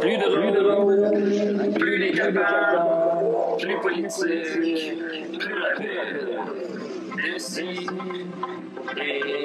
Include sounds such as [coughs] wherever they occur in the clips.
Plus de route, plus les capables, plus politique, plus rapide. Lucie et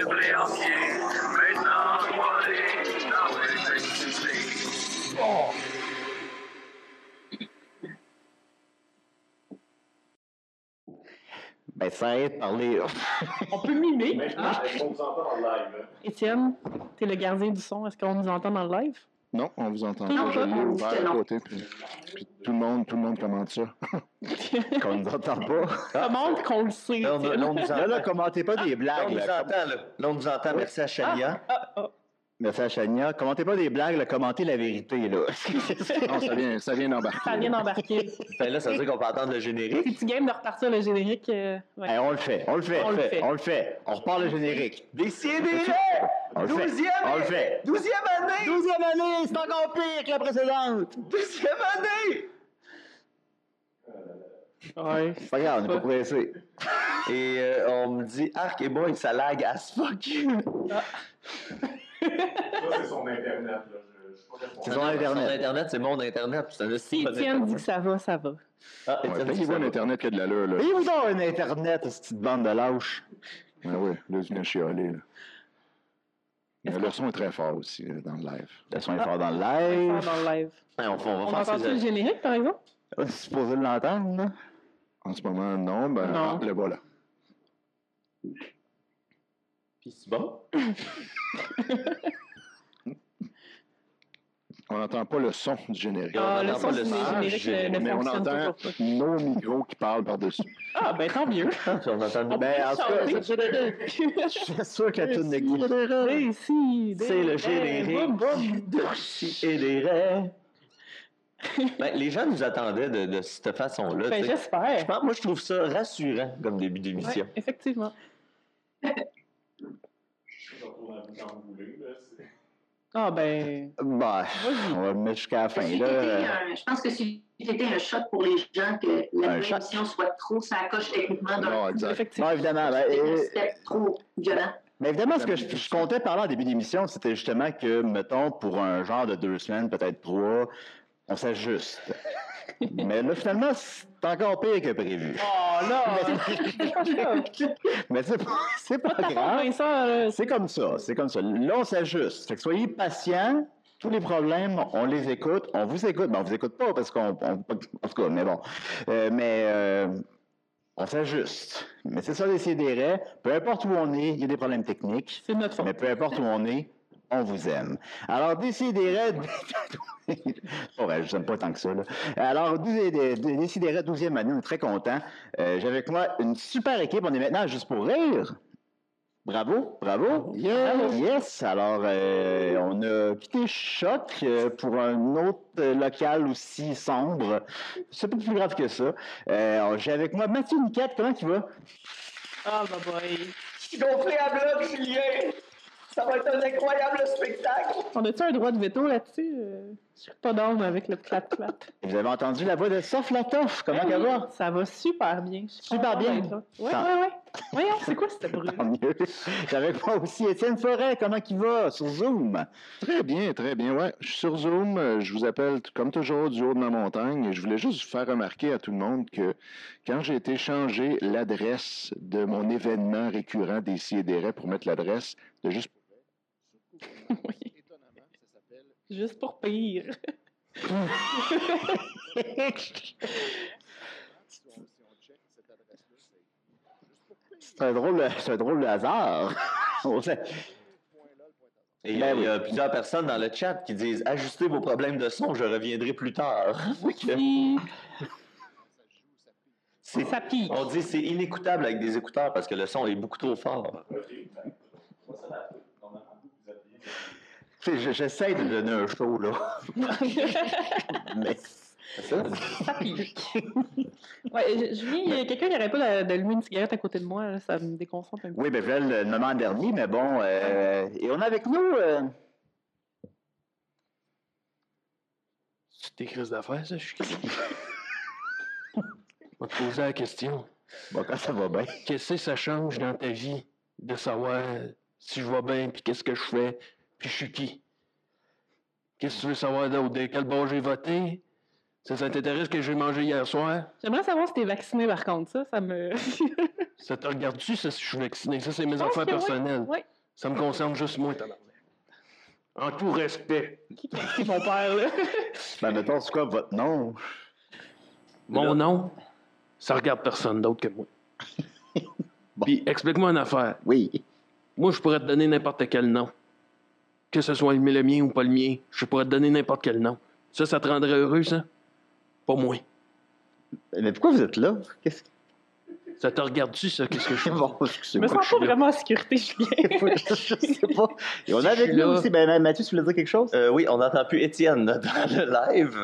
de blé entier, maintenant voilé dans l'électricité. Ben, ça aide parler. On peut mimer. Maintenant, est-ce qu'on vous entend en live? Étienne, t'es le gardien du son. Est-ce qu'on nous entend dans le live? Non, on vous entend Non, pas. J'ai on mis dit ouvert que à non. côté, puis, puis tout le monde, tout le monde commente ça. [laughs] qu'on nous entend pas. Ça montre qu'on le [laughs] sait. Là, on, Étienne. là, on nous entend. Là, là, commentez pas des Là, on blagues. nous là. entend, là. Là, on nous entend. Merci à Chania. Ah, oh. Merci à Chania. Commentez pas des blagues, là, commentez la vérité. [laughs] Là. Non, ça vient, ça vient d'embarquer. Ça vient d'embarquer. Fait Ben, là, ça veut dire qu'on peut entendre le générique. T'es-tu game de repartir le générique? euh, ouais. Hey, on le fait, on le fait, On le fait. on le fait. On repart le générique. Décidez On le fait, Douzième- on le fait. Douzième année! Douzième année, c'est encore pire que la précédente. Douzième année! Ouais. C'est pas grave, on n'est pas pressé. Et euh, on me dit, Arc et boy, ça lag as fuck. Ça, c'est son Internet. Là. Je, je suis pas C'est responsable. son Ah, Son Internet. Internet, c'est mon Internet. C'est un Si Étienne dit que ça va, ça va. Ah, Ouais, Étienne dit que Payez-vous ça un va. Internet qui a de l'allure, là. Payez-vous donc un Internet, cette petite bande de lâches. Ouais, ouais, Ah là, je viens chialer, là. Mais le son est très fort aussi, là, dans le live. Le son est fort dans le On live. va dans le live. Ouais, Ah, on, va- on On va faire entend-tu le ces- générique, par exemple? On est supposé l'entendre, là. En ce moment, non, ben, Non. ah, le voilà. Puis c'est bon? On n'entend pas le son du générique. on Ah, le entend son pas du le son, générique euh, ne mais on fonctionne pas entend pour toi. nos micros qui parlent par-dessus. Ah, ben tant mieux. on entend On le Ben, en tout cas, peut chanter. [laughs] Je suis sûr que la toune de Guy. Des si, des C'est le des, boum, boum. générique d'Orchi et des raies. Ben, les gens nous attendaient de, de cette façon-là. tu sais. Ben, Je j'espère. pense- moi, je trouve ça rassurant comme début d'émission. Ouais, effectivement. Je retourne à vous quand vous voulez. Là. C'est- Ah, ben. Bah, Vas-y. on va le mettre jusqu'à la fin, Si là. t'étais euh, un- je pense que si c'était un choc pour les gens que la Un choc. émission soit trop, ça coche techniquement d'un Non, exact. Effectivement. Non, évidemment. ben, un euh, step trop violent. Mais évidemment, ce que je, je comptais parler en début d'émission, c'était justement que, mettons, pour un genre de deux semaines, peut-être trois, [laughs] on s'ajuste. Mais là, finalement, c'est encore pire que prévu. Oh là! C'est pas ça. Mais c'est pas, c'est pas Pas de ta faute, grave. Ah, Vincent, là. C'est comme ça, c'est comme ça. Là, on s'ajuste. Fait que soyez patients. Tous les problèmes, on les écoute, on vous écoute, mais on vous écoute pas parce qu'on, on- en tout cas, mais bon. Euh, mais euh, on s'ajuste. Mais c'est ça d'essayer des raies. E. Peu importe où on est, il y a des problèmes techniques. C'est de notre faute. Mais peu importe où on est, on vous aime. Alors, [laughs] décidérez. Bon, ben, je n'aime pas tant que ça. Là. Alors, décidérez, 12e année, on est très contents. Euh, J'ai avec moi une super équipe. On est maintenant à juste pour rire. Bravo, bravo. Yes, yes. Alors, euh, on a quitté Choc euh, pour un autre euh, local aussi sombre. C'est pas plus grave que ça. Euh, alors, J'ai avec moi Mathieu Niquette. Comment tu vas? Ah, bah, boy. gonflé à bloc, Julien. Ça va être un incroyable spectacle. On a-tu un droit de veto là-dessus? Euh, Je suis pas d'âme avec le clap-clap. Vous avez entendu la voix de Sof Latoff. Comment ça elle va? va? Ça va super bien. Je suis Super contente bien. d'être là. Ouais, Ça- ouais, ouais. Voyons, c'est quoi cette brûlure? Tant mieux. J'ai avec moi aussi Étienne Forêt. Comment il va sur Zoom? Très bien, très bien. Ouais, je suis sur Zoom. euh, Je vous appelle t- comme toujours du haut de ma montagne. Et je voulais juste faire remarquer à tout le monde que quand j'ai été changer l'adresse de mon événement récurrent des CDR pour mettre l'adresse de juste Oui. Juste pour [laughs] pire. C'est un drôle, c'est un drôle de hasard. [laughs] On sait- Et Ben il y, a- il y a plusieurs personnes dans le chat qui disent Ajustez vos problèmes de son, je reviendrai plus tard. Oui. C'est- Ça pique. On dit c'est inécoutable avec des écouteurs parce que le son est beaucoup trop fort. OK, ben, on va s'adapter. Normalement, vous vous appuyez. Tu sais, je- J'essaie de donner un show, là. [laughs] Mais [laughs] ça pique. Ouais, je il y a quelqu'un qui n'arrête pas de- d'allumer une cigarette à côté de moi. là, ça me déconcentre un peu. Oui, ben, je vais le nommer en dernier, mais bon. euh, et on a avec nous. euh, C'est des crises d'affaires, ça, je suis curieux. On va te poser la question. bon, quand ça va bien. Qu'est-ce que ça change dans ta vie de savoir si je vais bien, puis qu'est-ce que je fais, puis je suis qui? Qu'est-ce que tu veux savoir d'autre? De quel bord j'ai voté? Ça, ça t'intéresse que j'ai mangé hier soir? J'aimerais savoir si t'es vacciné, par contre. Ça, ça me... [laughs] Ça te regarde-tu, ça, si je suis vacciné? Ça, c'est mes pense affaires que oui, personnelles. oui. Ça me concerne juste moi, tabarnak. En tout respect. C'est mon père, là. Ben, mettons, c'est quoi votre nom? Mon nom, ça regarde personne d'autre que moi. Bon. Puis explique-moi une affaire. Oui. Moi, je pourrais te donner n'importe quel nom. Que ce soit le mien ou pas le mien, je pourrais te donner n'importe quel nom. Ça, ça te rendrait heureux, ça? Pas moins. Mais pourquoi vous êtes là? Qu'est-ce que. Ça te regarde-tu, ça? Qu'est-ce que je [laughs] fais? Bon, Je excusez-moi. me sens suis pas là. vraiment en sécurité, Julien. [laughs] [laughs] je sais pas. Et on a avec Je suis nous là. aussi. Ben, ben, Mathieu, tu voulais dire quelque chose? Euh, oui, on n'entend plus Étienne dans le live.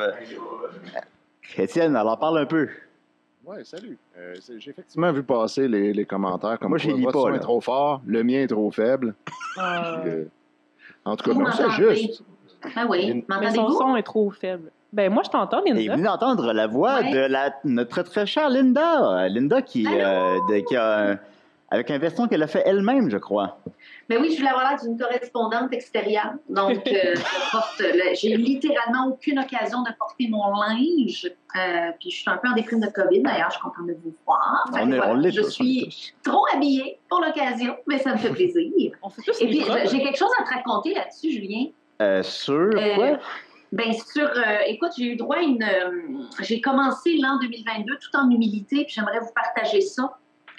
Étienne, alors parle un peu. Oui, salut. Euh, c'est- j'ai effectivement vu passer les, les commentaires comme Moi, je les quoi lis votre pas, son là. est trop fort, le mien est trop faible. Ah. puis, euh, en tout cas, Vous non, ça m'entendez? juste. Ah oui, Mais son m'entendez-vous? son est trop faible. Ben, moi, je t'entends, Et Linda. venez d'entendre la voix Ouais. de la, notre très très chère Linda. Euh, Linda qui, euh, de- qui a un- avec un veston qu'elle a fait elle-même, je crois. Mais Ben oui, je voulais avoir l'air d'une correspondante extérieure. Donc, [laughs] euh, je porte le- j'ai littéralement aucune occasion de porter mon linge. Euh, puis, je suis un peu en déprime de COVID. D'ailleurs, je suis contente de vous voir. Fait On que est- voilà, on l'est je tous, on l'est suis trop habillée pour l'occasion, mais ça me fait plaisir. On fait tous Et puis, des robes. je- j'ai quelque chose à te raconter là-dessus, Julien. Euh, sur Euh, quoi? Ben sur, euh, écoute, j'ai eu droit à une, euh, j'ai commencé l'an 2022 tout en humilité, puis j'aimerais vous partager ça,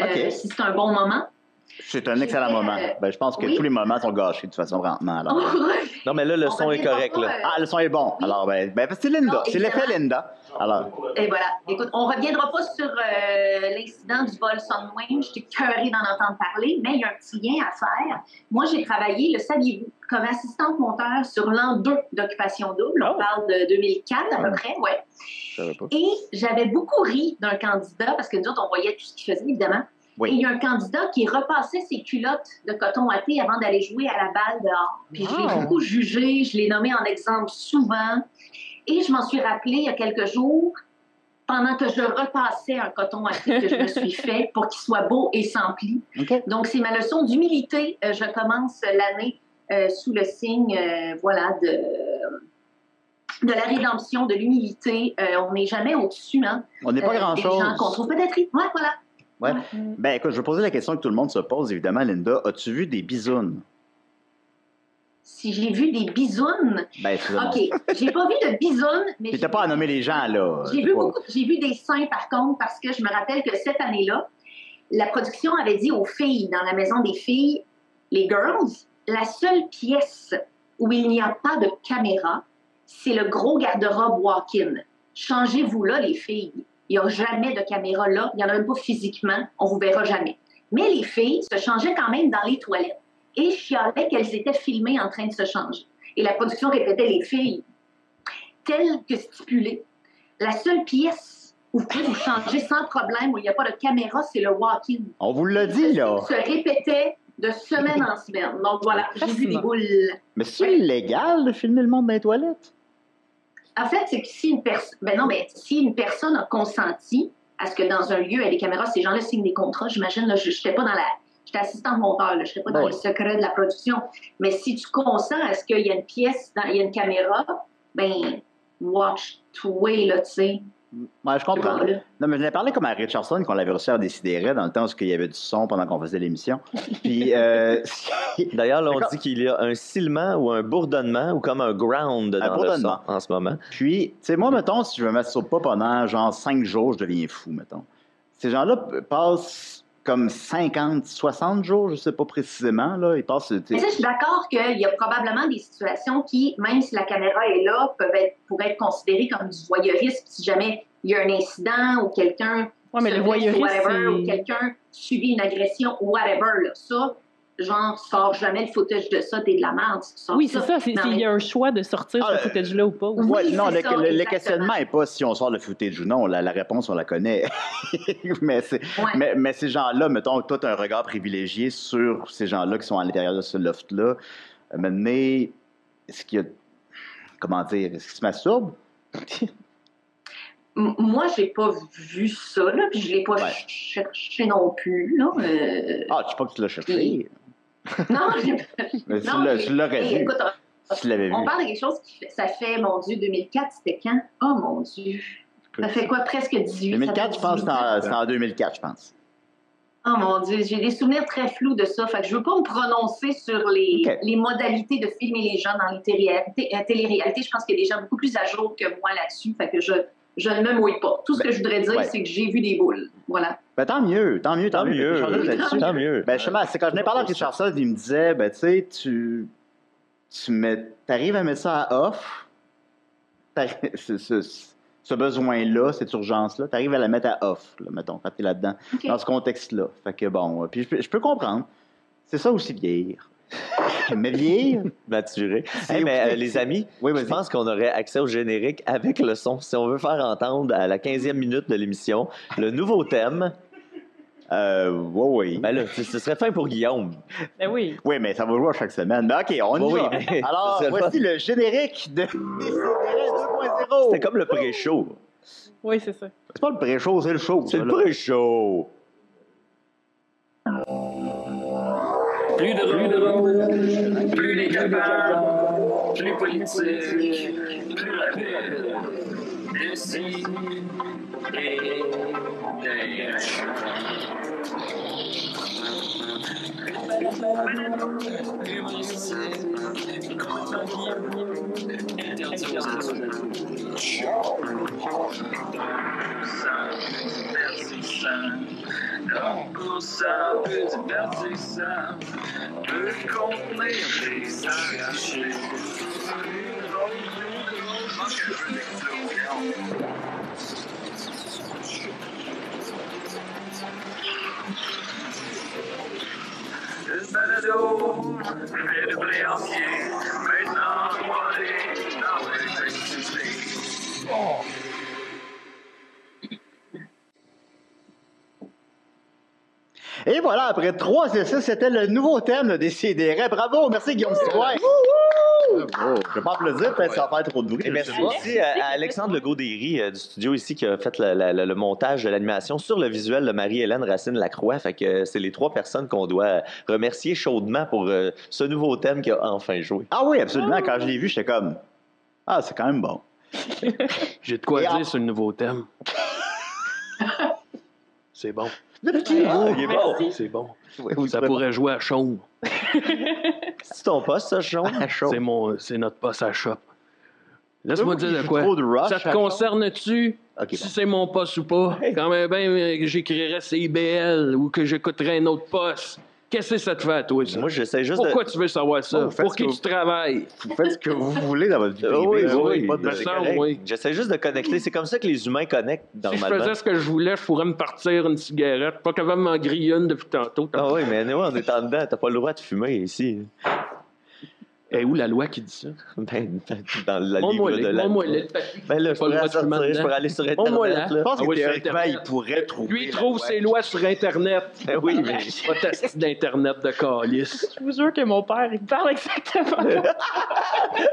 euh, Ok. si c'est un bon moment. [laughs] C'est un j'ai excellent fait, moment. euh, Ben, je pense que oui. tous les moments sont gâchés de toute façon maintenant. Alors. Non, mais là, le On son va est dire correct. bonjour, Là. euh, Ah, le son est bon. Alors, ben, ben, c'est Linda. Non, C'est l'effet Linda. Alors, Et voilà. Écoute, on reviendra pas sur euh, l'incident du vol Sunwing. J'étais curée d'en entendre parler, mais il y a un petit lien à faire. Moi, j'ai travaillé, le saviez-vous, comme assistante monteur sur l'an 2 d'Occupation Double. On Oh. parle de 2004 à peu près, ouais. Je savais pas. Et j'avais beaucoup ri d'un candidat, parce que nous autres, on voyait tout ce qu'il faisait, évidemment. Oui. Et il y a un candidat qui repassait ses culottes de coton à thé avant d'aller jouer à la balle dehors. Puis je Ah. l'ai Wow. beaucoup jugé, je l'ai nommé en exemple souvent. Et je m'en suis rappelée il y a quelques jours, pendant que je repassais un coton à thé que je me suis fait pour qu'il soit beau et sans pli. OK. Donc, c'est ma leçon d'humilité. Euh, je commence l'année euh, sous le signe, euh, voilà, de, de la rédemption, de l'humilité. Euh, on n'est jamais au-dessus, hein. on n'est pas Euh, des gens qu'on grand-chose. trouve peut-être... Ouais, voilà. Ben, écoute, je vais poser la question que tout le monde se pose, évidemment, Linda. As-tu vu des bisounes? Si j'ai vu des bisounes... Ben, excusez-moi. OK, j'ai pas vu de bisounes, mais... T'étais j'ai- pas à nommer les gens, là. J'ai C'est vu pas- beaucoup, j'ai vu des seins par contre parce que je me rappelle que cette année-là, la production avait dit aux filles dans la maison des filles, les girls, la seule pièce où il n'y a pas de caméra, c'est le gros garde-robe walk-in. Changez-vous là, les filles. Il n'y a jamais de caméra là. Il n'y en a même pas physiquement. On vous verra jamais. Mais les filles se changeaient quand même dans les toilettes et chialaient qu'elles étaient filmées en train de se changer. Et la production répétait les filles, telles que stipulées, la seule pièce où vous pouvez vous changer sans problème, où il n'y a pas de caméra, c'est le walk-in. On vous l'a dit, là. Se répétait de semaine en semaine. Donc voilà, j'ai vu des Fascinant. boules. Mais c'est illégal de filmer le monde dans les toilettes? En fait, c'est que si une personne, ben non, mais si une personne a consenti à ce que dans un lieu, il y ait des caméras, ces gens-là signent des contrats, j'imagine, là, je n'étais pas dans la, j'étais assistante monteur, là, je n'étais pas dans Bon. les secrets de la production, mais si tu consens à ce qu'il y a une pièce, dans, il y a une caméra, ben, watch way, là, tu sais. Ouais, Ben, je comprends. Là. Non, mais je l'ai parlé comme à Richardson qu'on l'avait reçu à Décideret dans le temps où il y avait du son pendant qu'on faisait l'émission. [laughs] Puis, euh, [laughs] D'ailleurs, là, on D'accord. dit qu'il y a un silement ou un bourdonnement ou comme un ground dans le son bourdonnement. en ce moment. puis tu sais, moi, mettons, si je me masturbe pas pendant genre 5 jours, je deviens fou, mettons. Ces gens-là p- passent comme 50, 60 jours, je sais pas précisément, là. Ils passent. tu sais, Mais ça, je suis d'accord qu'il y a probablement des situations qui, même si la caméra est là, peuvent être, pourraient être considérées comme du voyeurisme si jamais il y a un incident ou quelqu'un Ouais, Ouais, mais se le blesse voyeurisme, ou whatever, c'est- ou quelqu'un subit une agression ou whatever, là, ça, genre, sors jamais le footage de ça, t'es de la merde. tu sors Oui, c'est ça. c'est- Non, c'est- Il y a un choix de sortir Ah, ce euh, footage-là ou pas. Oui, Ouais, c'est non, le, ça, le- le exactement. questionnement n'est pas si on sort le footage ou non. La, la réponse, on la connaît. [laughs] mais, c'est- Ouais. mais, mais ces gens-là, mettons, toi, tu un regard privilégié sur ces gens-là qui sont à l'intérieur de ce loft-là. Euh, Maintenant, est-ce qu'il y a. Comment dire Est-ce qu'ils se masturbent M- Moi, j'ai pas vu ça, là, puis je l'ai pas Ouais. ch- cherché non plus, là. [laughs] euh, Ah, je sais pas que tu l'as cherché. Oui. non, j'ai pas- Mais tu non, l'as- mais- tu l'aurais Hey, vu. écoute, Tu l'avais vu. on parle de quelque chose qui fait, ça fait, mon Dieu, 2004, c'était quand? Oh, mon Dieu. Ça fait quoi, presque 18? ça fait 2004, je pense, 18. c'est en, c'est en 2004, je pense. Oh mon Dieu, j'ai des souvenirs très flous de ça. Fait que je veux pas me prononcer sur les, Ok. les modalités de filmer les gens dans les télé-réalités. euh, téléréalités. Je pense qu'il y a des gens beaucoup plus à jour que moi là-dessus. Fait que je, je ne me mouille pas. Tout ce que je voudrais dire, Ben, ouais. c'est que j'ai vu des boules. Voilà. Ben, tant mieux, tant mieux, tant, Tant mieux. mieux, Fait que je change là-dessus. tant mieux. Ben, justement, c'est quand je venais parler à Richardson, il me disait, ben, tu sais, tu, tu mets, t'arrives à mettre ça à off, t'arri- [laughs] ce, ce- ce besoin-là, cette urgence-là, t'arrives à la mettre à off, là, mettons, quand t'es là-dedans, OK. dans ce contexte-là. Fait que bon, euh, puis je, peux- je peux comprendre. C'est ça aussi vieillir. [laughs] Mais vieillir, Maturé. C'est ben, Hey, mais, écouté. euh, les amis, oui, je vas-y. pense qu'on aurait accès au générique avec le son. Si on veut faire entendre à la 15e minute de l'émission le nouveau thème, Euh, oui, oui. ben là, ce ce serait fin pour Guillaume. Ben oui. Oui, mais ça va jouer à chaque semaine. Mais OK, on y Oui, va. mais- Alors, c'est ça. voici le générique de [laughs] Décidérez 2.0. C'était comme le pré-show. Oui, c'est ça. C'est pas le pré-show, c'est le show. C'est ça, le là. pré-show. Plus de rôle, plus décapable, plus politique, plus rapide. Décis et dingue. Humoristique, contagieux, interdit aux adultes. Donc pour ça, peut divertissant, peut contenir les arrachés. Une balado fait de blé entier, maintenant voilé dans l'électricité. Et voilà, après trois essais, c'était le nouveau thème de Décidérez. Bravo, merci Guillaume Savoie. Bravo. Je vais pas applaudir, peut-être que ça va faire trop de bruit. Et Eh merci je sais pas. aussi à, à Alexandre Legaudéry euh, du studio ici qui a fait la- la- la- le montage de l'animation sur le visuel de Marie-Hélène Racine Lacroix. Fait que euh, c'est les trois personnes qu'on doit euh, remercier chaudement pour euh, ce nouveau thème qui a enfin joué. Ah oui, absolument. Quand je l'ai vu, j'étais comme. Ah, c'est quand même bon. J'ai de quoi Et en- dire sur le nouveau [laughs] thème. C'est bon. Le petit Ah, bout. il est bon. C'est bon. Oui, [laughs] oui, Ça c'est pourrait jouer à Chaume. C'est ton poste, ça, Jean? pas chaud. C'est mon, c'est notre poste à shop. Laisse-moi Oui, dire il de joue quoi. trop de rush Ça te à- concerne-tu Ok, bah, si c'est mon poste ou pas? Quand même, ben, euh, j'écrirais CIBL ou que j'écouterais un autre poste. Qu'est-ce que ça te fait à toi, ça? Moi, j'essaie juste de... Pourquoi tu veux savoir ça? Oh, faites Pour ce qui que tu travailles? Vous faites ce que vous voulez dans votre Euh, vie. Ah oui, privée, oui, là, oui. pas de- me c'est semble, correct. oui. J'essaie juste de connecter. C'est comme ça que les humains connectent Si je normalement. faisais ce que je voulais, je pourrais me partir une cigarette. Pas capable de m'en griller une depuis tantôt. Ah oui, mais anyway, on est en dedans. T'as pas le droit de fumer ici. [laughs] Et où la loi qui dit ça? Ben, dans la livre Montre-moi de le, la... montre-moi le, le papier. Ben là, je Pas le droit pourrais de fumer sortir, je dedans. pourrais aller sur Montre-moi Internet. là. là. Je pense Ah oui, que sur théoriquement, Internet. il pourrait trouver. Lui, il la trouve loi. ses lois sur Internet. Ah, Ben oui, mais... Pas tester d'Internet de calice. Je vous jure que mon père, il me parle exactement.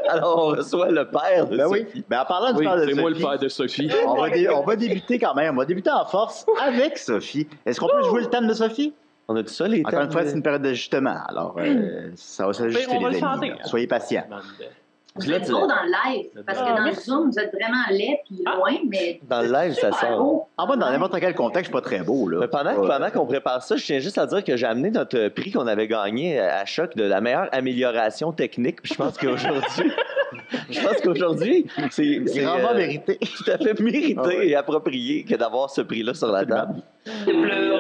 Alors, on reçoit le père de Ben Sophie. oui. Ben en parlant du Oui, père de c'est moi le Sophie, père de Sophie. On va, dé- on va débuter quand même. On va débuter en force avec Sophie. Est-ce qu'on peut jouer le thème de Sophie? On a dit ça, les Encore thèmes, une fois, euh, c'est une période d'ajustement. Alors, euh, ça va s'ajuster, on va les le amis. chanter. Soyez patients. Vous êtes beau dans le live, parce que Ah, dans le merci. Zoom, vous êtes vraiment laid puis loin, mais Dans le live, ça super sort. beau. En bas, dans n'importe quel contexte, je suis pas très beau. Là. Mais Euh, pendant Ouais. pendant qu'on prépare ça, je tiens juste à dire que j'ai amené notre euh, prix qu'on avait gagné à à choc de la meilleure amélioration technique. Puis je pense [laughs] qu'aujourd'hui, je pense qu'aujourd'hui, c'est c'est, grandement euh, mérité. tout à fait mérité Ah ouais. et approprié que d'avoir ce prix-là sur la table.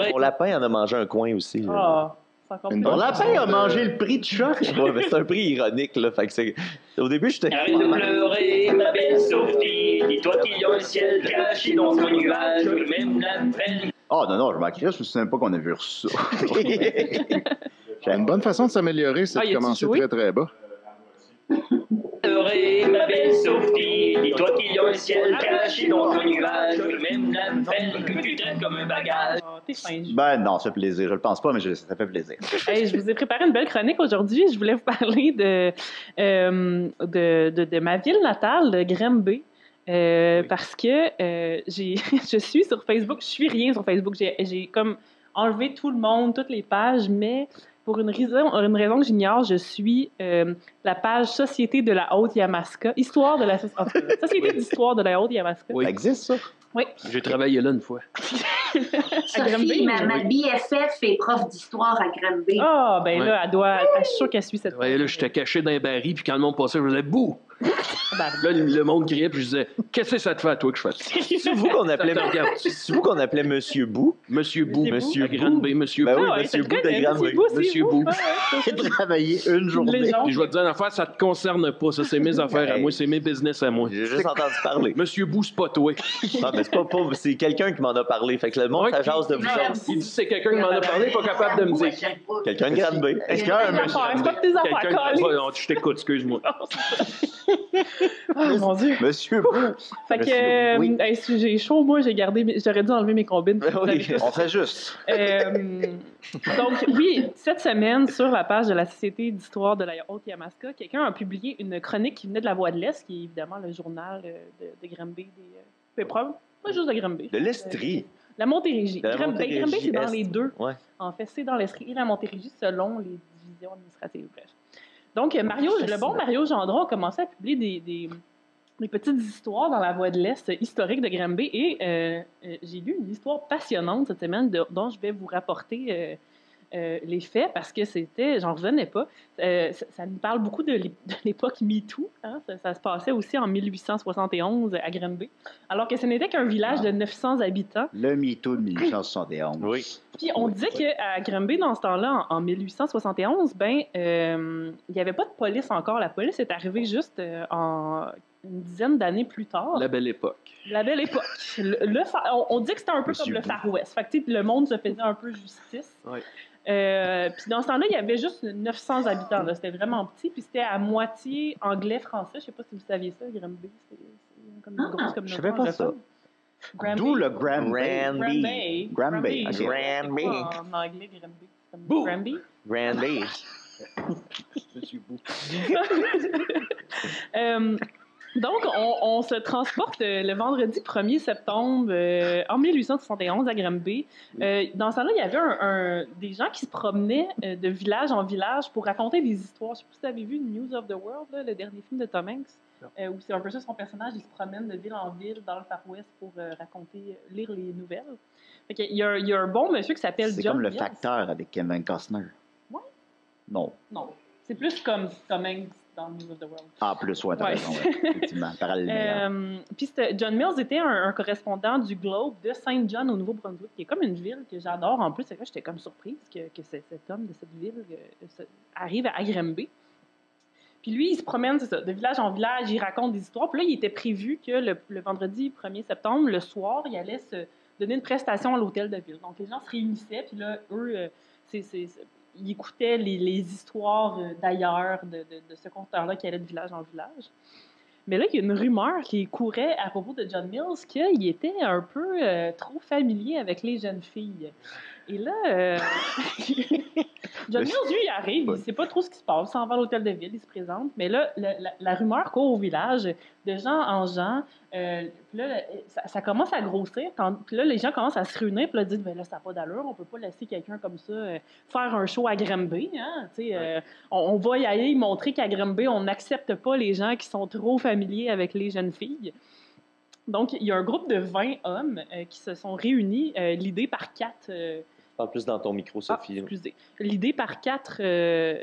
Mon lapin en a mangé un coin aussi. là. Ah, c'est encore plus. Une Mon bonne- lapin a mangé euh, le prix de choc. [laughs] Ouais, mais c'est un prix ironique là. Fait que c'est- au début, [laughs] j'étais Arrête de pleurer, ma belle Sophie. Dis-toi qu'il y a un ciel caché dans ce nuage. Même la belle Ah non, non, je m'en crisse, je ne sais même pas qu'on a vu ça. [laughs] Une bonne façon de s'améliorer, c'est Ah, y de a-t-il commencer joué? très, très bas. Heureux, ma belle Sophie, et toi qui as un ciel caché dans ton nuage, même la nouvelle que tu traites comme un bagage. Ah, t'es fin, Julie. ben non, ça fait plaisir. Je le pense pas, mais je- ça fait plaisir. Hey, je vous ai préparé une belle chronique aujourd'hui. Je voulais vous parler de, euh, de, de- de ma ville natale, de Grimby. Euh, Parce que euh, j'ai- [laughs] je suis sur Facebook, je suis rien sur Facebook. J'ai- J'ai comme enlevé tout le monde, toutes les pages, mais pour une raison, une raison que j'ignore, je suis euh, la page Société de la Haute Yamaska, Histoire de la en tout cas, Société d'Histoire de la Haute Yamaska. Oui. Ça existe, ça? J'ai travaillé là une fois. Sophie, Granby, ma, ma oui. BFF est prof d'histoire à Granby. Ah, ben Ouais. là, elle doit. Je suis sûre qu'elle suit cette. Ouais, là, j'étais caché dans un baril, puis quand le monde passait, je faisais bouh! Bah, [laughs] Là, le le monde criait, puis je disais, qu'est-ce que ça te fait à toi que je fasse? ça? C'est vous qu'on Ça te appelait, regarde. c'est vous qu'on appelait Monsieur Bou. Monsieur Bou, Monsieur Monsieur Bou. Granby, Ah Monsieur Ben Bou. oui, Ah ouais, Monsieur ça Bou le de connaît, Granby. Monsieur Bou, c'est Monsieur vous. Bou. Ouais, ouais, J'ai travaillé une c'est une journée. légende. Puis je vais te dire une affaire, ça te concerne pas. Ça, c'est mes affaires à moi, c'est mes business à moi. J'ai juste entendu parler. Monsieur Bou, c'est pas toi. Ah, ben, mais c'est pas pauvre, c'est quelqu'un qui m'en a parlé. Fait que le monde, Ouais, ça jase de vous Madame autres. Il dit c'est quelqu'un qui m'en a parlé, pas capable de me dire qui. Quelqu'un de Granby. Est-ce qu'il y [laughs] a un C'est monsieur- pas- c'est pas tes affaires, Quelqu'un qui Colin. va- non, Je t'écoute, excuse-moi. Ah, mon Dieu. Monsieur [laughs] Bou, Fait Monsieur que, euh, Bou, oui. hey, si j'ai chaud, moi, j'ai gardé, mes- j'aurais dû enlever mes combines. Ben oui. Vous avez [laughs] tous- on fait juste. Euh, donc, oui, cette semaine, sur la page de la Société d'histoire de la Haute-Yamaska, quelqu'un a publié une chronique qui venait de la Voix de l'Est, qui est évidemment le journal euh, de, de Granby, des euh, peu probable- pas juste de Granby. De l'Estrie. La Montérégie. De la Granby, Montérégie Granby, c'est dans Est. les deux. Ouais. En fait, c'est dans l'Estrie et la Montérégie selon les divisions administratives. Bref. Donc, euh, Mario, le bon Mario Gendron a commencé à publier des, des- des petites histoires dans la voie de l'Est euh, historique de Granby et euh, euh, j'ai lu une histoire passionnante cette semaine de- dont je vais vous rapporter euh, euh, les faits parce que c'était, j'en revenais pas. Euh, ça, ça nous parle beaucoup de l'é- de l'époque MeToo. hein. Ça, ça se passait aussi en 1871 à Granby, alors que ce n'était qu'un village de 900 habitants. Le mytho de 1871. Oui. Puis on Oui, disait oui. qu'à Granby, dans ce temps-là, en, en 1871, ben, euh, il n'y avait pas de police encore. La police est arrivée juste euh, en une dizaine d'années plus tard. La belle époque. La belle époque. Le, le fa- on, on dit que c'était un peu Monsieur comme le Bou. Far West. Fait que, tu sais, le monde se faisait un peu justice. Ouais. Euh, puis dans ce temps-là, il y avait juste 900 habitants. là. C'était vraiment petit. Puis c'était à moitié anglais-français. Je sais pas si vous saviez ça, Granby. C'est c'est comme une Ah, grosse je communauté. savais pas ça. anglophone. Granby. D'où le Grand Granby. Granby. Granby, ok. Granby. C'est quoi En anglais, Granby. C'est comme Boo. Granby. Granby. Monsieur Bou. [laughs] Euh, donc, on, on se transporte euh, le vendredi 1er septembre euh, en 1871 à Granby. Euh, dans ce temps-là, il y avait un, un- des gens qui se promenaient euh, de village en village pour raconter des histoires. Je sais pas si vous avez vu News of the World, là, le dernier film de Tom Hanks, Non. euh, où c'est un peu ça, son personnage, il se promène de ville en ville dans le Far West pour euh, raconter, lire les nouvelles. Fait que il, y a, un- il y a un bon monsieur qui s'appelle C'est John comme le Mills. facteur avec Kevin Costner. Ouais. Non. Non, c'est plus comme Tom Hanks dans News of the World. Ah, plus, ouais, t'as Ouais. raison, ouais. [laughs] Effectivement, parallèle meilleur. Euh, Puis c'était- John Mills était un, un correspondant du Globe de Saint John au Nouveau-Brunswick, qui est comme une ville que j'adore. En plus, c'est que j'étais comme surprise que, que ce- cet homme de cette ville euh, se- arrive à Granby. Puis lui, il se promène, c'est ça, de village en village, il raconte des histoires. Puis là, il était prévu que le, le vendredi 1er septembre, le soir, il allait se donner une prestation à l'hôtel de ville. Donc les gens se réunissaient, puis là, eux, euh, c'est- c'est- c'est- ils écoutaient les, les histoires euh, d'ailleurs de, de- de ce conteur-là qui allait de village en village. Mais là, il y a une rumeur qui courait à propos de John Mills qu'il était un peu euh, trop familier avec les jeunes filles. Et là, euh, John Mills, lui, il arrive, il sait pas trop ce qui se passe, il s'en va à l'hôtel de ville, il se présente. Mais là, la, la- la rumeur court au village de gens en gens. euh, puis là, ça, ça commence à grossir. Quand, puis là, les gens commencent à se réunir, puis là, disent, ben là, ça n'a pas d'allure, on peut pas laisser quelqu'un comme ça euh, faire un show à Granby, hein, tu sais, euh, on, on va y aller montrer qu'à Granby, on n'accepte pas les gens qui sont trop familiers avec les jeunes filles. Donc, il y a un groupe de 20 hommes euh, qui se sont réunis, euh, l'idée par quatre... euh, Parle plus dans ton micro, ah, hein. Sophie. excusez. L'idée par quatre, euh,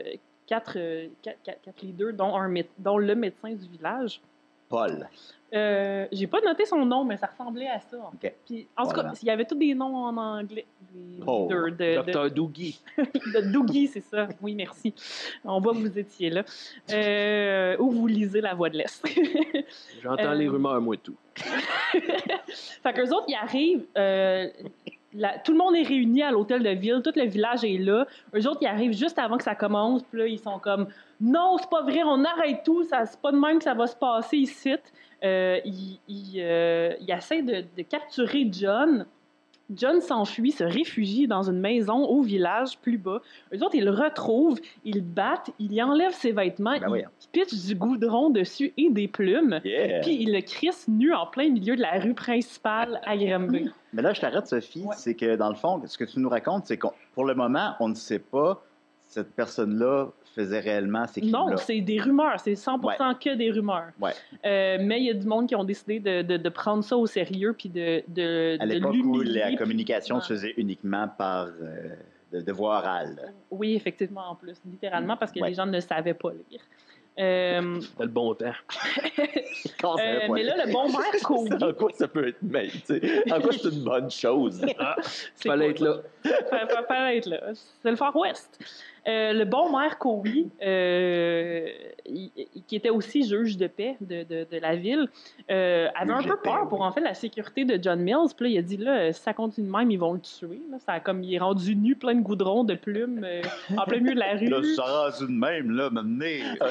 quatre, euh, quatre, quatre- quatre leaders, dont, un, mé- dont le médecin du village. Paul. Euh, J'ai pas noté son nom, mais ça ressemblait à ça. en fait. Ok. Puis, en tout Voilà. cas, il y avait tous des noms en anglais. Les Oh, leaders de- de, Docteur Doogie. [laughs] de Dougie, c'est ça. Oui, merci. On voit que vous étiez là. Euh, ou vous lisez La Voix de l'Est. [laughs] J'entends Euh, les rumeurs, moi, et tout. [laughs] fait qu'eux autres, ils arrivent. euh, la- tout le monde est réuni à l'hôtel de ville, tout le village est là. Eux autres, ils arrivent juste avant que ça commence, puis là, ils sont comme Non, c'est pas vrai, on arrête tout, ça, c'est pas de même que ça va se passer ici. Euh, ils, ils, euh, ils essaient de, de capturer John. John s'enfuit, se réfugie dans une maison au village plus bas. Eux autres, ils le retrouvent, ils le battent, ils lui enlèvent ses vêtements, Ben ils voyons. pitchent du goudron dessus et des plumes. Euh, Yeah. Puis il le crisse nu en plein milieu de la rue principale à Grimby. Mais là, je t'arrête, Sophie. Ouais. C'est que, dans le fond, ce que tu nous racontes, c'est que pour le moment, on ne sait pas si cette personne-là faisait réellement ces Non, crimes-là. c'est des rumeurs. C'est 100 que des rumeurs. Ouais. Euh, mais il y a du monde qui ont décidé de, de- de prendre ça au sérieux puis de, de, À de l'époque où l'humilier, la puis- communication Ouais. se faisait uniquement par euh, de- devoir oral. Oui, effectivement, en plus, littéralement, parce que Ouais. les gens ne savaient pas lire. Euh, C'était le bon [laughs] temps. Quand ça euh, va pas mais aller. là, le bon [laughs] maire Cody, en quoi ça peut être mal? tu sais? En quoi c'est une bonne chose? Ah, c'est quoi, Fallait être là. Fa- fa- fallait être là. C'est le Far West. Euh, le bon maire Cowie, euh, il- il- qui était aussi juge de paix de, de- de la ville, euh, avait un Juge de peu paix, peur pour oui. en fait la sécurité de John Mills. Puis là, il a dit là, euh, si ça continue de même, ils vont le tuer. Là, ça a comme il est rendu nu, plein de goudron, de plumes, euh, en plein milieu de la Là, rue. ça rase une même, là, m'amener. Ah,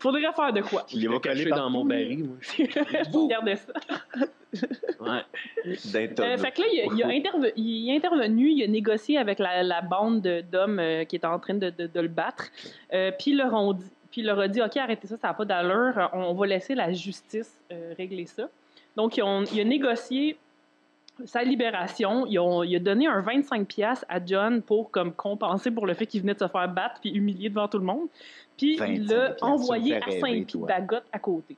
Faudrait faire de quoi Il est J'étais vocalé caché partout, dans mon lui. baril, moi. [laughs] Regardez ça. Ouais. D'un Euh, tonneau. fait que là, il, a- il a interve- il est intervenu, il a négocié avec la, la bande de- d'hommes euh, qui était en train de, de- de le battre. Euh, puis ils leur ont dit- puis il leur a dit OK, arrêtez ça, ça n'a pas d'allure, euh, on va laisser la justice euh, régler ça. Donc, ils ont- il a négocié sa libération. Ils ont- il a donné un 25$ piastres à John pour comme, compenser pour le fait qu'il venait de se faire battre puis humilier devant tout le monde. Puis il 25 l'a piastres, envoyé ça à me fait rêver, toi. Saint-Pie-Bagotte à côté.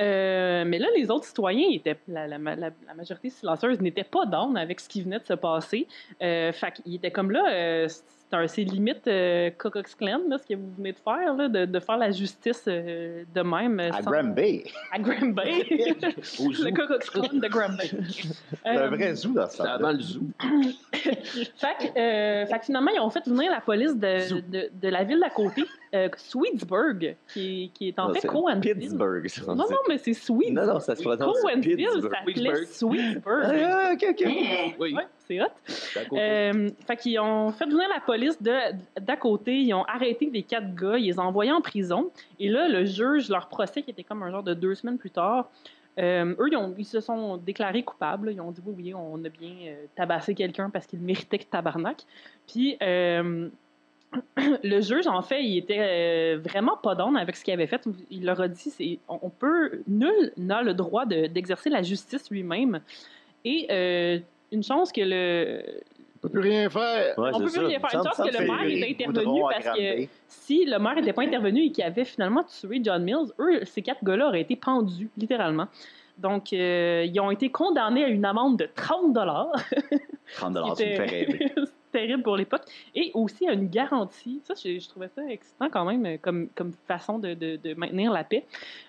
Euh, mais là, les autres citoyens, ils étaient, la, la- la- la majorité silencieuse n'était pas down avec ce qui venait de se passer. Euh, fait qu'ils étaient comme là, euh, c'est un- c'est limite euh, Ku Klux Klan, là, ce que vous venez de faire, là, de, de faire la justice euh, de même. euh, À sans- Granby. À [laughs] Graham Bay. Au zoo. le Ku Klux Klan de Graham Bay. C'est Euh, un vrai zoo dans ce C'était temps-là. avant le zoo. [laughs] fait, que, euh, fait que finalement, ils ont fait venir la police de, de, de la ville d'à côté, euh, Sweetsburg, qui, est- qui est en Non, fait c'est Cohenville. Pittsburgh, ça. on Non, dit. non, mais c'est Sweet. Non, non, ça se prononce Cohenville Pittsburgh. s'appelait Sweetsburg. Ah, ok, ok. Hein? Oui, Ouais, c'est hot. c'était à côté. Euh, fait qu'ils ont fait venir la police de- d'à côté, ils ont arrêté les quatre gars, ils les ont envoyés en prison. Et là, le juge, leur procès, qui était comme un genre de deux semaines plus tard, euh, eux, ils, ont- ils se sont déclarés coupables. là. Ils ont dit oui, oui, on a bien euh, tabassé quelqu'un parce qu'il méritait que tabarnak. Puis euh, [clears throat] le juge, en fait, il était euh, vraiment pas d'onde avec ce qu'il avait fait. Il leur a dit c'est- on on peut, nul n'a le droit de- d'exercer la justice lui-même. Et euh, une chance que le, On peut plus rien faire. Ouais, on c'est peut ça. plus rien faire. Il me Une chance semble que le c'est- maire est Les intervenu goudrons à parce que Granby. si le maire n'était pas intervenu et qu'il avait finalement tué John Mills, eux, ces quatre gars-là auraient été pendus, littéralement. Donc, euh, ils ont été condamnés à une amende de 30 dollars. 30 Ah, ça me fait rêver. [laughs] terrible pour l'époque. Et aussi à une garantie. Ça, je, je trouvais ça excitant quand même euh, comme, comme façon de, de- de maintenir la paix.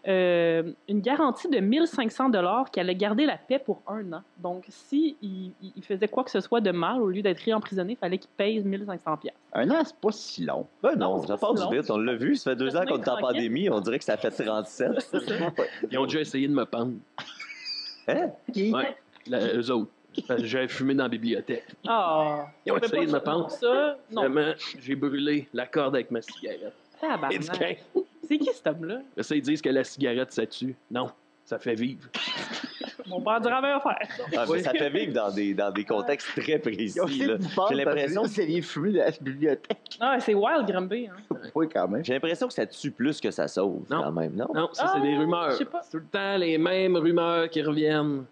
Euh, une garantie de 1500 dollars qui allait garder la paix pour un an. Donc, si il, il- il faisait quoi que ce soit de mal, au lieu d'être réemprisonné, il fallait qu'il paye 1500 pièces. Un an, c'est pas [laughs] si long. Ben Non, non, c'est ça pas part si du long. vite. On l'a vu, ça fait deux ans Ça se qu'on met est en tranquille. pandémie. On dirait que ça fait 37. [laughs] Ils ont déjà essayé de me pendre. Hein? Qui? Ouais. La- eux autres. Parce que J'avais fumé dans la bibliothèque. Ah! Ils ont on fait essayé de pas me pendre. Ça, non. Finalement, j'ai brûlé la corde avec ma cigarette. Et du Tabarnak. pain. C'est qui cet homme-là? Là, ça, ils disent que la cigarette, ça tue. Non, ça fait vivre. Mon père dira même affaire. Ah, mais Oui. ça fait vivre dans des, dans des contextes très précis. Ils ont essayé là. de vous pendre J'ai l'impression- parce que vous aviez fumé de la bibliothèque. [laughs] Ah, c'est wild, Grumpy. Hein? Oui, quand même. J'ai l'impression que ça tue plus que ça sauve, Non. quand même, non? Non, ça, Ah, c'est des rumeurs. je sais pas. C'est tout le temps les mêmes rumeurs qui reviennent.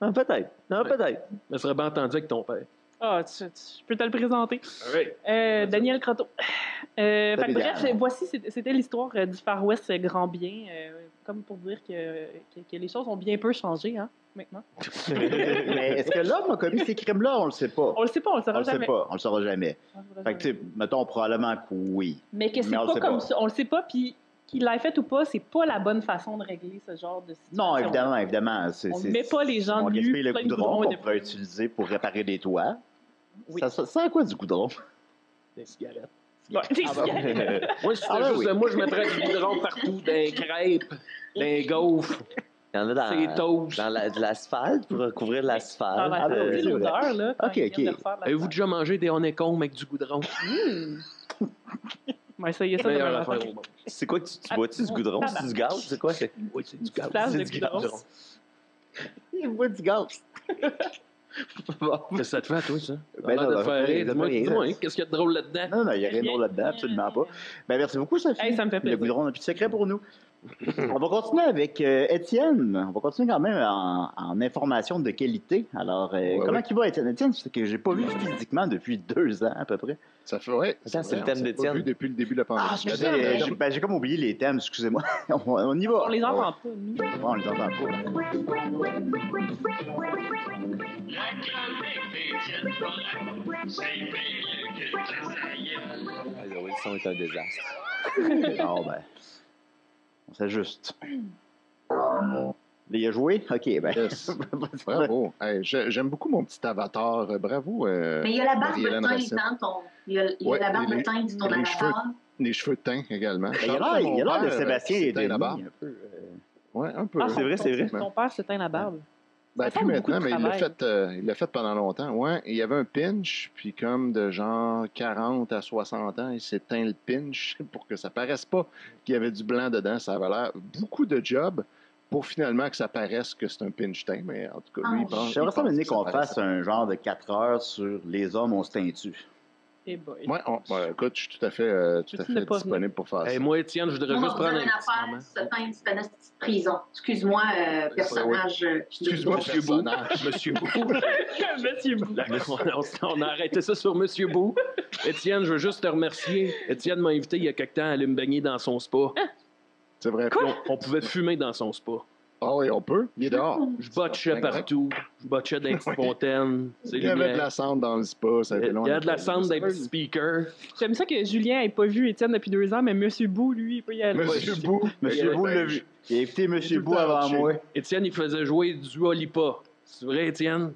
Ah, peut-être. Non, Ouais. peut-être. Je me serais bien entendu avec ton père. Ah, tu- tu- je peux te le présenter. Ah Oui. Euh, Daniel Croteau. Euh, fait que Formidable. bref, voici, c'était c'était l'histoire euh, du Far West euh, grand bien, euh, comme pour dire que, que, que les choses ont bien peu changé, hein, maintenant. Mais est-ce que l'homme a commis ces crimes-là? On le sait pas. On le sait pas, on le On saura le sait jamais. pas. On le saura jamais. On le saura Fait que, jamais. tu sais, mettons probablement que oui. Mais que c'est mais on le pas sait comme pas. ça, on le sait pas, puis qu'il l'ait fait ou pas, c'est pas la bonne façon de régler ce genre de situation. Non, évidemment, évidemment. c'est- On c'est- met pas les gens On nus, gaspille le plein de goudron goudron et qu'on de pourrait plumes. utiliser pour réparer des toits. Oui. Ça, ça sert à quoi du goudron? Ah, Des ben cigarettes. Ouais, [laughs] Ah, bah, Moi, si c'était Ah, ben juste oui. de moi, je mettrais du goudron partout, dans les crêpes, dans les gaufres, Il y en a dans, C'est toast. dans la- de l'asphalte pour couvrir de Dans l'asphalte. la Ah, ben oui, tu sais, c'est vrai. l'odeur, là. quand Ok, ils viennent ok. de refaire la Avez-vous déjà mangé des honeycombs avec du goudron? Hum. Hmm. Ouais, ça y est, ça, Meilleure demain matin. affaire au monde. C'est quoi que tu, tu bois-tu du goudron? C'est du gaz? C'est quoi? C'est Oui, c'est du gaz. Plage C'est de du gaz. goudron. Il boit du gaz. [laughs] Bon. Qu'est-ce que ça te fait, toi, ça? Ben Ça a l'air de non, ça te fait faire rien, rire. ça Dis-moi, fait rien, dis-moi, ça. hein, qu'est-ce qu'il y a de drôle là-dedans? Non, non, il n'y a rien de drôle là-dedans, absolument pas. Ben, merci beaucoup, Sophie. Hey, ça me fait Le plaisir. goudron n'a plus de secret pour nous. On va continuer avec euh, Étienne. On va continuer quand même en, en information de qualité. Alors, euh, Ouais, comment ouais. il va, Étienne? Étienne, c'est que j'ai pas vu physiquement depuis deux ans à peu près. Ça fait, ouais. Attends, c'est vrai, le on thème s'est pas d'Étienne. vu depuis le Ah, début de la pandémie. j'ai c'est vrai, euh, j'ai- ben, j'ai comme oublié les thèmes, excusez-moi. [laughs] on, on y va. On les entend pas, nous. Ouais, on les entend [laughs] pas. Ah, oui, le son est un désastre. Ah ben. On s'ajuste. Il a joué? OK, ben. Yes. [laughs] [laughs] Bravo. Hey, je- J'aime beaucoup mon petit avatar. Euh, Bravo. euh, Mais il y a la barbe de Marie-Hélène teinte Racine. dans ton. Il y a, il y a Ouais, la barbe de les- teinte de ton les cheveux. avatar. les cheveux teints également. Ben, Il a l'air- il a l'air de euh, Sébastien et de un peu. euh, Oui, un peu. Ah, c'est vrai, ton- c'est vrai. Ton père se teint la barbe. Ben, Ça plus semble maintenant, beaucoup mais de il l'a travail. fait, euh, il l'a fait pendant longtemps. Ouais, il y avait un pinch, puis comme de genre 40 à 60 ans, il s'est teint le pinch [laughs] pour que ça paraisse pas qu'il y avait du blanc dedans. Ça avait l'air beaucoup de job pour finalement que ça paraisse que c'est un pinch teint, mais en tout cas, lui, il Ah, pense. J'aimerais il ça, pense Dominique, que ça qu'on paraisse. fasse un genre de 4 heures sur les hommes, on se teintu. Eh boy. Ouais, on- ouais, écoute, je suis tout à fait, euh, tout Je à suis fait pas disponible pour Ah, faire Hey, ça. moi, Étienne, je voudrais Moi, juste vous prendre avez un une petit moment. affaire, se teindre, c'est une petite prison. Excuse-moi, euh, personnage. euh, Excuse-moi, je- Monsieur Bou. [laughs] Monsieur Bou. [laughs] Monsieur Bou. on, on a arrêté ça sur Monsieur Bou. Étienne, je veux juste te remercier. Étienne m'a invité il y a quelque temps à aller me baigner dans son spa. C'est vrai. Puis On, on pouvait fumer dans son spa. Ah oui, on peut. Il est dehors. Je botchais Exact. partout. Je botchais dans les petites Ouais. fontaines. C'est Il y avait de lumière. la cendre dans le spa. Euh, Ça a Il été long y a de la à- cendre des petits speakers. J'aime ça que Julien n'ait pas vu Étienne depuis deux ans, mais Monsieur Bou, lui, il peut y aller. Monsieur Bou. Monsieur Bou l'a vu. Il a écouté Monsieur Ben, tout le Bou temps avant chez- moi. Étienne, il faisait jouer du Olipa. C'est vrai, Étienne?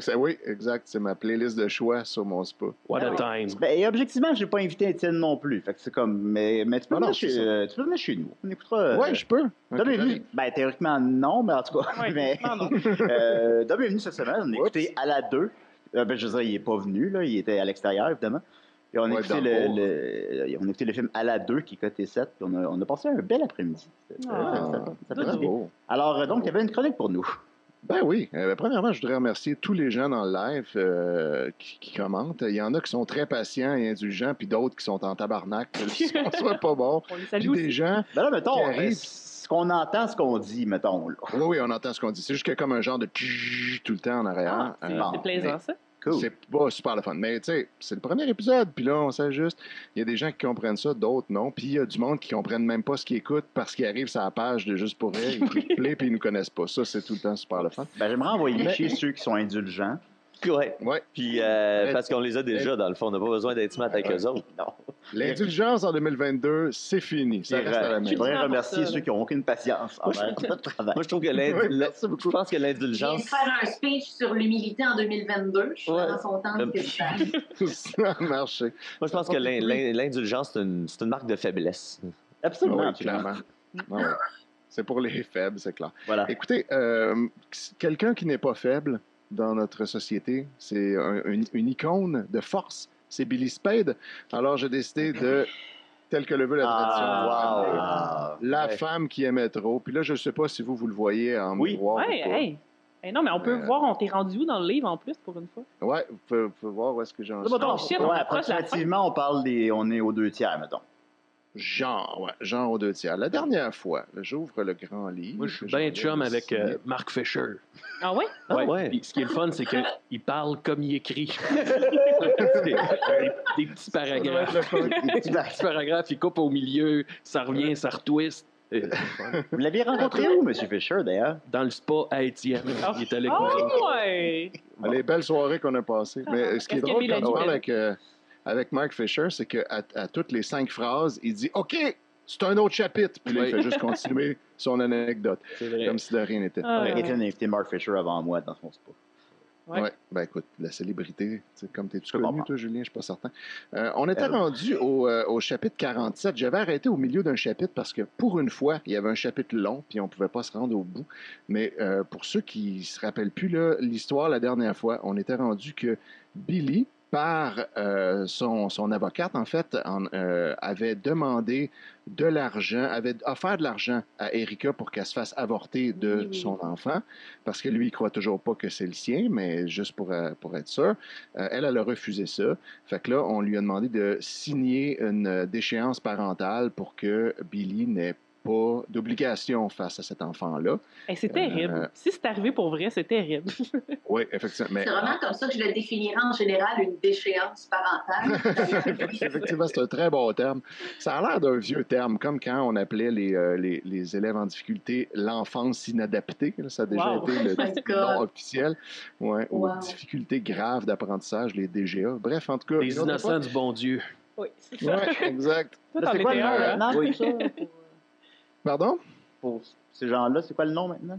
C'est- Oui, exact. C'est ma playlist de choix sur mon spa. What a Ah time. Ben, et objectivement, j'ai pas invité Étienne non plus. Fait que c'est comme. Mais, mais tu, peux Ah non, venir chez, c'est ça. euh, tu peux venir chez nous. On écoutera. euh, Ouais, je peux. Dom est Ok, venu- j'arrive. Ben, théoriquement, non, mais en tout cas. Ouais, [laughs] mais, non, non. euh, Dom est venu cette semaine. On a Oups. écouté à la 2. Euh, ben, je veux dire, il est pas venu, là. Il était à l'extérieur, évidemment. Puis on, a Ouais, écouté dans le, le bourg. le- on a écouté le film À la 2 qui est coté 7. Puis on a, on a passé un bel après-midi. C'était- Ah, ça- ça- ça fait du bravo. bien. Alors, euh, donc, il y avait une chronique pour nous. Oh. [laughs] Ben oui. Euh, ben, premièrement, je voudrais remercier tous les gens dans le live euh, qui, qui commentent. Il y en a qui sont très patients et indulgents, puis d'autres qui sont en tabarnak. [laughs] On soit pas bon. On les Puis salue des aussi. gens. Ben là, mettons, Qui ben, arrive. ce qu'on entend, ce qu'on dit, mettons. Là. Oui, oui, on entend ce qu'on dit. C'est juste que comme un genre de tchou tout le temps en arrière. Ah, c'est Euh, c'est mais- plaisant, ça. Cool. C'est pas super le fun. Mais tu sais, c'est le premier épisode, puis là, on s'ajuste. Il y a des gens qui comprennent ça, d'autres non. Puis il y a du monde qui comprennent même pas ce qu'ils écoutent parce qu'ils arrivent sur la page de Juste pour rire, ils cliquent play, puis ils nous connaissent pas. Ça, c'est tout le temps super le fun. Ben, j'aimerais envoyer chez ceux qui sont indulgents. Ouais. Ouais. Puis, euh, parce qu'on les a déjà, dans le fond. On n'a pas besoin d'être smart avec eux autres. Non. L'indulgence en 2022, c'est fini. Ça reste à la Je maison. voudrais Pour remercier ça, ceux là. qui n'ont aucune patience Moi, je envers trouve [laughs] notre travail. [laughs] Moi, je trouve que l'ind- Oui, la- [laughs] je pense que Je viens de l'indulgence. faire un speech sur l'humilité en 2022. Je suis Ouais. vraiment contente que ça. Ça a marché. Moi, je pense que l'in- l'in- l'indulgence, c'est une, c'est une marque de faiblesse. Absolument. Oui, absolument. clairement. Ah ouais. C'est pour les faibles, c'est clair. Voilà. Écoutez, euh, quelqu'un qui n'est pas faible dans notre société, c'est un- une, une icône de force, c'est Billy Spade. Alors j'ai décidé de, tel que le veut la tradition, euh, Ah, wow. la Ouais. femme qui aimait trop. Puis là, je ne sais pas si vous, vous le voyez en Oui. miroir. Ouais, ou pas. hey. Hey, non, mais on peut Mais, euh, voir, on t'est rendu où dans le livre en plus pour une fois? Ouais, vous pouvez, vous pouvez voir où est-ce que j'en Là, suis. mettons, Oh, shit, ouais, on approche la approximativement, on parle des. On est aux deux tiers, mettons. Genre, ouais, genre aux deux tiers. La dernière fois, là, j'ouvre le grand livre. Moi, je suis J'en bien viens Ben chum de avec signer. euh, Mark Fisher. Ah ouais? Ah ouais. Puis ce qui est le fun, c'est qu'il parle comme il écrit. [laughs] C'est des, des petits Ça doit être paragraphes. le fun. Des petits paragraphes, il coupe au milieu, ça revient, ça retwiste. Euh, Vous l'aviez rencontré où, M. Fisher, d'ailleurs? Dans le spa à Étienne, Ah. il est allé avec moi. Oh ouais! Ah, Les belles soirées qu'on a passées. Mais euh, ce qui est Est-ce que drôle quand Mélanie on parle Bell- avec, euh, avec Mark Fisher, c'est qu'à à à toutes les cinq phrases, il dit OK, c'est un autre chapitre. Puis là, il Oui. fait juste continuer son anecdote, C'est vrai. comme si de rien n'était. Ah, ouais. Étienne a invité Mark Fisher avant moi dans son spa. Ouais. Ouais. Ben écoute, la célébrité, tu sais, comme t'es-tu peux connu, comprendre. toi, Julien, je suis pas certain. Euh, on était Elle. rendu au, euh, au chapitre 47. J'avais arrêté au milieu d'un chapitre parce que pour une fois, il y avait un chapitre long, puis on pouvait pas se rendre au bout. Mais euh, pour ceux qui se rappellent plus là, l'histoire la dernière fois, on était rendu que Billy, par euh, son, son avocate, en fait, en, euh, avait demandé de l'argent, avait offert de l'argent à Erika pour qu'elle se fasse avorter de Oui, oui, son enfant parce que lui, il croit toujours pas que c'est le sien, mais juste pour, euh, pour être sûr. Euh, elle, elle a refusé ça. Fait que là, on lui a demandé de signer une euh, déchéance parentale pour que Billy n'ait pas d'obligation face à [laughs] cet enfant-là. Hey, c'est terrible. Euh, Si c'est arrivé pour vrai, c'est terrible. Oui, effectivement. Mais C'est vraiment comme ça que je le définirais en général, une déchéance parentale. [laughs] Effectivement, c'est un très bon terme. Ça a l'air d'un vieux terme, comme quand on appelait les, euh, les, les élèves en difficulté l'enfance inadaptée. là, Ça a déjà Wow. été le my nom God. officiel. Ouais, Ou Wow. difficultés graves d'apprentissage, les DGA. Bref, en tout cas. Les une autre innocents du bon Dieu. [laughs] oui, c'est époque. ça. Ouais, exact. Toi, Là, t'en c'est quoi étais un, le hein? nom Oui. pour, ça, pour- Pardon? [laughs] pour ces gens-là? C'est quoi le nom maintenant?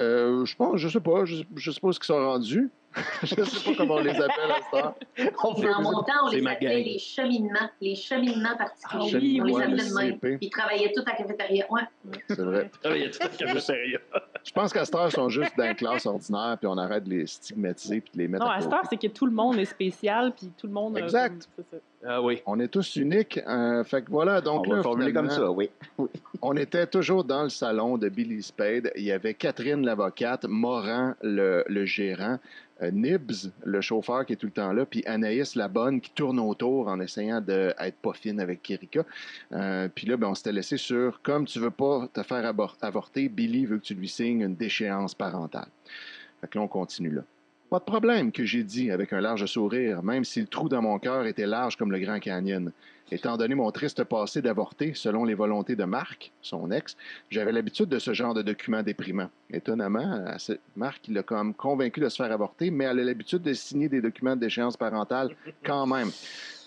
Euh, je pense, je sais pas, je, je sais pas où ce qu'ils sont rendus. [laughs] je sais pas comment on les appelle à ce temps. On Mais en mon temps, on C'est les ma appelait gang. les cheminements, les cheminements particuliers. Ah oui, on les ouais, appelait de le même. CP. Ils travaillaient tous à la cafétéria. Ouais. C'est vrai. Je pense qu'à cette heure, ils sont juste dans la classe ordinaire, puis on arrête de les stigmatiser puis de les mettre Non, à à cette côté. heure, c'est que tout le monde est spécial, puis tout le monde. euh, Exact. comme- c'est ça. Ah oui. On est tous uniques. euh, fait que voilà, donc on va là, le formuler finalement, comme ça, oui. On était toujours dans le salon de Billy Spade. Il y avait Catherine l'avocate, Moran le, le gérant, euh, Nibs le chauffeur qui est tout le temps là, puis Anaïs la bonne qui tourne autour en essayant d'être pas fine avec Kirika. Euh, puis là, ben, on s'était laissé sur comme tu veux pas te faire abor- avorter, Billy veut que tu lui signes une déchéance parentale. Fait que là, on continue là. Pas de problème, que j'ai dit avec un large sourire, même si le trou dans mon cœur était large comme le Grand Canyon. Étant donné mon triste passé d'avorter, selon les volontés de Marc, son ex, j'avais l'habitude de ce genre de document déprimant. Étonnamment, à ce- Marc, il l'a quand même convaincu de se faire avorter, mais elle a l'habitude de signer des documents d'échéance parentale quand même,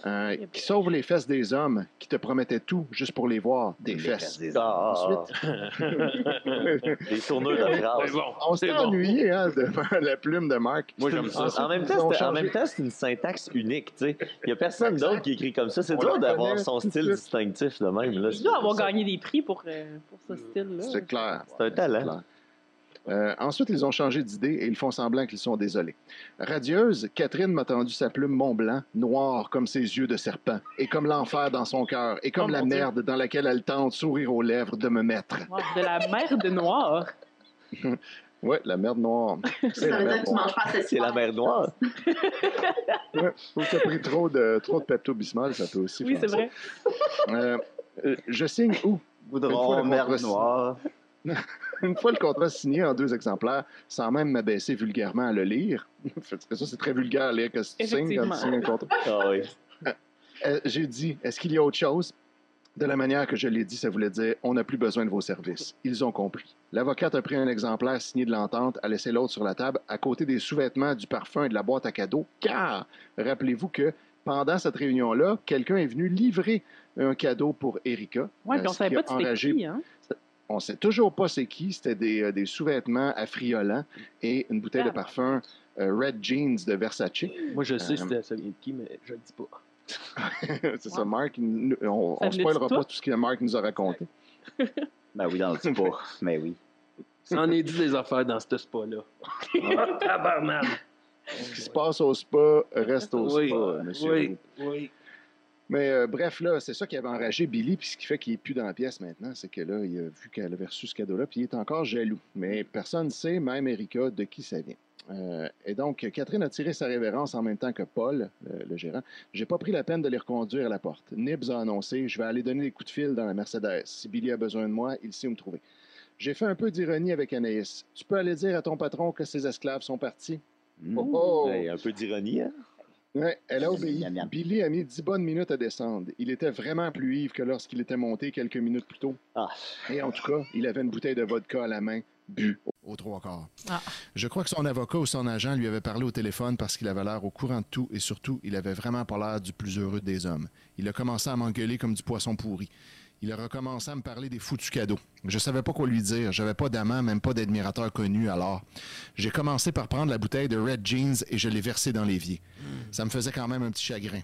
Euh, qui sauvent les fesses des hommes qui te promettaient tout juste pour les voir, des Les fesses. des- Ah, Ensuite, les tournures de phrase. [laughs] on s'est ennuyé hein, devant la plume de Marc. Moi, j'aime ça. Ensuite, En même ils temps, ont c'est- en changé. même temps, c'est une syntaxe unique. tu sais. Il n'y a personne Exact. d'autre qui écrit comme ça. C'est On dur la d'avoir connaît son tout de style suite. distinctif de même. Là. Il doit avoir gagné des prix pour, euh, pour ce style-là. C'est clair. C'est un talent. Euh, ensuite, ils ont changé d'idée et ils font semblant qu'ils sont désolés. Radieuse, Catherine m'a tendu sa plume Mont-Blanc, noire comme ses yeux de serpent, et comme l'enfer dans son cœur, et comme Oh, la mon Dieu. merde dans laquelle elle tente, sourire aux lèvres, de me mettre. Wow, de la merde noire. Ouais, la merde [laughs] noire. Ça, la veut dire merde que tu noire. manges pas assez de C'est la sport. mer noire. [laughs] Ou t'as pris trop de, trop de Pepto-Bismol, ça peut aussi Oui, c'est faire ça. vrai. Euh, euh, je signe où? Goudron, Une fois mer le contrat- noire. Une fois le contrat signé en deux exemplaires, sans même m'abaisser vulgairement à le lire, [laughs] parce que ça, c'est très vulgaire à lire que tu signes quand tu Effectivement. signes un contrat. Ah oui. Euh, j'ai dit, est-ce qu'il y a autre chose? De la manière que je l'ai dit, ça voulait dire, on n'a plus besoin de vos services. Ils ont compris. L'avocate a pris un exemplaire signé de l'entente, a laissé l'autre sur la table, à côté des sous-vêtements, du parfum et de la boîte à cadeaux, car, rappelez-vous que pendant cette réunion-là, quelqu'un est venu livrer un cadeau pour Erika. Oui, euh, puis on ce savait qui pas a de c'était enragé qui, hein? on sait toujours pas c'est qui. C'était des, euh, des sous-vêtements affriolants et une bouteille de Ah. parfum euh, Red Jeans de Versace. Moi, je sais Euh, c'était- ça vient de qui, mais je le dis pas. [laughs] c'est ça, Marc. il nous- On, Ça on venait de spoilera toi? pas tout ce que Marc nous a raconté. Ben oui, dans [laughs] le spa. Mais oui. Ça en est dit des affaires dans ce spa-là. Tabarnak. Ce qui se passe au spa reste au Oui, spa, monsieur. oui, oui. Mais euh, bref, là, c'est ça qui avait enragé Billy, puis ce qui fait qu'il est plus dans la pièce maintenant, c'est que là, il a vu qu'elle avait reçu ce cadeau-là, puis il est encore jaloux. Mais personne ne sait, même Erika, de qui ça vient. Euh, et donc, Catherine a tiré sa révérence en même temps que Paul, le, le gérant. J'ai pas pris la peine de les reconduire à la porte. Nibs a annoncé Je vais aller donner des coups de fil dans la Mercedes. Si Billy a besoin de moi, il sait où me trouver. J'ai fait un peu d'ironie avec Anaïs. Tu peux aller dire à ton patron que ses esclaves sont partis. Hmm. Oh, oh! Ben, Ouais, un peu d'ironie. Hein? Ouais, elle a Miam, obéi. miam, miam. Billy a mis dix bonnes minutes à descendre. Il était vraiment plus ivre que lorsqu'il était monté quelques minutes plus tôt. Ah. Et en tout cas, il avait une bouteille de vodka à la main, bu. Au trois quarts. Ah. Je crois que son avocat ou son agent lui avait parlé au téléphone parce qu'il avait l'air au courant de tout et surtout, il avait vraiment pas l'air du plus heureux des hommes. Il a commencé à m'engueuler comme du poisson pourri. il a recommencé à me parler des foutus cadeaux. Je savais pas quoi lui dire. J'avais pas d'amant, même pas d'admirateur connu alors. J'ai commencé par prendre la bouteille de Red Jeans et je l'ai versée dans l'évier. Ça me faisait quand même un petit chagrin.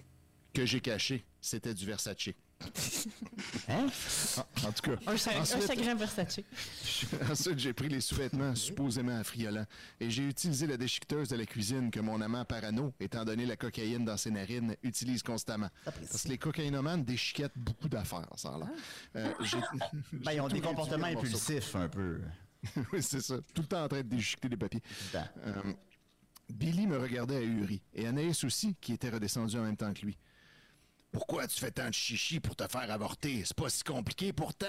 Que j'ai caché, c'était du Versace. Ah, en tout cas. Un, cha- un ensuite- chagrin Versace. [laughs] Ensuite, j'ai pris les sous-vêtements supposément affriolants et j'ai utilisé la déchiqueteuse de la cuisine que mon amant parano, étant donné la cocaïne dans ses narines, utilise constamment. Parce que les cocaïnomanes déchiquettent beaucoup d'affaires, ça a l'air. Euh, j'ai- Ben, ils ont j'ai des tout comportements réduit en morceaux. impulsifs un peu. [laughs] oui, c'est ça. Tout le temps en train de déchiqueter des papiers. Euh, Billy me regardait ahuri, et Anaïs aussi, qui était redescendue en même temps que lui. Pourquoi tu fais tant de chichi pour te faire avorter? C'est pas si compliqué pourtant.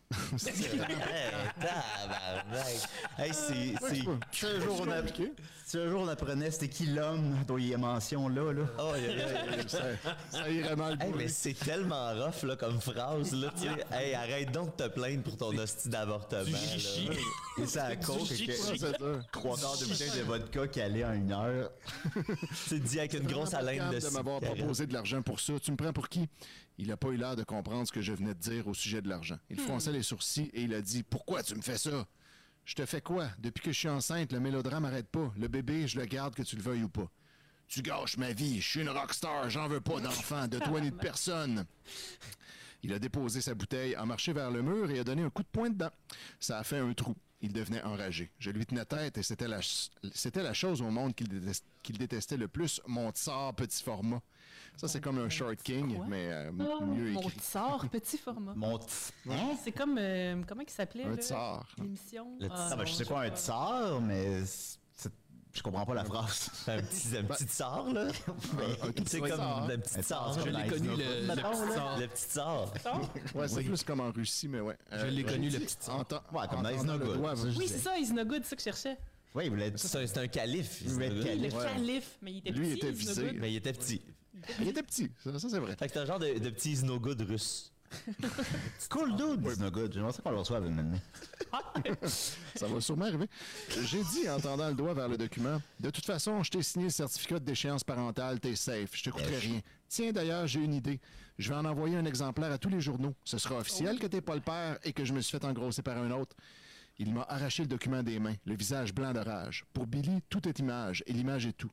[laughs] C'est- Hey, c'est- Ouais, c'est- je sais pas. Si un jour on a- Compliqué. si un jour on apprenait c'était qui l'homme dont il est mention là, là. Oh, ça irait mal pour lui. lui. C'est tellement rough là, comme phrase. Là, tu sais. hey, arrête donc de te plaindre pour ton hostie d'avortement. Du là. chichi. Et ça à Du cause chichi. Ouais, c'est ça. que trois quarts de bouteille de vodka. vodka qui allait en [laughs] une heure. C'est dit avec une grosse Vraiment pas haleine de capable de m'avoir cigarette. proposé de l'argent pour ça. Tu me prends pour qui? Il n'a pas eu l'air de comprendre ce que je venais de dire au sujet de l'argent. Il Hmm. fronçait les sourcils et il a dit Pourquoi tu me fais ça? Je te fais quoi? Depuis que je suis enceinte, le mélodrame arrête pas. Le bébé, je le garde que tu le veuilles ou pas. Tu gâches ma vie, je suis une rockstar, j'en veux pas d'enfant, de toi [laughs] ni de personne. Il a déposé sa bouteille, a marché vers le mur et a donné un coup de poing dedans. Ça a fait un trou. Il devenait enragé. Je lui tenais tête et c'était la, ch- c'était la chose au monde qu'il détest- qu'il détestait le plus, mon tsar petit format. Ça, c'est comme un Short King, mais euh, m- Oh, mieux mon écrit. tsar, petit format. Mon C'est comme. euh, comment il s'appelait Un là, tsar. L'émission. Le Ah, tsar, ben, non, je sais quoi un pas. [laughs] tsar, mais c'est- je comprends pas [laughs] la phrase. Un petit, petit tsar, là? un tout C'est petit comme tsar. un petit Un tsar, tsar. Je l'ai connu, le- le Mettons, petit là. tsar. Le petit tsar. Ouais, c'est Oui. plus comme en Russie, mais ouais. Euh, Je l'ai connu, le petit tsar. Ouais, comme dans Is No Good. Ça, je Oui, disais. c'est ça, Is No Good, c'est ça que je cherchais. Oui, il voulait être. C'est un- c'est un calife. Il voulait être Le calife. calife, mais il était Lui, petit. il était Is No visé. Good. Mais il était petit. Il était petit, ça, ça, c'est vrai. Fait que c'est un genre de, de petit is no good russe. [laughs] Cool dude, Is No Good. J'aimerais ça qu'on le reçoive maintenant. Ça va sûrement arriver. J'ai dit en tendant le doigt vers le document De toute façon, je t'ai signé le certificat de déchéance parentale, t'es safe, je te coûterai rien. Tiens, d'ailleurs, j'ai une idée. Je vais en envoyer un exemplaire à tous les journaux. Ce sera officiel que t'es pas le père et que je me suis fait engrosser par un autre. Il m'a arraché le document des mains, le visage blanc de rage. Pour Billy, tout est image et l'image est tout.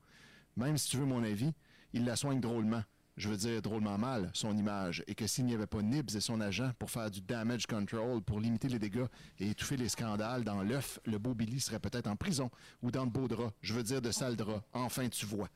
Même si tu veux mon avis, il la soigne drôlement. Je veux dire drôlement mal, son image, et que s'il n'y avait pas Nibs et son agent pour faire du damage control, pour limiter les dégâts et étouffer les scandales dans l'œuf, le beau Billy serait peut-être en prison ou dans de beaux draps. Je veux dire de sales draps. Enfin, tu vois.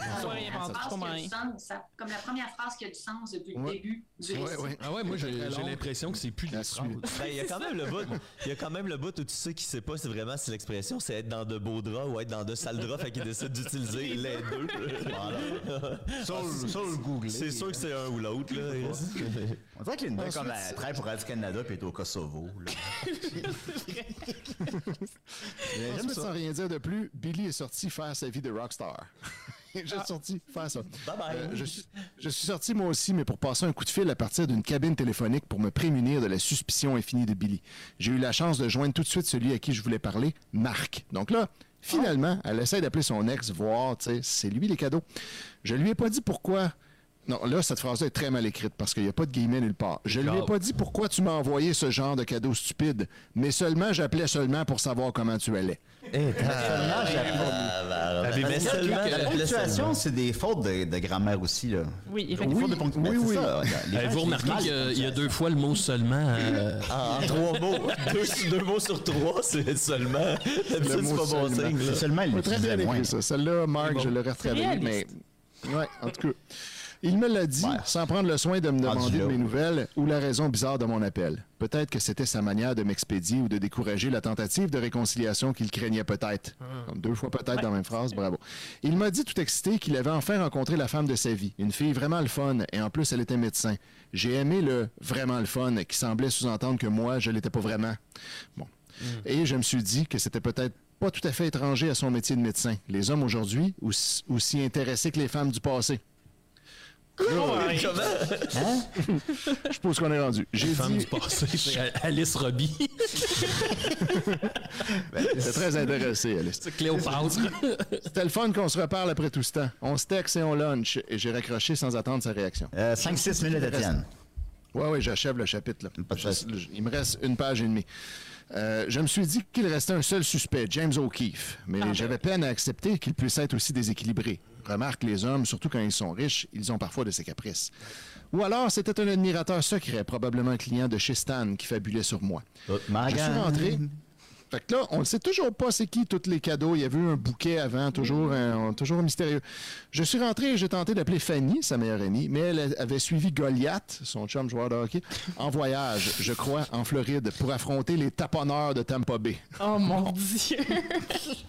Ah, C'est la phrase qui a du sens, ça- comme la première phrase qui a du sens depuis le Ouais. début du Ouais, récit. ouais. Ah ouais, moi, j'ai- Très j'ai long. l'impression que c'est plus la suite. [laughs] Ben, il y a quand même le bout. Il y a quand même le bout où tu sais qui sait pas si vraiment si l'expression c'est être dans de beaux draps ou être dans de sales draps, fait qu'il décide d'utiliser les deux. [laughs] Voilà. Ah, Saul- Saul Google. C'est sûr que c'est un ou l'autre là. [laughs] On dirait qu'il y a une voix comme la Ensuite, traite pour Radio-Canada puis est au Kosovo. là. Ensuite, j'aime ça. sans rien dire de plus, Billy est sorti faire sa vie de rockstar. [laughs] Il est juste Ah. sorti faire ça. Euh, bye. je, suis, je suis sorti moi aussi, mais pour passer un coup de fil à partir d'une cabine téléphonique pour me prémunir de la suspicion infinie de Billy. J'ai eu la chance de joindre tout de suite celui à qui je voulais parler, Marc. Donc là, finalement, elle essaie d'appeler son ex, voir, tu sais, c'est lui les cadeaux. Je lui ai pas dit pourquoi. Non, là, cette phrase-là est très mal écrite parce qu'il n'y a pas de guillemets nulle part. Je lui ai pas dit pourquoi tu m'as envoyé ce genre de cadeau stupide, mais seulement j'appelais seulement pour savoir comment [laughs] tu allais. Seulement, Ah, ben, Ah, ben, Mais j'apprends. seulement, la j'appelais ponctuation, seulement. c'est des fautes de, de grammaire aussi. Là. Oui, il y a des fautes de ponctuation. Oui, oui. Ah, Avez-vous remarqué qu'il y a deux fois le mot seulement euh, En [laughs] trois [laughs] mots, deux, deux mots sur trois, c'est seulement. D'habitude, c'est pas bon signe. là. il très bien écrit, ça. Celle-là, Marc, bon. je l'aurais retravaillé, mais. Réaliste. Ouais, en tout cas. Il me l'a dit sans prendre le soin de me demander de mes nouvelles ou la raison bizarre de mon appel. Peut-être que c'était sa manière de m'expédier ou de décourager la tentative de réconciliation qu'il craignait peut-être. Comme Deux fois peut-être dans la même phrase, bravo. Il m'a dit tout excité qu'il avait enfin rencontré la femme de sa vie, une fille vraiment le fun, et en plus elle était médecin. J'ai aimé le vraiment le fun qui semblait sous-entendre que moi, je l'étais pas vraiment. Bon. Et je me suis dit que c'était peut-être pas tout à fait étranger à son métier de médecin. Les hommes aujourd'hui, aussi, aussi intéressés que les femmes du passé. Ouais. Hein? Je suppose qu'on est rendu. J'ai Les femmes dit... du passé, [laughs] c'est Alice Robbie. Ben, C'est très intéressé, Alice. C'est Cléopâtre. C'était le fun qu'on se reparle après tout ce Euh, temps. On se texte et on lunch. Et j'ai raccroché sans attendre sa réaction. 5-6 minutes, Étienne. Oui, oui, j'achève le chapitre. là. Je- je- il me reste une page et demie. Euh, je me suis dit qu'il restait un seul suspect, James O'Keefe, mais j'avais peine à accepter qu'il puisse être aussi déséquilibré. Remarque, les hommes, surtout quand ils sont riches, ils ont parfois de ces caprices. Ou alors, c'était un admirateur secret, probablement un client de chez Stan, qui fabulait sur moi. Je suis gang. rentré. Fait que là, on ne sait toujours pas c'est qui tous les cadeaux. Il y avait eu un bouquet avant, toujours, un- toujours mystérieux. Je suis rentré et j'ai tenté d'appeler Fanny, sa meilleure amie, mais elle avait suivi Goliath, son chum joueur de hockey, en voyage, je crois, en Floride, pour affronter les taponneurs de Tampa Bay. Oh mon dieu!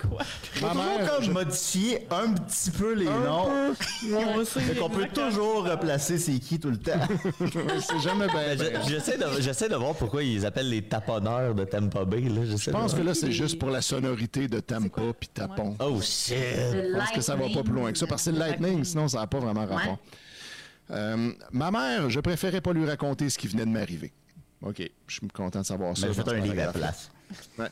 Quoi? On peut toujours comme modifier un petit peu les noms. Ouais, c'est Fait qu'on peut exactement. toujours replacer c'est qui tout le temps. c'est jamais bien. Je- [laughs] J'essaie de, j'essaie de voir pourquoi ils appellent les taponneurs de Tampa Bay. Là. Je pense que là, c'est juste pour la sonorité de Tampa puis Tapon. Oh shit! Je pense que ça va pas plus loin que ça parce que c'est le lightning, sinon ça n'a pas vraiment rapport. Ouais. Euh, ma mère, je préférais pas lui raconter ce qui venait de m'arriver. OK, je suis content de savoir ça. Mais dans faites ce un livre à la paragraphe-là. Ouais.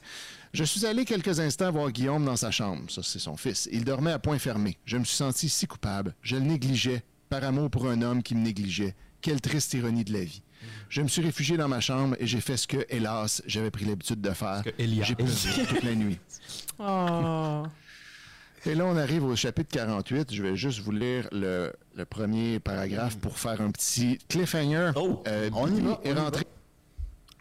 Je suis allé quelques instants voir Guillaume dans sa chambre. Ça, c'est son fils. Il dormait à point fermé. Je me suis senti si coupable. Je le négligeais, par amour pour un homme qui me négligeait. Quelle triste ironie de la vie. Je me suis réfugié dans ma chambre et j'ai fait ce que, hélas, j'avais pris l'habitude de faire. J'ai pleuré toute la nuit. [laughs] Oh. Et là, on arrive au chapitre 48. Je vais juste vous lire le, le premier paragraphe pour faire un petit cliffhanger. Euh, Billy est rentré.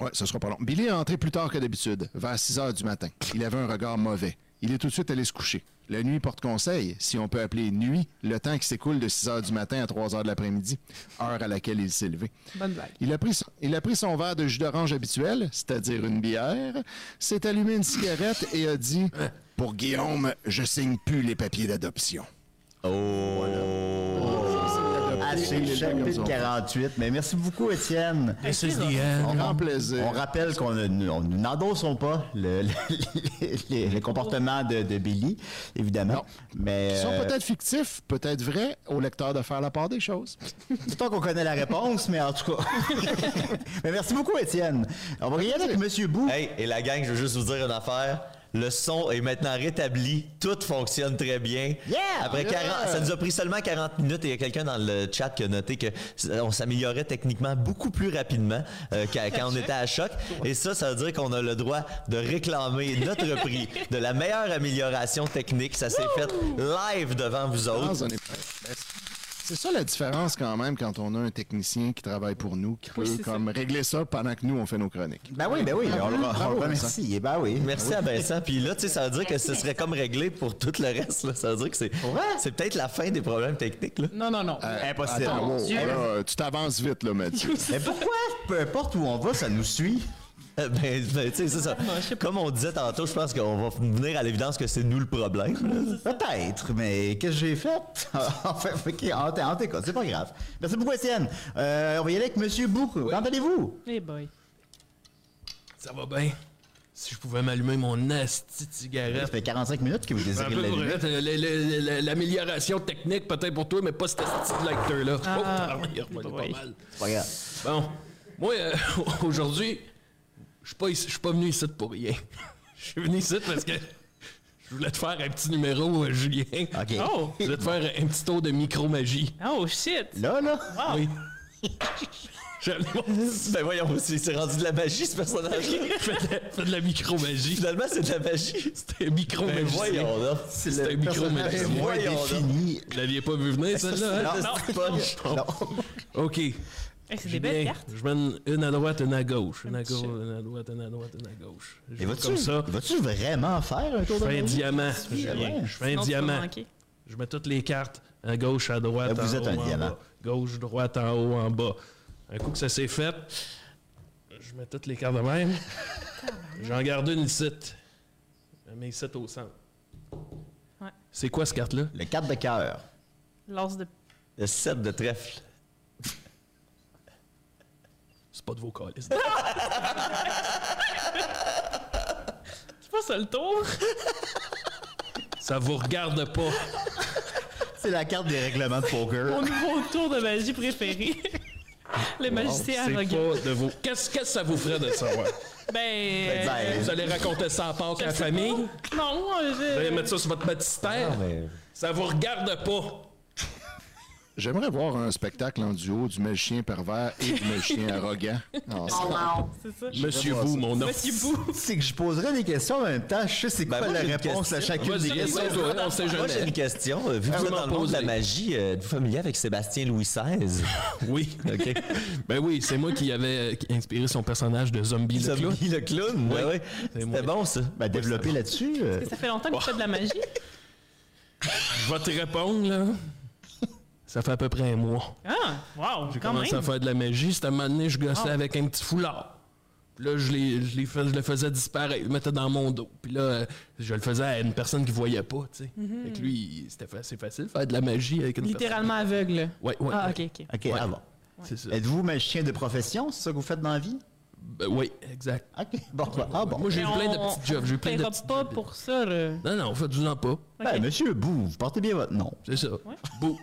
Ouais, ce sera pas long. Billy est rentré plus tard que d'habitude, vers 6 heures du matin. Il avait un regard mauvais. Il est tout de suite allé se coucher. La nuit porte conseil, si on peut appeler nuit, le temps qui s'écoule de 6 heures du matin à 3 heures de l'après-midi, heure à laquelle il s'est levé. Bonne blague. Il a, pris son, il a pris son verre de jus d'orange habituel, c'est-à-dire une bière, s'est allumé une cigarette et a dit Pour Guillaume, je signe plus les papiers d'adoption. Oh! Ah, c'est le chapitre 48. Mais merci beaucoup, Étienne. This is the end. On- Grand plaisir. On rappelle qu'on ne- nous- on- nous n'endossons pas le, le, [laughs] les- les comportements de, de Billy, évidemment. Mais, Ils sont euh, peut-être fictifs, peut-être vrais, au lecteur de faire la part des choses. Plutôt qu'on connaît la réponse, mais en tout cas. [laughs] mais merci beaucoup, Étienne. On va rien avec Monsieur Bou. Hey, et la gang, je veux juste vous dire une affaire. Le son est maintenant rétabli. Tout fonctionne très bien. Yeah! Après Yeah! 40, ça nous a pris seulement 40 minutes et il y a quelqu'un dans le chat qui a noté que s- on s'améliorait techniquement beaucoup plus rapidement euh, [laughs] qu'à- quand on était à choc. Et ça, ça veut dire qu'on a le droit de réclamer notre prix de la meilleure amélioration technique. Ça s'est fait live devant vous Ah, autres. on est- C'est ça la différence quand même quand on a un technicien qui travaille pour nous, qui peut c'est ça. comme régler ça pendant que nous on fait nos chroniques. Ah Ben oui, ben oui, on le- on le remercie, ben oui. Merci Ben à oui. Vincent. Puis là, tu sais, ça veut dire que ce serait comme réglé pour tout le reste. là. Ça veut dire que c'est c'est peut-être la fin des problèmes techniques. là. Non, non, non. Impossible. Attends, wow, Dieu. là, tu t'avances vite, là, Mathieu. Euh, Mais pourquoi, peu importe où on va, ça nous suit? Euh, Ben, ben, tu sais, c'est ça. Comme on disait tantôt, je pense qu'on va venir à l'évidence que c'est nous le problème. Peut-être, mais qu'est-ce que j'ai fait? [laughs] enfin, ok, en t- en tout cas, c'est pas grave. Merci beaucoup, Étienne. Euh, on va y aller avec Monsieur Bou. Comment allez-vous? Hey boy. Ça va bien. Si je pouvais m'allumer mon asti de cigarette. Ça fait 45 minutes que vous Un désirez peu pour l'allumer. être, euh, le- le- le- L'amélioration technique, peut-être pour toi, mais pas cet asti de lecteur-là. Ah. Oh, pardon, il revenait Oui. pas mal. C'est pas grave. Bon, moi, euh, [laughs] aujourd'hui, je suis pas ici- je suis pas venu ici pour rien. [laughs] Je suis venu ici parce que je voulais te faire un petit numéro, euh, Julien. OK. Oh, je voulais te faire un petit tour de micro-magie. Oh shit! Là, là? Oui. [laughs] [laughs] ben voyons, c'est c'est rendu de la magie ce personnage-là. Fais de la- fais de [laughs] la micro-magie. Finalement, c'est de la magie. C'était un micro-magicien. Ben voyons, là. C'est C'était un le personnage micro-magicien. le moins Voyons donc. défini. Vous l'aviez pas vu venir, celle-là? hein? Non, non. OK. Hey, c'est des Julien, belles cartes. Je mène une à droite, une à gauche. Une à gauche, une à droite, une à droite, une à gauche. Je Et vais vas-tu comme ça. vas-tu vraiment faire un Je tour de fais un magie? diamant. Oui, Julien. ouais. Je fais un Sinon, tu vas diamant. manquer. Je mets toutes les cartes à gauche, à droite, Ben, vous en êtes haut, un en diamant. bas. Gauche, droite, en haut, en bas. Un coup que ça s'est fait, je mets toutes les cartes de même. J'en garde une ici. Je mets ici au centre. Ouais. C'est quoi cette carte-là? Le 4 de cœur. L'os de. Le 7 de trèfle. C'est pas de [laughs] vos calices. C'est pas ça le tour? ça vous regarde pas. C'est la carte des règlements de poker. Mon nouveau tour de magie préféré. [laughs] Le magicien C'est arrogant. pas de vos... Qu'est-ce que ça vous ferait de le savoir? Ben. Ben, Vous allez raconter ça à Pâques à la famille? Non, Vous allez je. mettre ça sur votre baptistère? Ça vous regarde pas. J'aimerais voir un spectacle en duo du magicien pervers et du magicien arrogant. ensemble. C'est ça. Monsieur Bou, mon nom. Monsieur C'est que je poserais des questions en même temps. Je sais c'est quoi Ben, moi, la j'ai une réponse question. à chacune Vas-y, des questions. vas-y, hein, toi, on sait Moi, jamais. j'ai une question. Euh, Vu que Ah, vous êtes vous dans m'en le monde de la posez. magie, euh, êtes-vous familier avec Sébastien Louis XVI? Oui. [laughs] OK. Ben oui, c'est moi qui avait euh, qui inspiré son personnage de Zombie, le Zombie clown. le clown? Ben oui. C'était bon, ça. Ben, développer là-dessus. euh, Ça fait longtemps que tu fais de la magie. Je vais te répondre, là. Ça fait à peu près un mois. Ah, wow, J'ai quand commencé même. à faire de la magie. C'était un moment donné, je gossais Wow. avec un petit foulard. Puis là, je, les- je les fais- je le faisais disparaître. Je le mettais dans mon dos. Puis là, euh, je le faisais à une personne qui voyait pas, tu sais. Mhm. Fait que lui, il- c'était fa- c'est facile de faire de la magie avec une Littéralement aveugle. personne. Ouais, ouais. Ah, ouais. ok, ok. OK, ah bon. C'est ça. Êtes-vous magicien de profession? C'est ça que vous faites dans la vie? Ben oui, exact. OK, bon. Ah bon. Moi, j'ai eu Mais plein de on- petits jobs. J'ai eu on plein de paiera petits pas jobs. pour ça, là. Non, non, faites du non pas. Ben, monsieur Bou, vous portez bien votre nom. C'est ça. Bou.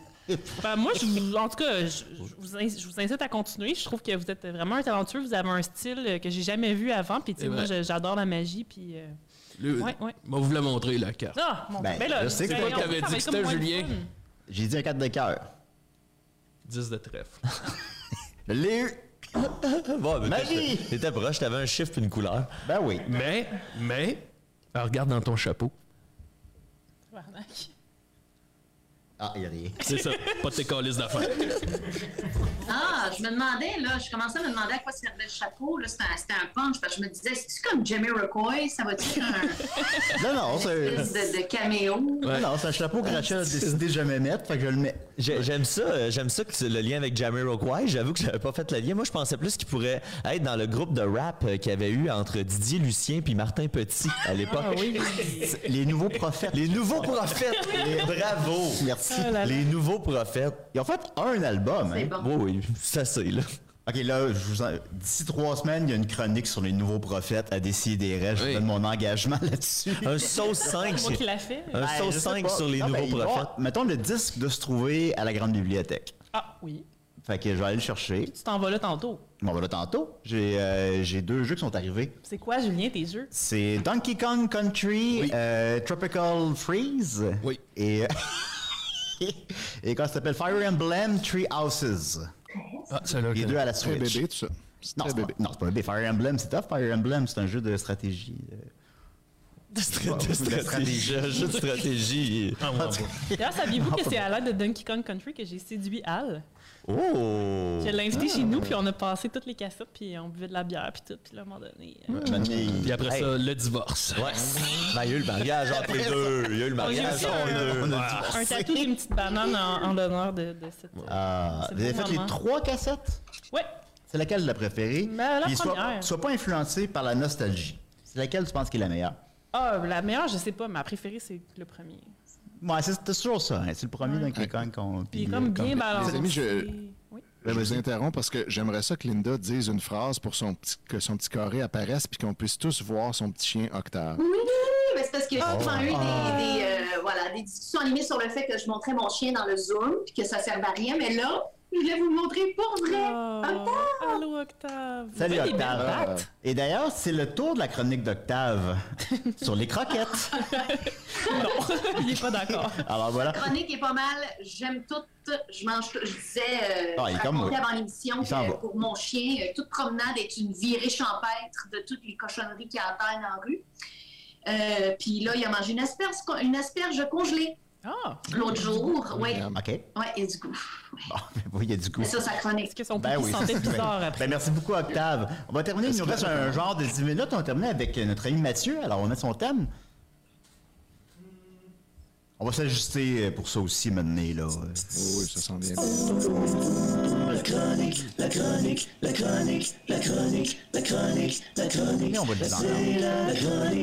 Ben, moi, je vous- en tout cas, je, je vous in- je vous incite à continuer. Je trouve que vous êtes vraiment un talentueux. Vous avez un style euh, que j'ai jamais vu avant. Puis, tu sais, C'est moi, vrai. je- j'adore la magie. Puis, euh, Le- Ouais, ouais. Moi, vous la montrer, la carte. Ah, mon Ben, Dieu. Ben là, je sais que ben, toi, on- t'avais ça va dit que être comme c'était moins le Julien. fun. J'ai dit un 4 de cœur. 10 [laughs] de trèfle. Je l'ai eu. [coughs] Bon, ben, Magie! t'étais- T'étais proche, t'avais un chiffre et une couleur. Ben oui. Mais, mais, alors, Ah, regarde dans ton chapeau. Tabarnak. Ah, il y a rien. [laughs] C'est ça. pas de tes calices d'affaires. Ah, je me demandais, là, je commençais à me demander à quoi servait le chapeau. Là, c'était un, c'était un punch, parce que je me disais, c'est-tu comme Jamie Rocoy? Ça va-tu être [laughs] un Non, non, c'est. espèce de, de caméo? Non, non, c'est un chapeau que [laughs] Rachel a décidé de jamais mettre, fait que je le mets. J'ai- J'aime ça, euh, j'aime ça que c'est le lien avec Jamiroquai. J'avoue que j'avais pas fait le lien. Moi, je pensais plus qu'il pourrait être dans le groupe de rap euh, qu'il y avait eu entre Didier Lucien puis Martin Petit à l'époque. Ah oui. [laughs] Les nouveaux prophètes. Les nouveaux [laughs] prophètes. Les- Bravo. Merci. Ah là là. Les nouveaux prophètes. Ils ont fait un album. C'est hein. bon. Oui, oui, ça c'est là. OK, là, je vous en- d'ici trois semaines, il y a une chronique sur les nouveaux prophètes à décider. Je vous Oui. donne mon engagement là-dessus. Un sauce 5. C'est moi qui l'a fait. Un Ben, sauce je sais 5 pas. sur les Non, ben, nouveaux il va- prophètes. mettons, le disque doit se trouver à la grande bibliothèque. Ah, oui. Fait que je vais aller le chercher. Tu t'en vas là tantôt. Bon, ben là, tantôt, j'ai euh, j'ai deux jeux qui sont arrivés. C'est quoi, Julien, tes jeux? C'est Donkey Kong Country, euh, Tropical Freeze. Oui. Et. et quand ça s'appelle Fire Emblem Three Houses. Ah, c'est là Les deux à la Très Switch. bébé, tout ça. Non, c'est pas, non, c'est pas un bébé. Fire Emblem, c'est tough. Fire Emblem, c'est un jeu de stratégie. euh, De stra- Ouais, de [laughs] stratégie. Un jeu de stratégie. Ah, ouais, bon. D'ailleurs, [laughs] saviez-vous que c'est à l'aide de Donkey Kong Country que j'ai séduit Al? Oh! Je l'ai invité chez nous, Ah. puis on a passé toutes les cassettes, puis on buvait de la bière, puis tout. Puis là, à un moment donné, euh, Puis Mané- après Hey. ça, le divorce. Ouais. Ben, il y a eu le mariage entre les deux. Il y a eu le j'ai mariage aussi entre les un- deux. un tatou d'une petite banane en, en l'honneur de, de cette. Ah, C'est vous avez beau fait les moment. trois cassettes? Ouais, C'est laquelle la préférée? Ben, la Puis sois, première. sois pas influencé par la nostalgie. C'est laquelle tu penses qui est la meilleure? ah, la meilleure, je sais pas, ma préférée, c'est le premier. Ouais, c'est c'est toujours ça. hein. C'est le premier Donkey Kong qu'on. Puis il est puis, euh, comme bien balancé. Les amis, je- Oui. Je vous interromps parce que j'aimerais ça que Linda dise une phrase pour son petit, que son petit carré apparaisse puis qu'on puisse tous voir son petit chien Octave. Oui, mais c'est parce que j'ai Ah. souvent eu des, des, euh, voilà, des discussions animées sur le fait que je montrais mon chien dans le Zoom puis que ça servait à rien, mais là, je voulais vous le montrer pour vrai. Oh, Octave! Allô, Octave. Salut Vous faites des belles Octave. pattes. Et d'ailleurs, c'est le tour de la [laughs] chronique d'Octave sur les croquettes. Non, [laughs] il est pas d'accord. Alors voilà. chronique est pas mal. J'aime tout. Je mange tout. Je disais, euh, Ah, il est je comme racontais moi. avant l'émission Il s'en que va. pour mon chien, euh, toute promenade est une virée champêtre de toutes les cochonneries qui atteignent en rue. Euh, Puis là, il a mangé une asperge, une asperge congelée Ah, l'autre jour. Oui, Ah, OK. ouais, et du coup. Bon, [laughs] oui, il y a du goût. C'est ça, sa chronique. est-ce que son pipi Ben oui, ça, sentait c'est bizarre bien. après? Ben, merci beaucoup, Octave. On va terminer. Il nous reste un genre de 10 minutes. On va terminer avec euh, notre ami Mathieu. Alors, on a son thème. On va s'ajuster euh, pour ça aussi maintenant. Là. Oh, oui, ça sent bien. Mais on va le entendre.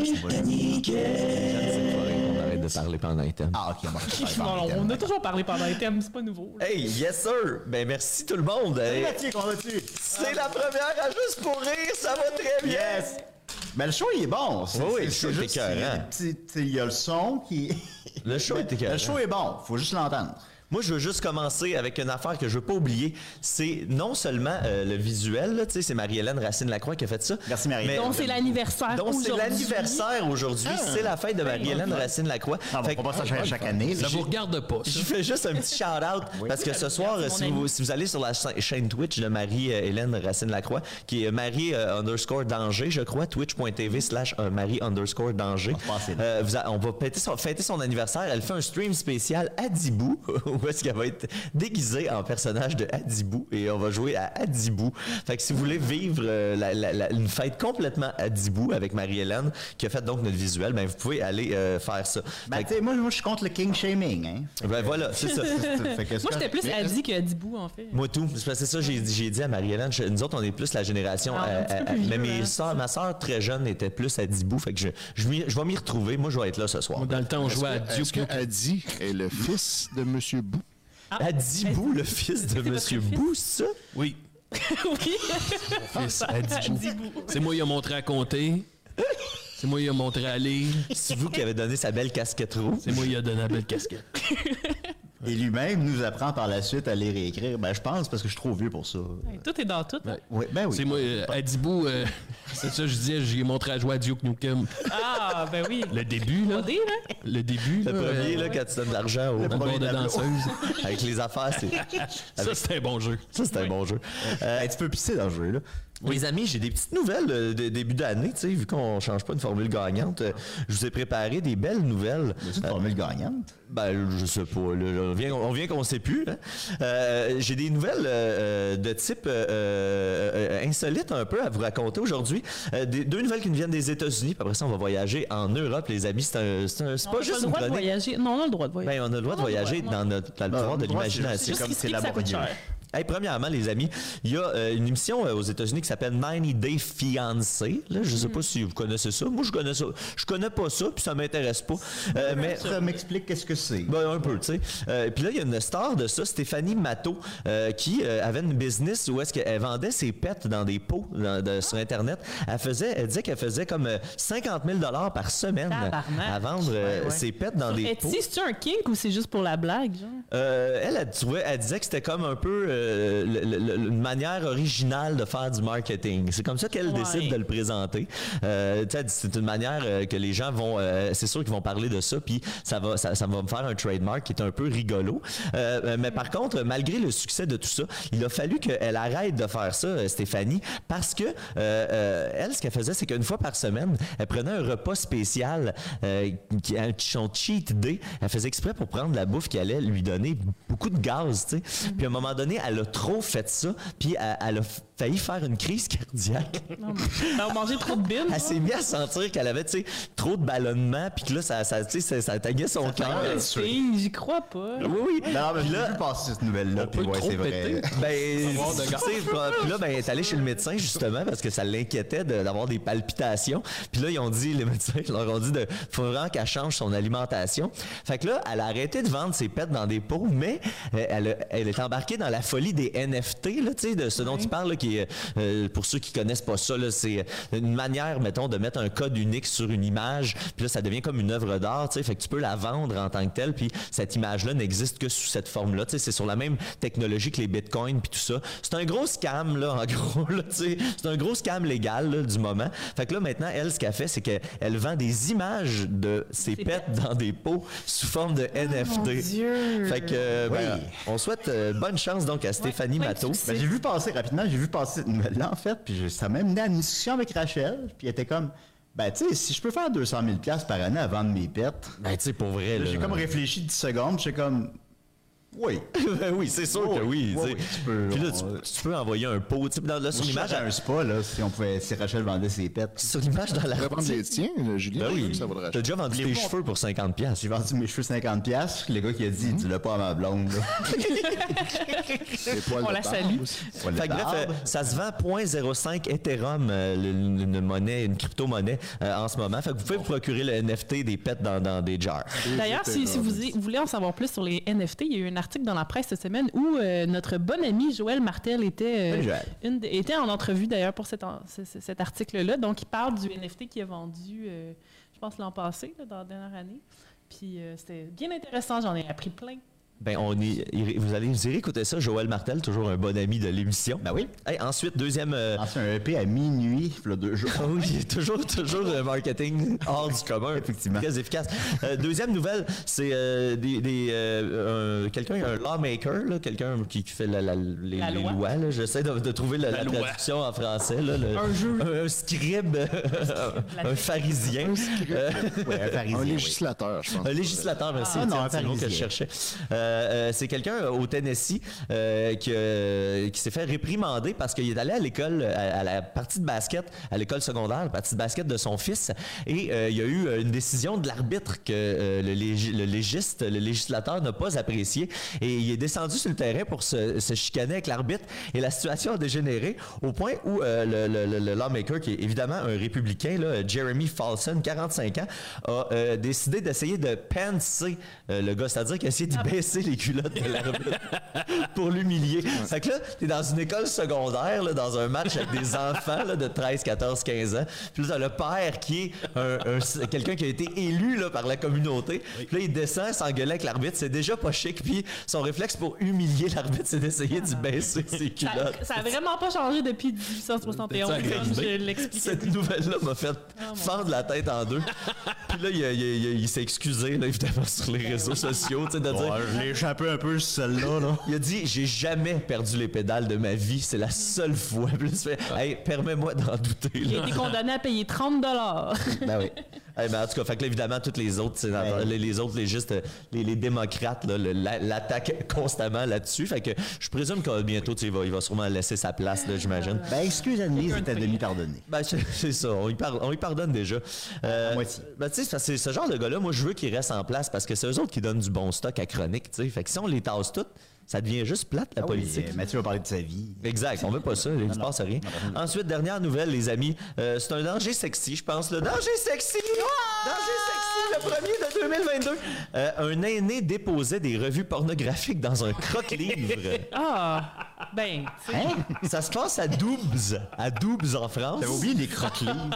On arrête de parler pendant un temps. Ah, ok, on va le faire. Non, non, on a toujours parlé pendant les thèmes, c'est pas nouveau. là. Hey, yes sir! Ben merci tout le monde! Hey, Euh, Mathieu, comment vas-tu? C'est la première à juste pour rire, ça va très bien! Yes! Mais le show, il est bon. C'est- Oui, oui, le c'est show est juste qu'il y a écœurant. des petits- tu sais, Il y a [laughs] le son qui. Le show était Le show est bon. Faut juste l'entendre. Moi, je veux juste commencer avec une affaire que je veux pas oublier. C'est non seulement euh, le visuel, là, tu sais, c'est Marie-Hélène Racine-Lacroix qui a fait ça. Merci Marie. Donc, c'est l'anniversaire Donc, c'est aujourd'hui. l'anniversaire aujourd'hui. Ah. C'est la fête de Marie-Hélène ok. Racine-Lacroix. Ah, bon, Fait on que- va faire ça chaque année, là. Je- Ça vous regarde pas. Je fais juste un petit shout-out parce que ce soir, mon si ami. vous, si vous allez sur la cha- chaîne Twitch de Marie-Hélène Racine-Lacroix, qui est Marie euh, underscore danger, je crois, twitch.tv slash euh, Marie underscore danger, euh, vous a- on va péter son- fêter son anniversaire. Elle fait un stream spécial Adibou, [laughs] où est-ce qu'elle va être déguisée en personnage de Adibou et on va jouer à Adibou. Fait que si vous voulez vivre euh, la- la- la- une fête complètement Adibou avec Marie-Hélène, qui a fait donc notre visuel, ben, vous pouvez aller euh, faire ça. Ben, Fait que- tu sais, moi, moi, je suis contre le king shaming, [laughs] hein. ben voilà, c'est ça. Moi, j'étais plus Adi que Adibou, en [laughs] fait. Moi tout. C'est parce que ça, j'ai, j'ai dit à Marie-Hélène, je- nous autres, on est plus la génération. Ah, on est euh, un petit peu euh, plus vieux, mais mes hein, sœurs- ma soeur très jeune était plus à Dibou. Fait que je, je, m'y- je vais m'y retrouver. Moi, je vais être là ce soir. Dans le temps, on Est-ce jouait euh, à que- Duke est-ce que Nukem. Adi est le fils de Monsieur Bou. Ah. Adibou, le fils de Monsieur Bou, ça? Oui. oui. [laughs] Fils Adibou. C'est moi qui a montré à compter. C'est moi qui a montré à lire. C'est vous qui avez donné sa belle casquette rouge. C'est moi qui a donné la belle casquette. Et lui-même nous apprend par la suite à les réécrire. Ben, je pense, parce que je suis trop vieux pour ça. [laughs] Tout est dans tout. Oui, ben oui. C'est moi, euh, Adibou, euh, [laughs] c'est ça, je disais, j'ai montré à jouer à Duke Nukem. Ah, ben oui. Le début, là. Le début, Le là, premier, euh, là, quand tu donnes de l'argent au Le premier bord de tableau. danseuse. [laughs] Avec les affaires, c'est. Ça, c'était un bon jeu. Ça, c'était un bon jeu. Euh, tu peux pisser dans ce jeu-là. Les amis, j'ai des petites nouvelles euh, de début d'année, tu sais, vu qu'on change pas une formule gagnante. euh, je vous ai préparé des belles nouvelles. Euh, une formule gagnante? Ben, je sais pas. là, on vient, on vient qu'on sait plus. hein. Euh, j'ai des nouvelles euh, euh, de type euh, euh, euh, insolite un peu à vous raconter aujourd'hui. Euh, des- deux nouvelles qui nous viennent des États-Unis. puis Après ça, on va voyager en Europe, les amis. C'est un- c'est un- c'est On pas a juste le une droit de chronique. voyager. Non, on a le droit de voyager. Ben, on a le droit de voyager dans, notre, dans le pouvoir de le droit, c'est- l'imagination. c'est comme Juste c'est skip, ça coûte laborieux. cher. Hey, premièrement, les amis, il y a euh, une émission euh, aux États-Unis qui s'appelle 90 Day Fiancé. Là, je ne sais pas si vous connaissez ça. Moi, je connais ça. Je connais pas ça, puis ça m'intéresse pas. Euh, mais Ça m'explique qu'est-ce que c'est. ben, un peu, tu sais. Euh, puis là, il y a une star de ça, Stéphanie Matteau, euh, qui euh, avait une business où est-ce qu'elle vendait ses pets dans des pots dans- de- sur Internet. Elle faisait, elle disait qu'elle faisait comme euh, 50 000 dollars par semaine Tabarnak. à vendre euh, Ouais, ouais. ses pets dans Sur des pots. Etsy, c'est-tu un kink ou Eh, c'est juste pour la blague, genre? Euh, elle, elle, trouvait- elle disait que c'était comme un peu euh, le- le- le- une manière originale de faire du marketing. C'est comme ça qu'elle Ouais. décide de le présenter. Euh, tu sais, elle dit, c'est une manière euh, que les gens vont, euh, c'est sûr qu'ils vont parler de ça, puis ça va, ça, ça va me faire un trademark qui est un peu rigolo. Euh, mais par contre, malgré le succès de tout ça, il a fallu qu'elle arrête de faire ça, euh, Stéphanie, parce que euh, euh, elle, ce qu'elle faisait, c'est qu'une fois par semaine, elle prenait un repas spécial, euh, qui- un- son cheat day. Elle faisait exprès pour prendre la bouffe qui allait lui donner beaucoup de gaz, tu sais. Puis à un moment donné, elle a trop fait ça, puis elle, elle a failli faire une crise cardiaque. Elle a mangé trop de bines. Elle s'est mise à sentir qu'elle avait, tu sais, trop de ballonnement, puis que là, ça, ça, tu sais, ça, ça taguait son cœur. Ah, fille, J'y crois pas. Oui, oui. Non, mais là, passer cette nouvelle-là, puis ouais, c'est vrai. Ben, Avoir de tu gaz. sais, puis là, ben, elle est allée chez le médecin, justement, parce que ça l'inquiétait de- d'avoir des palpitations. Puis là, ils ont dit, les médecins ils leur ont dit de faut vraiment qu'elle change son alimentation. Fait que là, elle a arrêté de vendre ses pets dans des pots, mais euh, elle, a- elle est embarquée dans la folie des NFT, là, tu sais, de ce dont tu parles, là, qui est, euh, pour ceux qui connaissent pas ça, là, c'est une manière, mettons, de mettre un code unique sur une image, puis là, ça devient comme une œuvre d'art, tu sais, fait que tu peux la vendre en tant que telle, puis cette image-là n'existe que sous cette forme-là, tu sais, c'est sur la même technologie que les bitcoins, puis tout ça. C'est un gros scam, là, en [laughs] gros, là, tu sais, c'est un gros scam légal, là, du moment. Fait que là, maintenant, elle, ce qu'elle fait, c'est qu'elle vend des images de ses pets Ah, dans des pots sous forme de NFT. Dieu. Fait que, euh, ben, on souhaite euh, bonne chance, donc, à Stéphanie Matteau. Ben, j'ai vu passer rapidement, j'ai vu passer cette nouvelle-là, en fait, puis je- ça m'a mené à une discussion avec Rachel, puis elle était comme, ben, tu sais, si je peux faire 200 000 par année à vendre mes pets. Ben, tu sais, pour vrai, Là, là. J'ai comme réfléchi 10 secondes, puis j'ai comme, oui. Ben [laughs] oui, c'est sûr que oui. Ouais, tu sais. oui, tu peux, Puis là, on- tu, tu peux envoyer un pot. tu sais, Dans, là, sur Moi, je l'image, serais à un spa, là, si, on pouvait, si Rachel vendait ses pets. Sur l'image dans la Tu pourrais vendre les tiens, Julien. Ben [laughs] oui, t'as déjà vendu tes cheveux pour 50 pièces. J'ai vendu mes cheveux 50 pièces. Le gars qui a Mhm. dit, dis-le pas à ma blonde. là. On la salue. Poil [laughs] de Fait que bref, barbe. euh, ça se vend 0.05 Ethereum, euh, le- une, une monnaie, une crypto-monnaie euh, en ce moment. Fait que vous pouvez vous procurer le NFT des pets dans, dans des jars. D'ailleurs, si, si vous, y- vous voulez en savoir plus sur les NFT, il y a eu un article dans la presse cette semaine où euh, notre bon ami Joël Martel était, euh, Salut, Joël. une des- était en entrevue d'ailleurs pour cet, en- ce- ce- cet article-là. Donc, il parle du NFT qui est vendu, euh, je pense, l'an passé, là, dans la dernière année. Puis, euh, c'était bien intéressant. J'en ai appris plein. Ben, on y- irez- vous allez vous irez écouter ça. Joël Martel, toujours un bon ami de l'émission. Ben oui. ensuite, deuxième. euh, Ah Ensuite, un EP à minuit, il y a deux jours. oui, toujours, toujours le marketing hors du commun. Effectivement. Très efficace. Euh, deuxième nouvelle, c'est euh, des, des, euh, un- quelqu'un, un lawmaker, là, quelqu'un qui qui fait la, la- les, La les loi. lois. là. J'essaie de, de trouver la, La la loi. traduction en français. là, le- Un juge. Un, un scribe. [laughs] un pharisien. Euh, un législateur, je pense. un législateur, merci. Ah, non, C'est un un petit mot que je Parisien. cherchais. Euh, euh, c'est quelqu'un au Tennessee euh, qui, euh, qui s'est fait réprimander parce qu'il est allé à l'école, à, à la partie de basket, à l'école secondaire, la partie de basket de son fils, et euh, il y a eu une décision de l'arbitre que euh, le, légi- le légiste, le législateur n'a pas apprécié, et il est descendu sur le terrain pour se, se chicaner avec l'arbitre, et la situation a dégénéré au point où euh, le, le- le- le lawmaker, qui est évidemment un républicain, là, Jeremy Falson, 45 ans, a euh, décidé d'essayer de panser euh, le gars, c'est-à-dire qu'il a essayé de baisser les culottes de l'arbitre [laughs] pour l'humilier. Fait que là, t'es dans une école secondaire, là, dans un match avec des enfants là, de 13, 14, 15 ans. Puis là, t'as le père qui est un- un- quelqu'un qui a été élu là, par la communauté. Puis là, il descend, s'engueule avec l'arbitre. C'est déjà pas chic. Puis son réflexe pour humilier l'arbitre, c'est d'essayer de baisser ses culottes. Ça a vraiment pas changé depuis 1871, comme je l'expliquais. [laughs] Cette nouvelle-là m'a fait fendre la tête en deux. Puis là, il, a- il a- il a- il s'est excusé, là, évidemment, sur les réseaux sociaux. tu sais, de dire, je l'ai échappé un peu celle-là. Il a dit J'ai jamais perdu les pédales de ma vie, c'est la seule fois. Puis là, tu fais, Hey, permets-moi d'en douter. Il là. a été condamné à payer 30 [laughs] Ben oui. Eh ben, en tout cas, fait que là, évidemment, toutes les autres, tu sais, Ben dans- les, les autres, les juste euh, les, les démocrates, là, le- la- l'attaquent constamment là-dessus. Fait que je présume que bientôt, tu sais, il va, il va sûrement laisser sa place, là, j'imagine. Ben, excuse Anne-Lise, était demi-pardonnée. Ben, c'est c'est ça, on lui, par- on lui pardonne déjà. Euh, Ben, tu sais, c'est parce que ce genre de gars-là, moi, je veux qu'il reste en place parce que c'est eux autres qui donnent du bon stock à chronique, tu sais. Fait que si on les tasse toutes, ça devient juste plate, la Ah oui, politique. euh, Mathieu va parler de sa vie. Exact, on veut pas ça, il ne se passe rien. Ensuite, dernière nouvelle, les amis, euh, c'est un danger sexy, je pense, le danger sexy! Danger sexy, le premier de 2022! Euh, un aîné déposait des revues pornographiques dans un croque-livre. Ah! Ben, tu sais. Hein? Ça se passe à Doubs, à Doubs en France. J'avais oublié les croque-livres.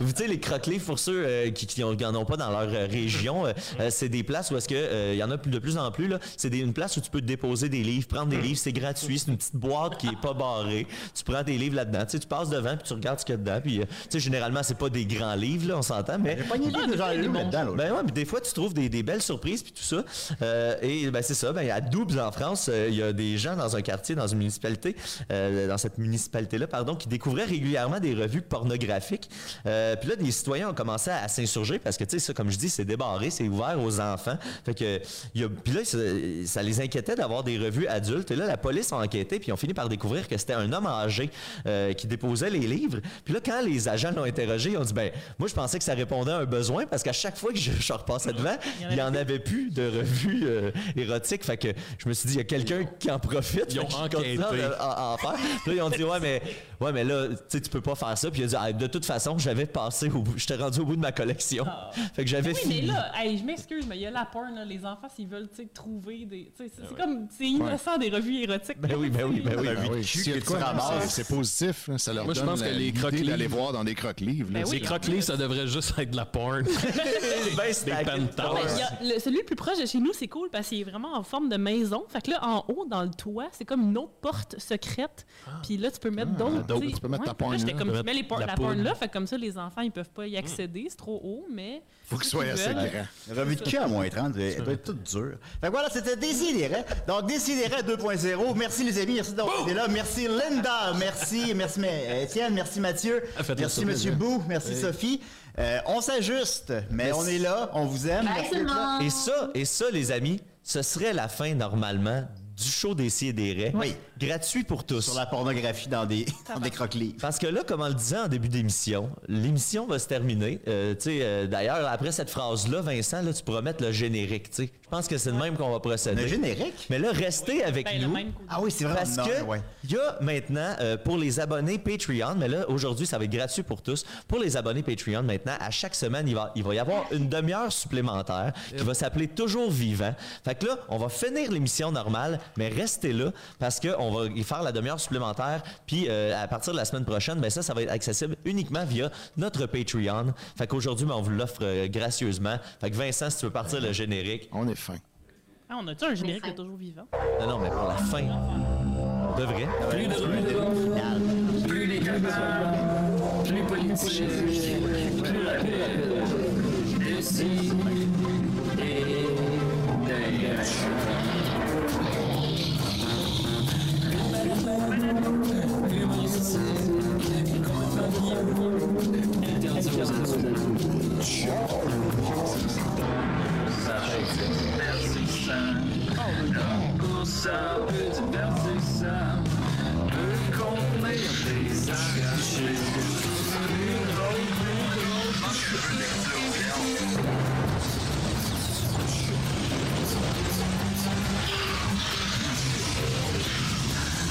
Vous savez, les croque-livres, pour ceux euh, qui qui n'en ont pas dans leur euh, région, euh, euh, c'est des places où est-ce que euh, il y en a plus- de plus en plus. là. C'est des- une place où tu peux déposer des livres, prendre des livres, c'est gratuit, c'est une petite boîte qui est pas barrée. Tu prends des livres là-dedans, tu sais, tu passes devant puis tu regardes ce qu'il y a dedans. Puis, euh, tu sais, généralement c'est pas des grands livres, là, on s'entend, mais J'ai pas une idée de genre lui là-dedans. là. ben ouais, mais des fois, tu trouves des, des belles surprises puis tout ça. Euh, et ben, c'est ça. Ben, à Doubs, en France, euh, il y a des gens dans un quartier, dans une municipalité, euh, dans cette municipalité-là, pardon, qui découvraient régulièrement des revues pornographiques. Euh, puis là, des citoyens ont commencé à, à s'insurger parce que, tu sais, ça, comme je dis, c'est débarré, c'est ouvert aux enfants. Fait que, il y a- puis là, ça, ça les inquiétait d'avoir des revues adultes. Et là, la police a enquêté puis ils ont fini par découvrir que c'était un homme âgé euh, qui déposait les livres. Puis là, quand les agents l'ont interrogé, ils ont dit, ben, moi, je pensais que ça répondait à un besoin parce qu'à chaque fois que je, je repassais devant, il n'y en avait plus de revues euh, érotiques. Fait que je me suis dit, il y a quelqu'un qui en profite. Ils ont Fait que je continue enquêté. à- à- à en faire. Puis là, ils ont dit, ouais, mais, ouais, mais là, tu sais, tu peux pas faire ça. Puis il a dit, Ah, de toute façon, j'avais passé au bout, j'étais rendu au bout de ma collection. Fait que j'avais Oui, mais fini. là, hey, je m'excuse, mais il y a la porn, là. les enfants, s'ils veulent, tu sais, trouver des. tu sais, C'est c'est Ah ouais. comme, c'est innocent des revues érotiques. Ben oui, ben oui, ben oui. Ben oui, s'il y a de quoi, tu même, ramasses. c'est c'est positif. hein, Ça leur Moi, je donne pense que la- les l'idée croque-livres- Ben d'aller voir dans des croque-livres. là. Ben Les croque-livres, ça devrait juste être de [laughs] la porn. des Ouais, il y pantalons. a le- celui le plus proche de chez nous, c'est cool parce qu'il est vraiment en forme de maison. Fait que là, en haut, dans le toit, c'est comme une autre porte secrète. Puis là, tu peux mettre d'autres. d'autres, tu sais. tu peux mettre ta puis là, porn j'étais là. comme, Tu peux tu mets les mettre por- hein. la la, porn poule. là. Fait que comme ça, les enfants, ils peuvent pas y accéder. C'est trop haut, mais. Faut qu'il soit assez grand. Une revue de cul à moins 30, elle doit être toute dure. Fait que voilà, c'était Décideret. Donc, Décideret 2.0. Merci, les amis. Merci d'avoir été là. Merci, Linda. Merci, merci, mais, euh, Étienne. Merci, Mathieu. Ah, Faites-le Merci, sur Monsieur plaisir. Bou. Merci, Oui. Sophie. Euh, on s'ajuste, mais on est là. On vous aime. Merci d'être là. Et ça, et ça, les amis, ce serait la fin normalement du show des Scies et des raies. Oui. Gratuit pour tous. Sur la pornographie dans des, dans des croquelets. Parce que là, comme on le disait en début d'émission, l'émission va se terminer. Euh, tu sais, euh, D'ailleurs, après cette phrase-là, Vincent, là, tu pourras mettre le générique. tu sais. Je pense que c'est de même qu'on va procéder. Le générique? Mais là, restez avec Ben, le nous. même coup. Ah oui, c'est vrai. Parce non, que ouais. il y a maintenant euh, pour les abonnés Patreon, mais là aujourd'hui ça va être gratuit pour tous. Pour les abonnés Patreon, maintenant à chaque semaine il va, il va y avoir une demi-heure supplémentaire qui va s'appeler Toujours Vivant. Fait que là on va finir l'émission normale, mais restez là parce que on va y faire la demi-heure supplémentaire. Puis euh, à partir de la semaine prochaine, ben ça ça va être accessible uniquement via notre Patreon. Fait qu'aujourd'hui ben, on vous l'offre euh, gracieusement. Fait que Vincent, si tu veux partir le générique, On est fin. Ah, on a-tu un générique de toujours vivant? Non, non, mais pour la fin. De vrai. Plus de Plus les capables, plus politique, plus rapide, décide et dégage.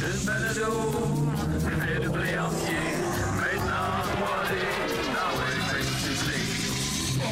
Le balado fait le blé entier. Maintenant, moi, les Norvèges, c'est les-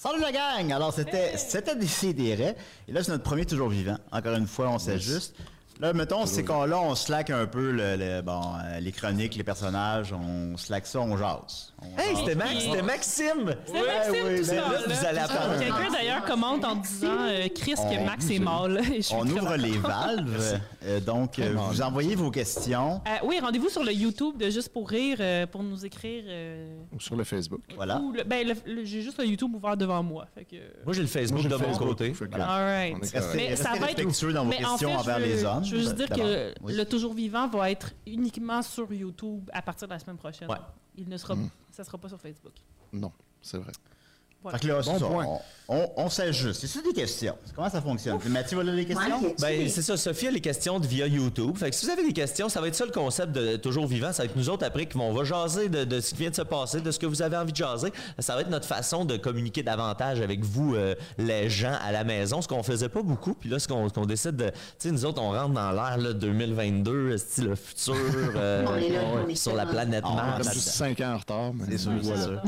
Salut la gang! Alors, c'était c'était Décideret. Et là, c'est notre premier toujours vivant. Encore une fois, on s'ajuste. Là, mettons, c'est qu'on là, on slack un peu le, le- bon, euh, les chroniques, les personnages, on slack ça, on jase. On Hey, jase. c'était Max, c'était Maxime! C'est Maxime Ouais, tout ouais, ça. ben là, là. vous allez apprendre. Quelqu'un d'ailleurs commente en disant euh, Chris que On- Max est mort. là. Et je suis On très ouvre content. [laughs] les valves. Euh, donc, euh, vous envoyez vos questions. Euh, oui, rendez-vous sur le YouTube de Juste pour rire euh, pour nous écrire. euh, Sur le Facebook. Voilà. ou le- ben, le- le- j'ai juste le YouTube ouvert devant moi. Fait que... euh, Moi, j'ai le Facebook Moi, j'ai de le mon Facebook, côté. fait que- All right. On est correct. Mais Restez- ça restez va être- respectueux dans vos mais en questions fait, je envers veux- les hommes, Je veux juste dire que d'abord. Oui. le Toujours Vivant va être uniquement sur YouTube à partir de la semaine prochaine. Ouais. Il ne sera, Mm. ça sera pas sur Facebook. Non, c'est vrai. Voilà. Fait que là, c'est Bon ça, point. on, on, on s'ajuste. C'est ça des questions. Comment ça fonctionne? Mathieu, voilà les questions? Ben, c'est ça, Sophie a les questions de via YouTube. Fait que si vous avez des questions, ça va être ça le concept de Toujours Vivant. Ça va être nous autres après qui vont, on va jaser de, de ce qui vient de se passer, de ce que vous avez envie de jaser. Ça va être notre façon de communiquer davantage avec vous, euh, les gens à la maison, ce qu'on faisait pas beaucoup. Puis là, ce qu'on ce qu'on décide de. Tu sais, nous autres, on rentre dans l'ère là, 2022, style le [laughs] futur, euh, On est là, on est sur la tellement- planète Ah, On est Ah, Mars. comme juste 5 ans en retard. mais C'est sûr, c'est voilà. sûr.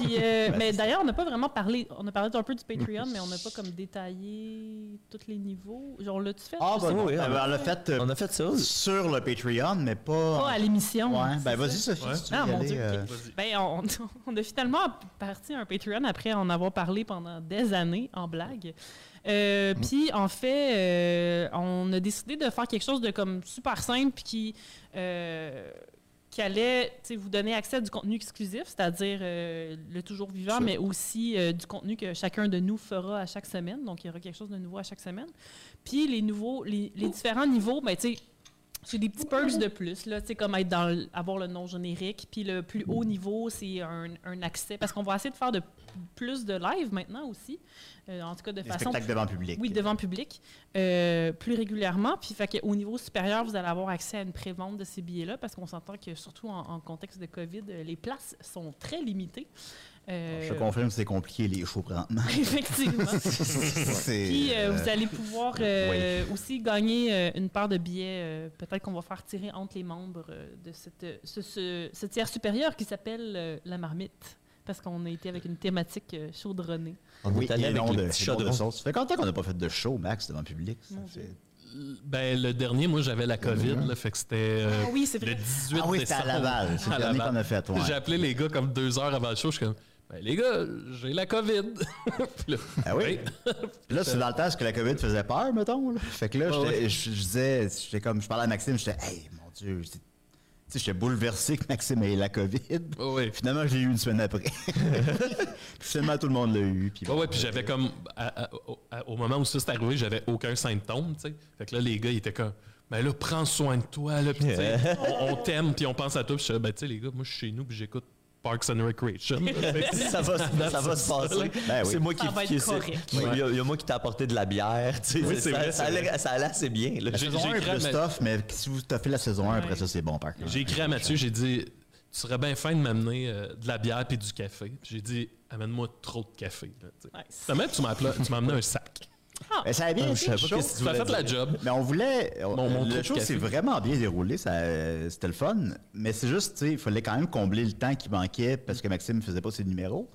Puis, euh, mais d'ailleurs, on n'a pas vraiment parlé. On a parlé un peu du Patreon, mais on n'a pas comme détaillé tous les niveaux. Genre, l'as-tu fait? Ah, Je bah sais non. pas. Ben, on l'a fait, euh, sur le Patreon, mais pas. Pas à l'émission. Ouais, c'est ben ça. vas-y, Sophie, si tu veux Ah, y mon aller, Dieu. euh, ok. Ben, on, on [laughs] a finalement parti un Patreon après en avoir parlé pendant des années en blague. Euh, Puis, en fait, euh, on a décidé de faire quelque chose de comme super simple puis qui, euh, qui allait tu sais, vous donner accès à du contenu exclusif, c'est-à-dire euh, le toujours vivant, mais aussi euh, du contenu que chacun de nous fera à chaque semaine. Donc, il y aura quelque chose de nouveau à chaque semaine. Puis, les, nouveaux, les, les différents niveaux, ben, tu sais, c'est des petits perks de plus, là, tu sais, comme être dans le- avoir le nom générique. Puis le plus haut niveau, c'est un, un accès. Parce qu'on va essayer de faire de plus de live maintenant aussi. Euh, en tout cas, de Des façon. spectacles devant public. Oui, devant public. euh, plus régulièrement. Puis fait qu'au niveau supérieur, vous allez avoir accès à une prévente de ces billets-là. Parce qu'on s'entend que, surtout en, en contexte de COVID, euh, les places sont très limitées. Euh, Je te confirme, c'est compliqué les shows présentement. [laughs] Effectivement. [laughs] C'est, Puis euh, euh, vous allez pouvoir euh, aussi gagner euh, une paire de billets, euh, peut-être qu'on va faire tirer entre les membres euh, de cette, euh, ce, ce- ce tiers supérieur qui s'appelle euh, la marmite. Parce qu'on a été avec une thématique euh, chaudronnée. On oui, est allé les avec noms les de, petits les noms de chaudrons. sauce. Ça fait combien de temps qu'on n'a pas fait de show, Max, devant public? ça? C'est- Ben, le dernier, moi, j'avais la COVID, là, fait que c'était euh, Ah oui, c'est le vrai. 18 Ah oui, c'était à décembre. Laval, c'est le À dernier Laval. qu'on a fait, ouais. J'ai appelé les gars comme deux heures avant le show, je suis comme, ben, les gars, j'ai la COVID. [laughs] Puis là, Ah oui? Puis Là, c'est dans le temps, ce que la COVID faisait peur, mettons. là. Fait que là, Ah j'étais- ouais. je je disais, j'étais comme, je parlais à Maxime, j'étais, hey, mon Dieu, c'est- tu sais, j'étais bouleversé que Maxime ait la COVID. Finalement, je l'ai eu une semaine après. [laughs] Puis finalement, tout le monde l'a eu. Puis Ouais, ouais, puis j'avais comme. à- à- au- à- au moment où ça s'est arrivé, j'avais aucun symptôme, tu sais. Fait que là, les gars, ils étaient comme. Mais là, prends soin de toi, là, puis tu sais, on, on t'aime, puis on pense à toi, puis je suis là, ben, tu sais, les gars, moi, je suis chez nous, puis j'écoute Parks and [laughs] Recreation. ça va, ça va se passer. C'est moi qui, qui- c'est- Ouais. Il y a- il y a moi qui t'ai apporté de la bière. tu sais, Oui, c'est c'est ça, vrai, ça c'est allait, vrai. ça allait assez bien. là. la saison 1 est plus tough, mais si vous toffez la saison 1, après ça, c'est bon, par contre. J'ai écrit à Mathieu, j'ai dit Tu serais bien fin de m'amener euh, de la bière puis du café. Puis J'ai dit Amène-moi trop de café. là, tu sais. Finalement, tu m'as appelé- tu m'as amené un sac. Ben, ça a bien Ah, été, je savais le pas show. qu'est-ce que tu Ça a voulais fait la dire. job. Mais on voulait. on- Mon- mon le truc show café. s'est vraiment bien déroulé. ça, euh, C'était le fun. Mais c'est juste, tu sais, il fallait quand même combler le temps qui manquait parce que Maxime ne faisait pas ses numéros.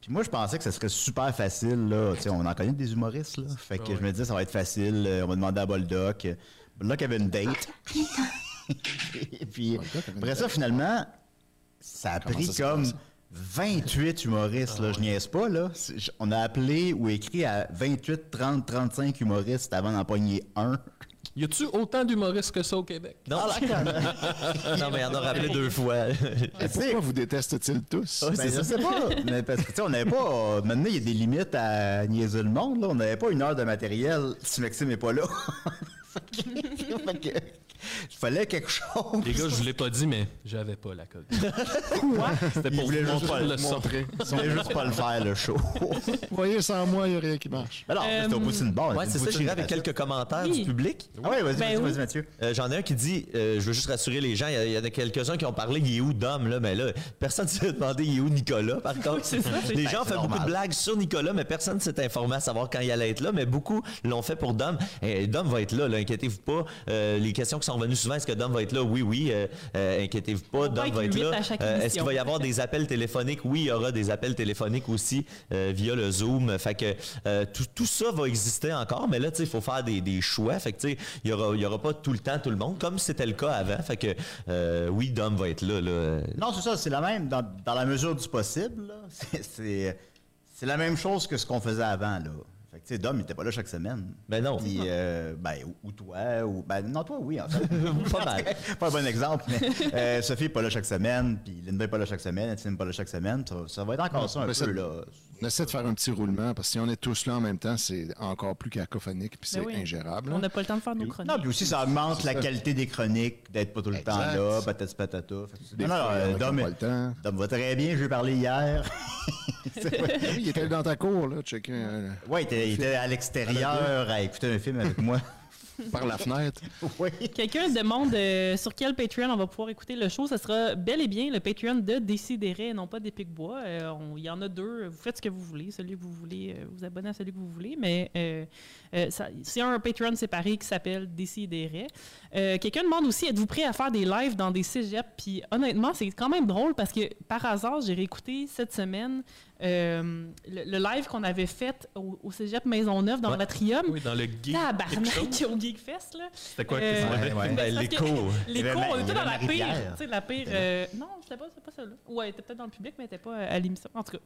Puis moi, je pensais que ça serait super facile. Là. Tu sais, on en connaît des humoristes. Là. Fait que je me disais, ça va être facile. euh, On va demander à Boldoc. Boldoc avait une date. [laughs] Et puis, après ça, finalement, ça a pris ça s'est comme 28 humoristes, là, je niaise pas, là. C'est- j- On a appelé ou écrit à 28, 30, 35 humoristes avant d'en pogner un. Y a-tu autant d'humoristes que ça au Québec? Non, Ah, là, [laughs] non, mais il y en a rappelé deux fois. Pourquoi vous détestent-ils tous? Ben, je sais pas. mais parce que, tu sais, on n'avait pas. euh, maintenant, il y a des limites à niaiser le monde, là. On n'avait pas une heure de matériel si Maxime n'est pas là. [laughs] Fait que- Il fallait quelque chose. Les gars, je vous l'ai pas dit, mais j'avais pas la code. Quoi? C'était pour vous montrer le son. Ils voulaient juste pas le faire, le [laughs] show. Vous voyez, sans moi, il n'y a rien qui marche. Ben non, c'était au bout d'une barre. Ouais, c'est ça, j'irai avec quelques commentaires Oui. du public. Ah ouais, vas-y, Ben vas-y, oui. vas-y, Mathieu. J'en ai un qui dit euh, Je veux juste rassurer les gens, il y a- il y, en a quelques-uns qui ont parlé il est où Dom, là, mais là, personne [laughs] ne s'est demandé il est où Nicolas, par contre. c'est ça, c'est- les Ben, gens ont c'est fait beaucoup normal. de blagues sur Nicolas, mais personne ne s'est informé à savoir quand il allait être là, mais beaucoup l'ont fait pour Dom. Et Dom va être là, là, inquiétez-vous pas. Euh, les questions qui sont revenues souvent est-ce que Dom va être là Oui, oui, euh, euh, inquiétez-vous pas, Dom être va être huit là. à chaque Euh, Est-ce qu'il émission. va y avoir des appels téléphoniques? Oui, il y aura des appels téléphoniques aussi euh, via le Zoom. Fait que euh, tout, tout ça va exister encore, mais là, tu sais, il faut faire des, des choix. Fait que, tu sais, il n'y aura, il y aura pas tout le temps tout le monde, comme c'était le cas avant. Fait que, euh, oui, Dom va être là. là. Non, c'est ça, c'est la même, dans, dans la mesure du possible. là. [laughs] C'est- C'est c'est la même chose que ce qu'on faisait avant. Là. Fait que, tu sais, Dom, il était pas là chaque semaine. Ben non. Puis, euh, ben, ou, ou toi, ou. Ben, non, toi, oui, en fait. [laughs] [laughs] pas mal. pas un bon exemple, mais euh, Sophie n'est pas là chaque semaine, puis Linda n'est pas là chaque semaine, Étienne n'est pas là chaque semaine. Ça, ça va être encore ça un Mais peu, ça- là. On essaie de faire un petit roulement parce que si on est tous là en même temps, c'est encore plus cacophonique Ben puis c'est oui. ingérable. On n'a pas le temps de faire nos chroniques. Non, puis aussi, ça augmente la qualité des chroniques, d'être pas tout le temps Exact. là, patati patata. Fait que- Des Non, non, Ah, fois, il y en a euh, qui Dom, ont pas le temps. [laughs] Dom va très bien, je lui ai parlé hier. Oui, il était dans ta cour, là, checker. euh, Ouais, il était, il était à l'extérieur à écouter un film avec moi. Par la [laughs] fenêtre. Oui. Quelqu'un demande euh, sur quel Patreon on va pouvoir écouter le show. Ça sera bel et bien le Patreon de Décideret, non pas des Bois. Euh, on- Il y en a deux. Vous faites ce que vous voulez, celui que vous voulez, euh, vous abonnez à celui que vous voulez. Mais euh, euh, ça- c'est un Patreon séparé qui s'appelle Décideret. Euh, Quelqu'un demande aussi êtes-vous prêt à faire des lives dans des cégeps Puis honnêtement, c'est quand même drôle parce que par hasard, j'ai réécouté cette semaine euh, le, le live qu'on avait fait au, au cégep Maisonneuve dans l'Atrium. Oui, dans le geek. quelque chose. Tabarnak, au Geekfest, là. C'était quoi Euh, que c'était? ben, c'est [laughs] parce que Il y Les avait cours, ma- on il y était dans avait la pire. Marie-Pierre. tu sais, la pire. euh, non, c'était pas, c'était pas celle-là. Ouais, elle était peut-être dans le public, mais elle était pas euh, à l'émission. En tout cas,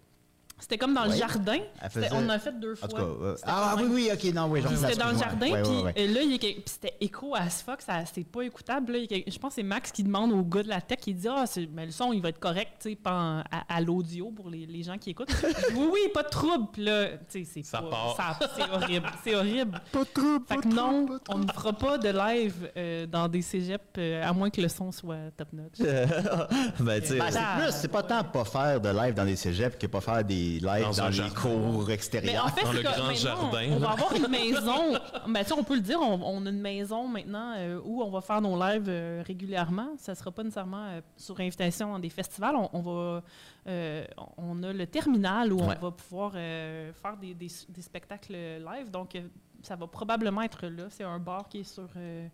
c'était comme dans le Ouais. jardin. Elle C'était- faisait- On [laughs] en a fait deux En fois. tout cas, euh, ah, ah, oui, oui, ok, non, oui, j'en C'était sais, dans le excuse-moi. jardin, Ouais, puis [laughs] ouais, ouais. euh, là, il y a quelque- puis c'était écho as fuck, ça- c'était pas écoutable. là. Il y a quelque- Je pense que c'est Max qui demande au gars de la tech, il dit Ah, c'est- mais le son, il va être correct, tu sais, pas en- à, à l'audio pour les, les gens qui écoutent. [laughs] Il dit, oui, oui, pas de trouble. Puis là, tu sais, c'est ça part. C'est horrible, c'est horrible. [laughs] Pas de trouble, Fait que non, on ne fera pas de live euh, dans des cégeps, euh, à moins que le son soit top notch. ben, tu sais, Ben, Ah. c'est plus, c'est pas tant pas faire de live dans les cégeps que pas faire des lives dans, Dans un les jardin. cours Mais extérieurs. en fait, c'est que maintenant, On va avoir une maison. Ben, tu sais, on peut le dire, on, on a une maison maintenant euh, où on va faire nos lives euh, régulièrement. Ça ne sera pas nécessairement euh, sur invitation dans des festivals. On, on va, euh, on a le terminal où Ouais. on va pouvoir euh, faire des, des- des spectacles live. Donc, euh, ça va probablement être là. C'est un bar qui est sur euh,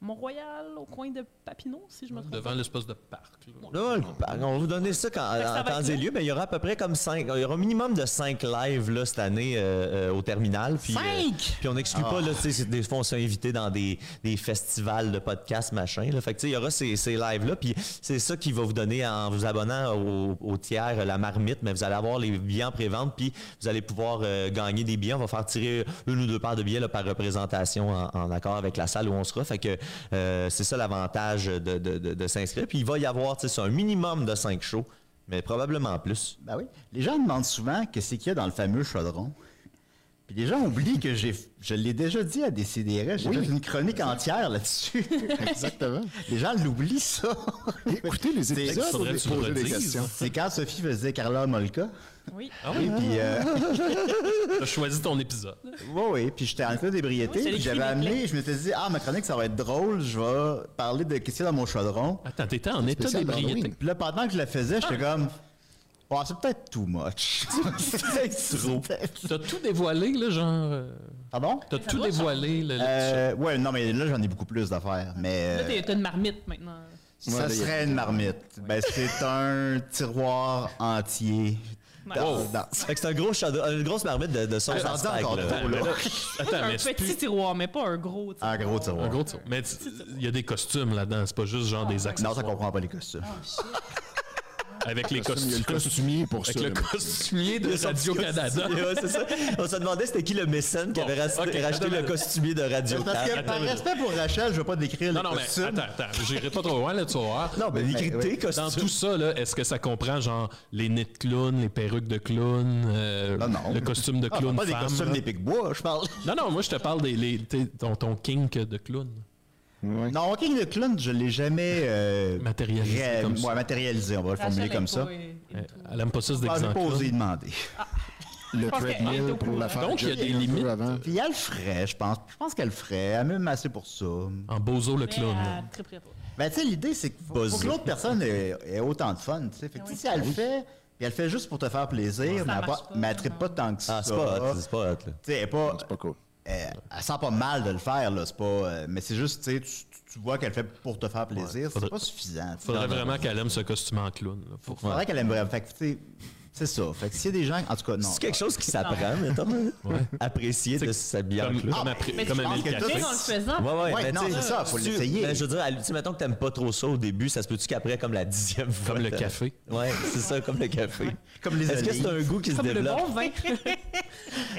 Mont-Royal, au coin de Papineau, si je me trompe. Devant l'espace de parc. là. Là, le parc, on va vous donner ça quand, que ça en va temps être et là. lieu, mais il y aura à peu près comme cinq. Il y aura un minimum de cinq lives là, cette année euh, euh, au terminal. Puis, euh, Cinq? puis on n'exclut pas, Ah. là, tu sais, c'est- des fois, on s'est invité dans des, des festivals de podcasts, machin. Là. Fait que, tu sais, il y aura ces, ces lives-là. Puis c'est ça qui va vous donner, en vous abonnant au, au tiers, euh, la marmite, mais vous allez avoir les billets en pré-vente, puis vous allez pouvoir euh, gagner des billets. On va faire tirer une ou deux paires de billets là, par représentation en, en accord avec la salle où on sera. Fait que euh, c'est ça l'avantage de, de- de- de s'inscrire. Puis il va y avoir, tu sais, c'est un minimum de cinq shows, mais probablement plus. Ben oui. Les gens demandent souvent que c'est qu'il y a dans le fameux chaudron. Puis les gens oublient que j'ai, je l'ai déjà dit à des CDR, j'ai fait une chronique entière [laughs] là-dessus. Exactement. Les gens l'oublient, ça. Écoutez les C'est- épisodes, Faudrait que tu vous posez le des redises. questions. C'est quand Sophie faisait Carla Molka. Oui. Ah oui? Puis, euh, [laughs] T'as choisi ton épisode. Oui, oui, puis j'étais en train d'ébriété, Oui, c'est puis les j'avais cris amené, je m'étais dit, ah, ma chronique, ça va être drôle, je vais parler de qu'est-ce qu'il y a dans mon chaudron. Attends, t'étais en état Spécial d'ébriété? Halloween. Puis là, pendant que je la faisais, j'étais Ah. comme, oh, c'est peut-être too [laughs] much. c'est trop. T'as tout dévoilé, là, genre. euh, Pardon? T'as tout dévoilé, là. Euh, ouais, non, mais là, j'en ai beaucoup plus d'affaires, mais. Là, euh, t'es- t'as une marmite maintenant. ça serait une marmite. Ben, [laughs] c'est un tiroir entier. Nice. Dans- Wow. dans- Fait que c'est un gros shadow- une grosse marmite de, de sauce Ah, en attends, spag, encore là. trop, là. Attends, [laughs] un mais c'est petit tiroir, mais pas un gros Ah, tiroir. Un gros tiroir. Mais tu- il y a des costumes là-dedans, c'est pas juste genre des accessoires. Non, ça comprend pas les costumes. avec Il les y a costumiers. le costumier pour avec ça, le là. costumier Il de a sorti Radio-Canada. costumier, ouais, [laughs] c'est ça. On se demandait c'était qui le mécène qui avait racheté, racheté le costumier de Radio Parce que par respect pour Rachel, je vais pas décrire Non, le non, mais costume. attends, Ben, attends, j'irai pas trop loin, là, tu vas voir. Non, mais écris tes Dans costumes. tout ça, là, est-ce que ça comprend, genre, les nez de clown, les perruques de clown, euh, le costume de Ah, clown pas des femme, costumes là? des Pic-Bois, je parle. Non, non, moi, je te parle des, les- t'es- ton, ton kink de clown. Non, King the Clown, je l'ai jamais euh, Matérialisé ré- comme ça. ouais, matérialisé, on va le Rachel formuler est comme pas, ça. euh, Elle aime pas ça, se Ah, déguiser j'ai en pas clown. osé demander. Le treadmill pour la faire Donc, il y a jogger un des peu limites. avant. Puis elle le ferait, je pense. Je pense qu'elle le ferait. Elle m'aime assez pour ça. En bozo le Mais, euh, très, très pas. Ben, tu sais, l'idée, c'est qu'il faut, Ah faut que l'autre personne ait, ait autant de fun, tu sais. Fait que, tu sais, si elle le fait, puis elle le fait juste pour te faire plaisir, mais elle, pas, mais elle trippe pas tant que ça. Ah, c'est pas hot, c'est pas hot. là. Tu sais, elle est pas... C'est pas cool. Elle, elle sent pas mal de le faire, là. C'est pas... euh, mais c'est juste, tu sais, tu- tu- tu vois qu'elle le fait pour te faire plaisir. c'est pas suffisant. tu sais. Faudrait vraiment qu'elle aime ce costume en clown. là. Faut- Faudrait qu'elle aimerait. Fait que, tu sais, c'est ça. Fait que s'il y a des gens... En tout cas, non. C'est quelque chose qui s'apprend, mettons. Apprécier de s'habiller en comme- clown. comme Ah, après- Mais comme tu Amel penses que Café. en le faisant. Ouais, ouais, Ah! Ouais, mais non, Ben, tu sais, c'est ça, faut tu- l'essayer. mais je veux dire, à l- tu sais, mettons que t'aimes pas trop ça au début, ça se peut-tu qu'après, comme la dixième fois. Comme le t'as- café. Ouais, c'est ça, comme le café. Comme les Est-ce que c'est olives. un goût qui se Comme le développe? bon vin.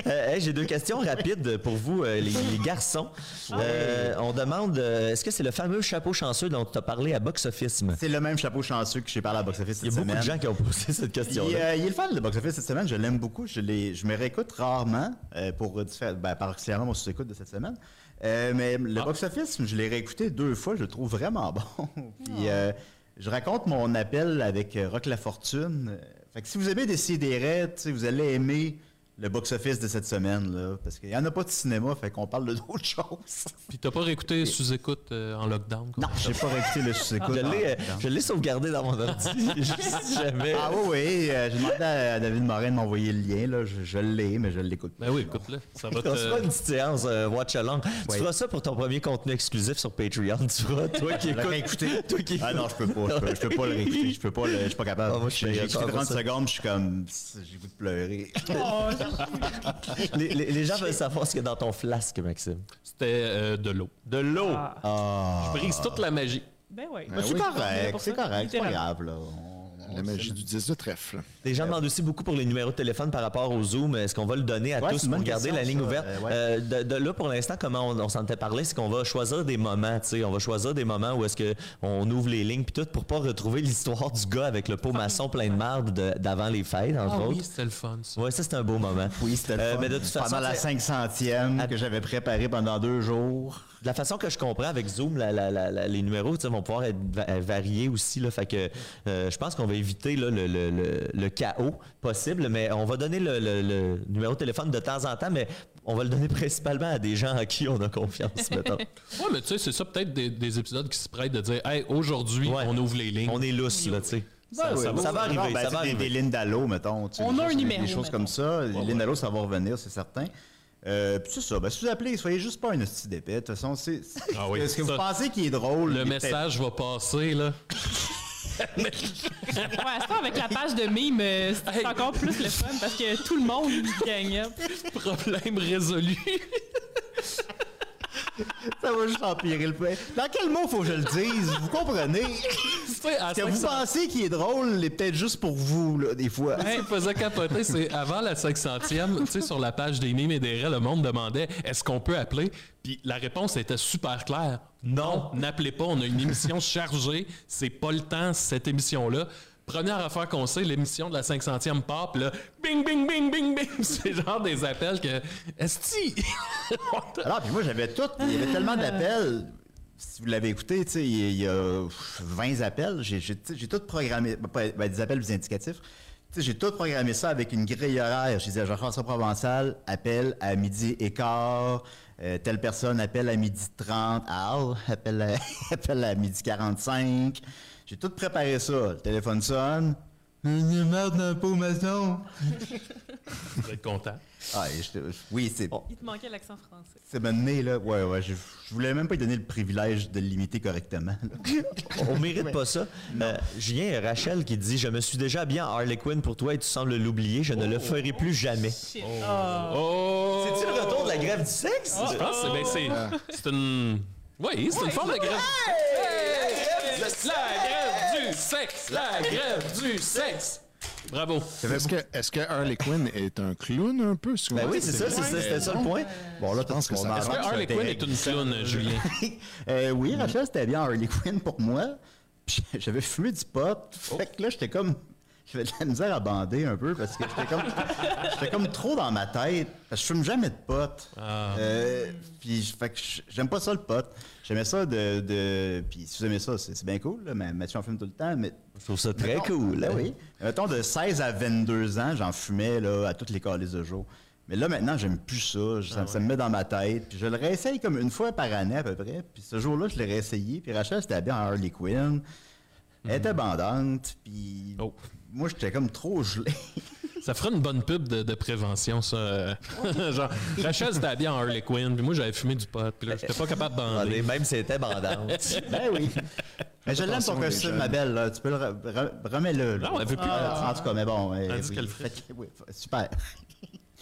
Euh, hey, J'ai deux questions rapides pour vous, euh, les, les garçons. Ah Euh, on demande, euh, est-ce que c'est le fameux chapeau chanceux dont tu as parlé à Box Office? C'est le même chapeau chanceux que j'ai parlé à Box Office cette Il y a beaucoup semaine. de gens qui ont posé cette Il, question-là. euh, il est le fan de Box Office cette semaine, je l'aime beaucoup. Je, l'ai- je me réécoute rarement euh, pour euh, diffé- ben, particulièrement mon sous-écoute de cette semaine. Euh, mais le Box Office, je l'ai réécouté deux fois, je le trouve vraiment [laughs] bon. Puis euh, je raconte mon appel avec euh, Rock La Fortune. Euh, Fait que si vous aimez Décideret, tu sais, vous allez aimer le Box Office de cette semaine, là, parce qu'il n'y en a pas de cinéma, fait qu'on parle de [laughs] d'autres choses. Puis t'as pas réécouté sous-écoute euh, en lockdown? quoi? Non, j'ai pas réécouté le sous-écoute. Je l'ai, euh, Ah, je l'ai sauvegardé dans mon ordi. [laughs] si jamais. Ah oui, oui, euh, j'ai demandé à David Morin de m'envoyer le lien, là, je, je l'ai, mais je l'écoute pas. Ben oui, écoute-le. [laughs] Ça va On se fera te... une petite séance euh, Watch Along. Tu Ouais. feras ça pour ton premier contenu exclusif sur Patreon. Tu vois, toi qui Je l'aurais écoutes. réécouté. Toi qui Ah non, je peux pas. Je peux, je peux pas le réécouter. Je peux pas. le- Je suis pas capable. Ah, moi, je suis- J'ai écouté j'adore 30 ça. secondes, je suis comme. J'ai goût de pleurer. les, les- les gens veulent savoir ce qu'il y a dans ton flasque, Maxime. C'était euh, de l'eau. De l'eau. Ah. Ah. Brise toute la magie. Ben oui. Mais c'est correct, c'est correct. C'est pas Littéralement. grave, là. On- on- La magie du 10 de trèfle. Les Euh, gens demandent aussi beaucoup pour les numéros de téléphone par rapport au Zoom. Est-ce qu'on va le donner à Ouais, c'est tous une pour bonne garder question, la ligne ça. ouverte? Euh, ouais. Euh, de, de là, pour l'instant, comment on, on s'en était parlé, c'est qu'on va choisir des moments, tu sais. On va choisir des moments où est-ce que on ouvre les lignes puis tout pour pas retrouver l'histoire du gars avec le pot Ah. maçon plein de marde de- d'avant les fêtes, entre Ah autres. oui, c'était le fun, ça. Ouais, ça, c'est un beau moment. Oui, c'était le Euh, fun. mais de toute façon, Pendant la c'est- 500e que j'avais préparée pendant deux jours. De la façon que je comprends avec Zoom, la- la- la- la- les numéros tu sais, vont pouvoir être va- euh, variés aussi. Là, fait que euh, je pense qu'on va éviter là, le, le- le- le chaos possible, mais on va donner le, le- le numéro de téléphone de temps en temps, mais on va le donner [laughs] principalement à des gens à qui on a confiance, [laughs] mettons. Ouais, mais tu sais, c'est ça peut-être des, des épisodes qui se prêtent de dire Hey, aujourd'hui, Ouais. on ouvre les lignes. On est lousse, là, tu sais. Ouais, ça ouais, va ouais. arriver, Non, ça ben, va c'est des- arriver. Des lignes d'allô, mettons. tu sais, On des a un choses- numéro, Des choses mettons. comme ça. Les lignes d'allô, ça va revenir, c'est certain. Euh, puis c'est ça. Ben, si vous appelez, soyez juste pas un hostie d'épée. De toute façon, c'est. Ah oui, Ce que ça- vous pensez qui est drôle. Le il est peut-être message va passer, là. [laughs] Ouais, ça, avec la page de mime, euh, c'est encore plus le fun parce que tout le monde gagne. up. Problème résolu. [laughs] Ça va juste empirer le fait. Dans quel mot faut que je le dise? Vous comprenez? tu sais, à Ce que vous 500 pensez qui est drôle, il est peut-être juste pour vous, là, des fois. Ce qui me faisait capoter, c'est avant la 500e, tu sais, sur la page des mimes et des raies, le monde demandait est-ce qu'on peut appeler Puis la réponse était super claire non, n'appelez pas, on a une émission chargée, c'est pas le temps, cette émission-là. Première affaire qu'on sait, l'émission de la 500e part, puis là, bing, bing, bing, bing, bing, [laughs] c'est genre des appels que. Esti Alors, puis Ah, moi, j'avais tout. Il y avait tellement d'appels. Si vous l'avez écouté, tu sais, il y a- il y a pff, 20 appels. J'ai j'ai- tu sais, j'ai tout programmé. ben, pas- ben, des appels plus indicatifs. Tu sais, j'ai tout programmé ça avec une grille horaire. Je disais, Jean-François Provençal, appel à midi et quart. Euh, telle personne appelle à midi 30. Al, [laughs] appelle à, appelle à midi 45. J'ai tout préparé ça. Le téléphone sonne. Il y a marre d'un pot maçon. Vous êtes content. Ah, et je- je- oui, c'est Il te manquait l'accent français. c'est mené, là. Ouais, ouais. Je, je voulais même pas lui donner le privilège de le limiter correctement. là. On mérite pas ça. Euh, Julien, Rachel qui dit Je me suis déjà bien en Harley Quinn pour toi et tu sembles l'oublier, je ne le ferai plus jamais. Shit. Oh C'est-tu le retour de la grève du sexe Je pense que ben, c'est Ah. c'est une. Oui, c'est une forme de grève. La grève du du sexe! La grève du sexe! Bravo. Est-ce que, est-ce que Harley Quinn est un clown un peu? si vous Ben voulez? oui, c'est ça, c'est ça, c'était ça le bon. point. Bon, là, je pense que on ça. avance Est-ce que sur Harley le Quinn est une terrain. clown, Julien? [laughs] Euh, oui, Rachel, c'était bien Harley Quinn pour moi. Puis [laughs] J'avais fumé du pot. Oh. Fait que là, j'étais comme. J'avais de la misère à bander un peu parce que j'étais comme, [laughs] j'étais comme trop dans ma tête. Parce que je fume jamais de pot. Ah. Euh, puis je- fait que je- j'aime pas ça le pot. J'aimais ça de, de- Puis si vous aimez ça, c'est c'est bien cool. là, mais Mathieu en fume tout le temps. Mais, je trouve ça très cool, hein. ben oui. Mettons de 16 à 22 ans, j'en fumais là, à toutes les calices de jour. Mais là, maintenant, j'aime plus ça. Je- ça, Ah ça me met dans ma tête. Puis je le réessaye comme une fois par année à peu près. Puis ce jour-là, je l'ai réessayé. Puis Rachel, c'était bien en Harley Quinn. Elle Mm. était bandante. Puis Oh. moi, j'étais comme trop gelé. Ça ferait une bonne pub de, de prévention, ça. euh, [laughs] Genre, Rachel, c'était bien en Harley Quinn, puis moi, j'avais fumé du pot, puis là, j'étais pas capable de bander. Même si Ah, c'était bandant. [laughs] ben oui. Mais je l'aime Attention, ton les costume, jeunes. ma belle. là. Tu peux le re- re- remets-le. là. Non, elle veut plus. Ah, En tout cas, mais bon. eh, Tandis oui. qu'elle le Fait que, oui, super.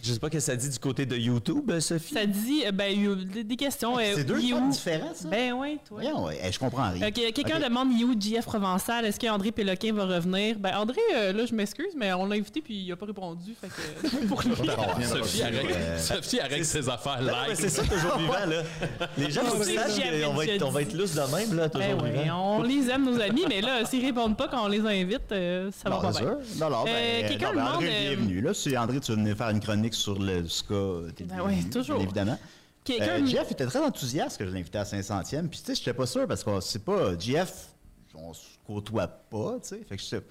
Je sais pas ce que ça dit du côté de YouTube, euh, Sophie. Ça dit, euh, ben, il y a des- des questions. Ah, euh, c'est deux il est trucs où? différents, ça? Ben oui, toi. Voyons, eh, je comprends rien. Euh, que- Quelqu'un Ok. demande il est où JF Provençal? Est-ce qu'André Péloquin va revenir? Ben, André, euh, là, je m'excuse, mais on l'a invité puis il a pas répondu. Fait [laughs] que, pour lui. Sophie, arrête, Sophie, arrête ses affaires Non, non, mais live. euh, c'est ça, [laughs] toujours vivant, là. Les gens, Ah, faut oui, qu'ils sachent oui, qu'on va je être, on va dis. être lousse de même, là, Ben toujours ouais, vivant. on les aime, nos amis, mais là, s'ils répondent pas quand on les invite, euh, ça Non, va pas c'est bien. sûr. Non, non, ben, Euh, Quelqu'un non, ben, demande. André, euh, bienvenue. Là, si André, tu veux venir faire une chronique sur le SCA, t'es Ben bienvenu, ouais, bien toujours. évidemment. Quelqu'un- Euh, Jeff était très enthousiaste que je l'invitais à 500e. Puis, tu sais, j'étais pas sûr parce que c'est pas. Jeff, on se côtoie pas, tu sais. Fait que j'étais-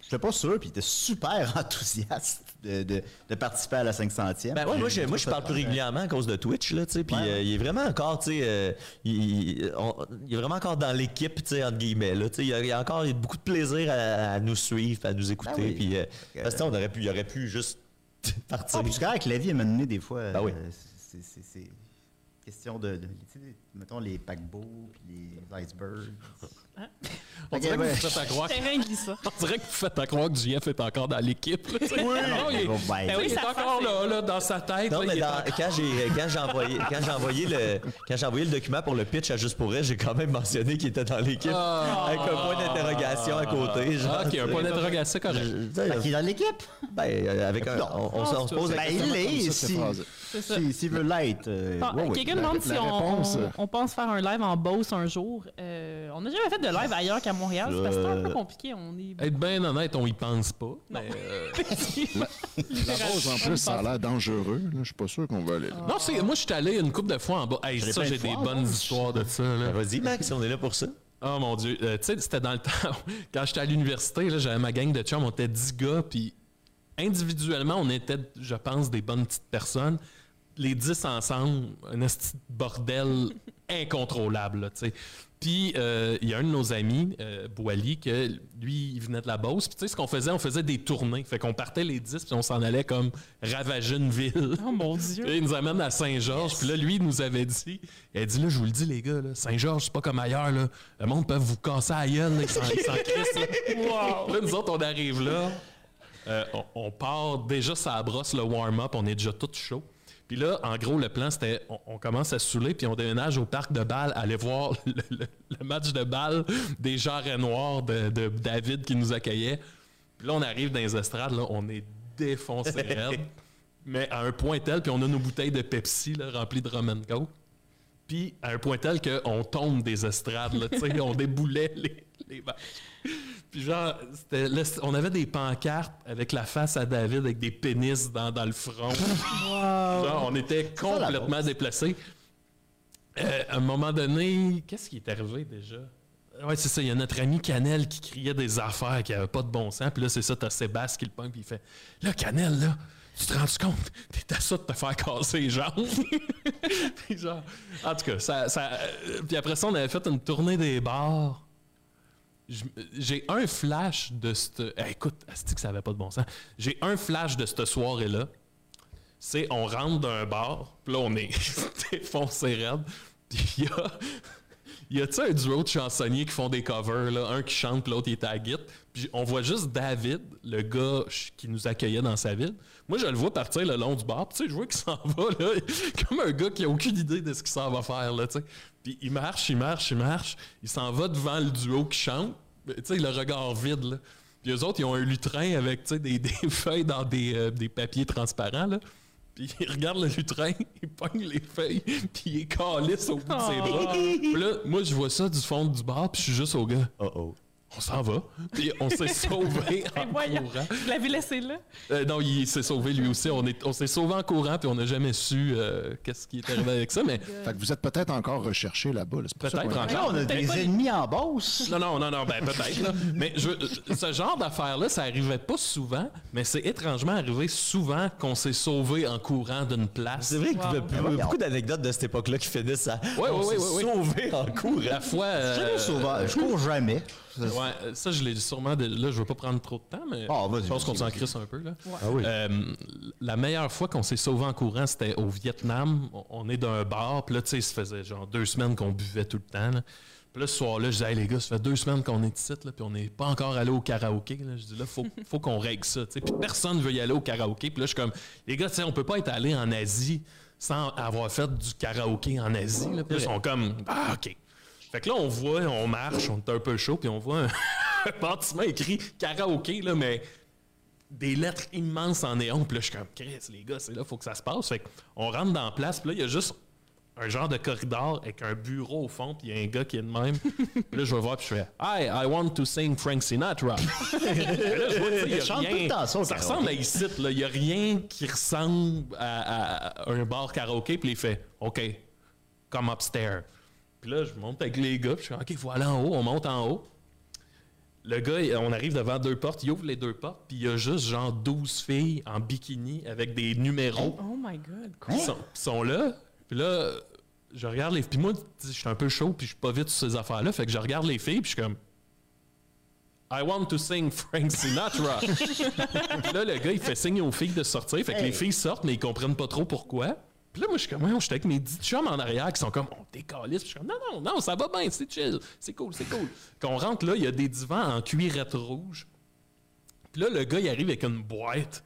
j'étais pas sûr. Puis, il était super [laughs] enthousiaste de, de- de participer à la 500e. Ben ouais, moi, je, moi, je parle plus régulièrement à cause de Twitch, là, tu sais. Puis euh, il est vraiment encore, tu sais, euh, il, il- on- il est vraiment encore dans l'équipe, tu sais, entre guillemets, là. Tu sais, il y a- il y a encore il y a beaucoup de plaisir à, à nous suivre, à nous écouter. Ben oui. Puis, euh, parce que, tu sais, on aurait pu, il aurait pu juste [laughs] partir. Ah, puis, c'est correct, la vie, elle m'a donné des fois. Ben oui. euh, c'est- c'est- C'est question de. de- tu sais, mettons les paquebots, puis les icebergs. On dirait que Ok, vous ouais. faites à croire. Terrain glissant. On dirait que vous faites à croire que JF est encore dans l'équipe. là, tu sais. Oui. Non, il est, Bon, ben, tu sais, oui, il est ça encore là, là, dans sa tête. Non, là, mais il est dans- encore- quand j'ai quand j'ai envoyé quand j'ai envoyé le quand j'ai envoyé le document pour le pitch à Juste pour elle, j'ai quand même mentionné qu'il était dans l'équipe Ah. avec un point d'interrogation à côté. Ah, ok, un point d'interrogation, correct. Fait qu'il est dans l'équipe. Ben, euh, avec un, on, on se- Ah, on se pose la Ben, question. il l'est, C'est si. C'est ça. si- S'il veut l'être. euh, Ah, ouais, ouais. Quelqu'un La- demande si la on, réponse, euh, on- on pense faire un live en Beauce un jour. Euh, on n'a jamais fait de live ailleurs qu'à Montréal. C'est parce que c'est un peu Euh, compliqué. On est Être bien honnête, on y pense pas. Mais, euh, La rose, en plus, ça a l'air dangereux. là. Je suis pas sûr qu'on va aller là. Non, c'est moi, je suis allé une couple de fois hein. en bas. Hey, Je l'ai ça, fait j'ai une des fois en bonnes bas. histoires de ça. là. Vas-y, Max, on est là pour ça. Oh mon Dieu. Euh, tu sais, c'était dans le [laughs] temps. où- Quand j'étais à l'université, là, j'avais ma gang de chums, on était 10 gars, puis individuellement, on était, je pense, des bonnes petites personnes. Les 10 ensemble, un esti de bordel [laughs] incontrôlable, là, tu sais. Puis, euh, il y a un de nos amis, euh, Boily, que lui, il venait de la Beauce. Puis, tu sais, ce qu'on faisait, on faisait des tournées. Fait qu'on partait les 10, puis on s'en allait comme ravager une ville. [laughs] Oh mon Dieu! il nous amène à Saint-Georges. Puis là, lui, il nous avait dit, il a dit, là, je vous le dis, les gars, là, Saint-Georges, c'est pas comme ailleurs, là. Le monde peut vous casser à gueule, là, ils s'en ils s'en [laughs] crissent, là. Puis là, nous autres, on arrive là. Euh, on, on part déjà, ça brosse le warm-up, on est déjà tout chaud. Puis là, en gros, le plan, c'était on, on commence à se saouler, puis on déménage au parc de balle, aller voir [laughs] le, le- le match de balle des jarrets noirs de, de David qui nous accueillait. Puis là, on arrive dans les estrades, là, on est défoncé raide, mais à un point tel, puis on a nos bouteilles de Pepsi là, remplies de rum and coke. Puis à un point tel qu'on tombe des estrades, là, tu sais, on déboulait les, les matchs. Puis genre, c'était- là, c- on avait des pancartes avec la face à David, avec des pénis dans, dans le front. Genre, on était complètement déplacés. Euh, à un moment donné, qu'est-ce qui est arrivé déjà? Ouais, c'est ça. Il y a notre ami Canel qui criait des affaires qui n'avaient pas de bon sens. Puis là, c'est ça, t'as Sébastien qui le pogne, puis il fait Là, Canel, là, tu te rends compte? T'es à ça de te faire casser les jambes. [laughs] puis genre, en tout cas, ça, ça- euh, Puis après ça, on avait fait une tournée des bars. Je- J'ai un flash de cette. eh, écoute, asti que ça n'avait pas de bon sens. J'ai un flash de cette soirée-là c'est on rentre d'un bar, puis là on est [laughs] défoncé raide, puis il y a y a-tu un duo de chansonniers qui font des covers là, un qui chante puis l'autre il est à la guitare, puis on voit juste David, le gars ch- qui nous accueillait dans sa ville. Moi je le vois partir le long du bar, puis tu sais je vois qu'il s'en va là, [laughs] comme un gars qui a aucune idée de ce qu'il s'en va faire là, tu sais. Puis il marche, il marche, il marche, il s'en va devant le duo qui chante. tu sais, le regard vide, là. Puis eux autres, ils ont un lutrin avec, tu sais, des, [laughs] des feuilles dans des, euh, des papiers transparents, là. Puis ils regardent le lutrin, [laughs] ils pognent les feuilles, puis ils calissent au bout de Ah. ses bras. Puis là, moi, je vois ça du fond du bar, puis je suis juste au gars. Oh, On s'en va. Puis [laughs] on s'est sauvé en Ben voyons, courant. Vous l'avez laissé là? Euh, non, il s'est sauvé lui aussi. On, est- on s'est sauvé en courant, puis on n'a jamais su euh, qu'est-ce qui est arrivé avec ça, [laughs] mais... Fait que vous êtes peut-être encore recherché là-bas. là. C'est pour ça Peut-être qu'on- Ah, encore. ennemis en bosse. Non, non, non, non, ben peut-être. là. Mais je- euh, ce genre d'affaire-là, ça arrivait pas souvent, mais c'est étrangement arrivé souvent qu'on s'est sauvé en courant d'une place. C'est vrai qu'il y a beaucoup- beaucoup d'anecdotes de cette époque-là qui finissent à Ouais, on ouais, s'est ouais, ouais, ouais. sauvé en courant. La fois. euh, Jamais sauveur. Je cours jamais. Ouais, euh, ça, je l'ai sûrement. dé- Là, je veux pas prendre trop de temps, mais Ah, vas-y, je pense qu'on vas-y, s'en vas-y. crisse un peu. Là. Ah oui. Euh, la meilleure fois qu'on s'est sauvé en courant, c'était au Vietnam. On- On est d'un bar, puis là, tu sais, ça faisait genre deux semaines qu'on buvait tout le temps. là. Puis là, ce soir-là, je disais, hey, les gars, ça fait deux semaines qu'on est ici, là, puis on n'est pas encore allé au karaoké. Là. Je dis, là, faut, faut qu'on règle ça. tu sais. Puis personne veut y aller au karaoké. Puis là, je suis comme, les gars, tu sais, on peut pas être allé en Asie sans avoir fait du karaoké en Asie. Là. Puis là, ils sont comme, ah, OK. Fait que là, on voit, on marche, on est un peu chaud, puis on voit un, [laughs] un bâtiment écrit karaoké, là, mais des lettres immenses en néon. Puis là, je suis comme, Chris, les gars, c'est là, faut que ça se passe. Fait qu'on rentre dans la place, puis là, il y a juste un genre de corridor avec un bureau au fond, puis il y a un gars qui est de même. puis là, je vais voir, puis je fais, Hi, I want to sing Frank Sinatra. [laughs] Puis là, je vois, tu sais, il y a Chante rien- tout le temps ça au Ça karaoké. ressemble à ici, là. Il n'y a rien qui ressemble à, à- à un bar karaoké, puis il fait, OK, come upstairs. Puis là, je monte avec les gars, puis je suis OK, faut aller en haut, on monte en haut. Le gars, il- on arrive devant deux portes, il ouvre les deux portes, puis il y a juste genre 12 filles en bikini avec des numéros Oh my God. qui sont, qui sont là. Puis là, je regarde les filles. Puis moi, tu sais, je suis un peu chaud, puis je suis pas vite sur ces affaires-là. Fait que je regarde les filles, puis je suis comme. I want to sing Frank Sinatra. puis là, le gars, il fait signe aux filles de sortir. Fait que les filles sortent, mais ils comprennent pas trop pourquoi. Puis là, moi, je suis comme, voyons, j'étais avec mes 10 chums en arrière qui sont comme, on décalisse. Puis je suis comme, non, non, non, ça va bien, c'est chill, c'est cool, c'est cool. Quand on rentre là, il y a des divans en cuirette rouge. Puis là, le gars, il arrive avec une boîte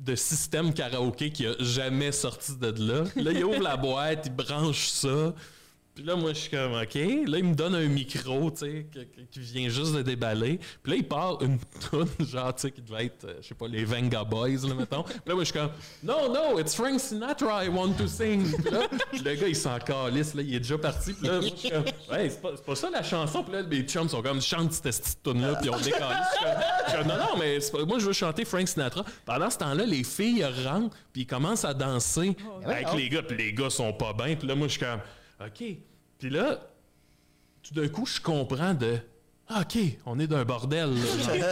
de système karaoké qui a jamais sorti de là. Là, il ouvre la boîte, il branche ça. Puis là, moi, je suis comme, OK. Là, il me donne un micro, tu sais, que- que- qui vient juste de déballer. Puis là, il part une [laughs] toune, genre, tu sais, qui devait être, euh, je sais pas, les Venga Boys, là, mettons. Puis là, moi, je suis comme, No, no, it's Frank Sinatra, I want to sing. Puis là, le gars, il s'en calisse, là, il est déjà parti. Puis là, moi, je suis comme, Ouais, c'est pas, c'est pas ça la chanson. Puis là, mes chums sont comme, chante cette petite toune-là, puis on décalisse. Je suis comme- je suis comme, Non, non, mais c'est pas- moi, je veux chanter Frank Sinatra. Pendant ce temps-là, les filles rentrent, puis ils commencent à danser avec ouais. les gars, puis les gars sont pas bien. Puis là, moi, je suis comme, OK. Puis là, tout d'un coup, je comprends de. Ah, OK, on est d'un bordel. là.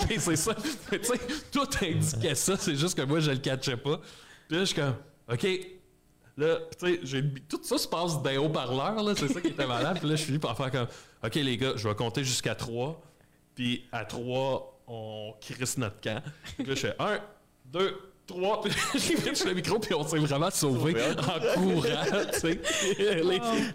OK, c'est ça. Mais tu sais, tout indiquait ça, c'est juste que moi, je le catchais pas. Puis là, je suis comme, OK, là, tu sais, j'ai- tout ça se passe d'un haut-parleur, là, c'est ça qui était malade. Puis là, je finis par faire comme, OK, les gars, je vais compter jusqu'à 3. Puis à 3, on crisse notre camp. Puis là, je fais 1, 2, 3. Puis [laughs] j'ai pris sur le micro, puis on s'est vraiment sauvé hein? en courant, tu sais. [laughs] Les-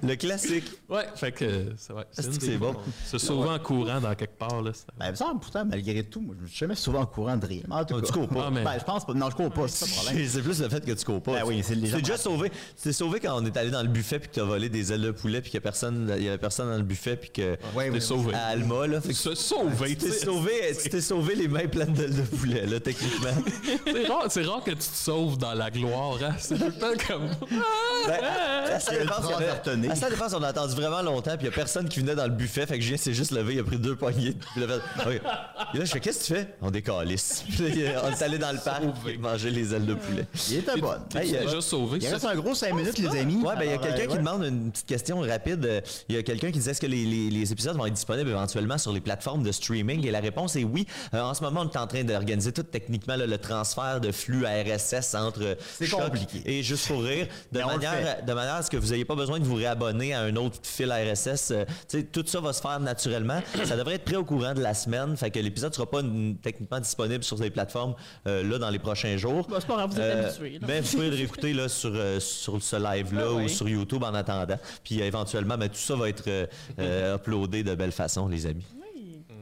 Le classique. Ouais, fait que euh, c'est vrai. Est-ce une que des- c'est bon? Se sauver en courant dans quelque part, là. Ben, il me semble, pourtant, malgré tout, moi, je me suis jamais souvent en courant de rien. Mais En tout cas, tu cours pas. Ah, mais- Ben, je pense pas. Non, je cours pas, c'est pas le problème. [laughs] C'est plus le fait que tu cours pas. Ben oui, c'est les gens- déjà sauvé. Tu t'es sauvé quand on est allé dans le buffet puis que t'as volé des ailes de poulet puis qu'il y avait personne dans le buffet puis que Ah, ouais, t'es ouais. sauvé. À Alma, là. Fait que Se sauver, tu t'es tu sais. sauvé, tu t'es sauvé les mains pleines d'ailes de poulet, là, [laughs] techniquement. C'est rare, c'est rare que tu te sauves dans la gloire, hein. C'est tout le temps comme. Ben, à sa Quelle défense, phrase il y avait- à retenir. à sa défense, on a attendu vraiment longtemps, puis il n'y a personne qui venait dans le buffet. Fait que Julien s'est juste levé, il a pris deux poignées. puis il a fait, OK. Et là, je fais Qu'est-ce que tu fais On décalisse. [laughs] Puis là, il est- on est allé dans le parc manger les ailes de poulet. Il était bon. Hey, euh, il y a- Il reste un gros 5 minutes, les amis. Ouais, ben il y a Alors, quelqu'un euh, qui ouais. demande une petite question rapide. Euh, Il y a quelqu'un qui disait est-ce que les, les- les épisodes vont être disponibles éventuellement sur les plateformes de streaming Et la réponse est oui. Euh, en ce moment, on est en train d'organiser tout techniquement là, le transfert de flux à RSS entre euh, Choc compliqué. et juste pour rire, de Mais on le manière, fait. de manière à ce que vous n'ayez pas besoin de vous réabonner à un autre fil RSS. Euh, tu sais, tout ça va se faire [coughs] naturellement. ça devrait être prêt au courant de la semaine. Fait que l'épisode sera pas mm, techniquement disponible sur les plateformes euh, là dans les prochains jours. Bah, c'est pas grave, vous êtes habitués, là. ben, [laughs] vous pouvez le réécouter là, sur, euh, sur ce live-là Ah ou oui. sur YouTube en attendant. Puis euh, éventuellement, ben, tout ça va être euh, euh, uploadé de belle façon, les amis.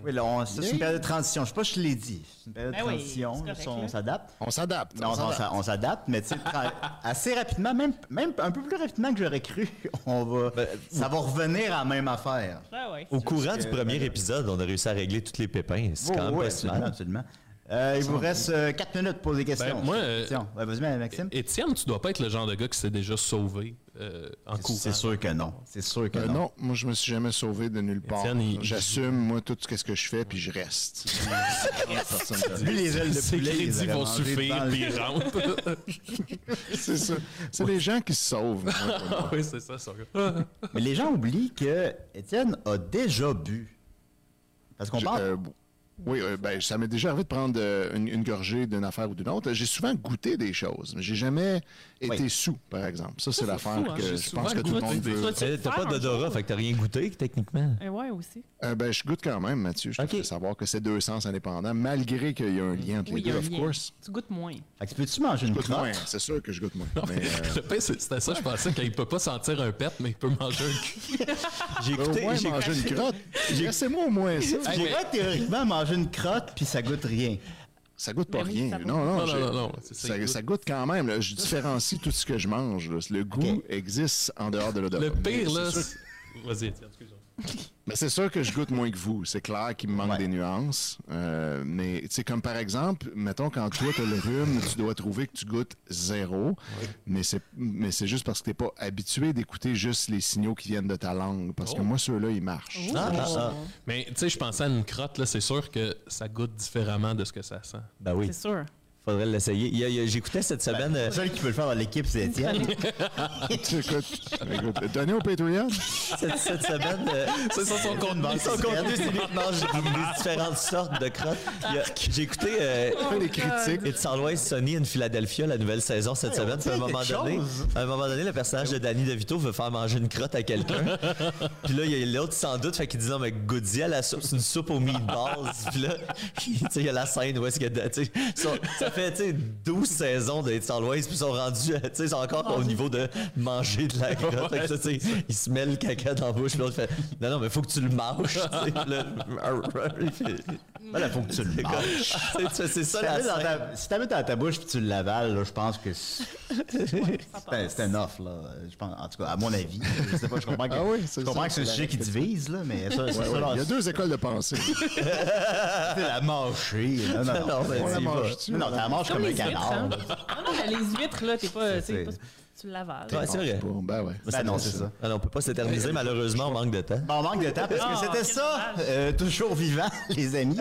Oui, là, on- c'est une période de transition. Je sais pas si je l'ai dit. C'est une période Ben de oui, transition. c'est là, correct, ça, on là. s'adapte. On s'adapte. Non, on on s'adapte. s'a- on s'adapte, mais tu sais, tra- assez rapidement, [laughs] Ben, même, même un peu plus rapidement que j'aurais cru, on va, ça va revenir à la même affaire. Ah ouais. Au courant Parce du que, premier ben, épisode, on a réussi à régler tous les pépins. C'est Oui, quand même oui, pas si mal. absolument, Euh, il vous reste 4 minutes pour des questions. Ben, moi, euh, Tiens, ouais, vas-y, Maxime. Étienne, tu dois pas être le genre de gars qui s'est déjà sauvé euh, en courant. [laughs] Ben C'est sûr que non. C'est sûr que Euh, non. non, moi, je me suis jamais sauvé de nulle part. Étienne, il- J'assume, moi, tout ce que je fais, puis je [laughs] reste. Lui, les ailes de Ses poulet, crédits les vont suffire, puis ils rentrent. c'est ça. C'est les gens qui se sauvent. moi, pour moi. Ah oui, c'est ça, son gars. Mais les gens oublient que Étienne a déjà bu. Parce qu'on parle. oui, euh, ben, ça m'est déjà arrivé de prendre euh, une, une gorgée d'une affaire ou d'une autre. J'ai souvent goûté des choses, mais j'ai jamais été sous, par exemple. Ça, c'est l'affaire fou, hein. que J'ai je souvent pense que tout le goûté monde des- veut. Toi, tu Euh, t'as Pas d'odorat, fait que t'as rien goûté, techniquement. Et Eh ouais, aussi. Euh, ben, je goûte quand même, Mathieu. Je te fais savoir que c'est deux sens indépendants, malgré qu'il y a un lien entre Oui, les il y a un deux, of lien. course. Tu goûtes moins. Fait que peux-tu manger une goûte crotte? moins, c'est sûr que je goûte moins. mais, euh, [laughs] Le pire, c'est- c'était ça, je pensais qu'il peut pas sentir un pet, mais il peut manger un cul. J'ai au moins j'ai- manger une crotte. Laissez-moi au moins ça. Tu pourrais théoriquement manger une crotte puis ça goûte rien. Ça goûte pas rien. Non, non, Non, j'ai- non, non, non, c'est ça, Ça, il goûte. ça goûte quand même. là. Je différencie tout ce que je mange. là. Le goût existe en dehors de [laughs] l'odeur. Le Mais pire, c'est là. sûr- c'est- Vas-y, Étienne, excuse-moi. Mais c'est sûr que je goûte moins que vous. C'est clair qu'il me manque des nuances. Euh, mais tu sais, comme par exemple, mettons quand toi t'as le rhume, tu dois trouver que tu goûtes zéro. Mais c'est mais c'est juste parce que t'es pas habitué d'écouter juste les signaux qui viennent de ta langue. Parce que Oh. moi ceux-là ils marchent. Ah, ah, ah. Mais tu sais, je pensais à une crotte, là, c'est sûr que ça goûte différemment de ce que ça sent. Ben oui. C'est sûr. Faudrait l'essayer. Il y a- il y a- J'écoutais cette semaine. euh, Le seul Ben, qui peut le faire dans l'équipe, c'est Étienne. [laughs] Écoute, écoute, donnez au Patreon. [laughs] cette, cette semaine. euh, [laughs] C'est ça, son contenu. Son contenu, c'est lui qui mange des, des différentes sortes de crottes. Il y a- J'ai écouté euh, Oh les critiques. It's Always Sunny in Philadelphia, la nouvelle saison cette Hey, semaine. on Puis à un dit moment quelque donné, chose. à un moment donné, le personnage de Danny DeVito veut faire manger une crotte à quelqu'un. Puis là, il y a l'autre sans doute, fait qu'il dit non, mais goûte-y à la soupe, c'est une soupe aux meatballs. Puis là, [laughs] tu sais, il y a la scène où est-ce que. tu sais, ça, ça fait, tu sais, 12 saisons de It's Always, puis ils sont rendus, à- tu sais, ils sont encore au niveau de manger de la crotte. Fait que là, tu sais, il se met le caca dans la bouche, puis l'autre fait non, non, mais faut que tu le manges. tu sais. Puis là, il fait- Voilà, faut que tu le C'est manges. comme- c'est- C'est ça Si t'as la mis dans scène. ta- Si t'as mis dans ta bouche puis tu l'avales, là, je pense que c'est c'est un- c'est un off, là. Je pense, en tout cas, à mon avis. Je sais pas, je comprends que, Ah oui, c'est je comprends ça, que c'est un c'est sujet la- qui divise, là, mais ça, c'est Ouais, ça, ouais. là, Il y a deux écoles de pensée. c'est la mâchée. [laughs] Non, non, non. Non, mais on la dis mange. Non, non, t'as la manges Comme comme un les huîtres, canard. hein. là. Non, non, mais les huîtres, là, t'es pas. t'sais, C'est- pas- Tu l'avales. Ouais, c'est vrai. Bon, ben ouais. Ben non, c'est ça. Euh, Ah non, on peut pas s'éterniser, malheureusement, on manque de temps. Bon, on manque de temps parce que Ah, c'était quel ça, dommage. euh, toujours vivant, [laughs] les amis.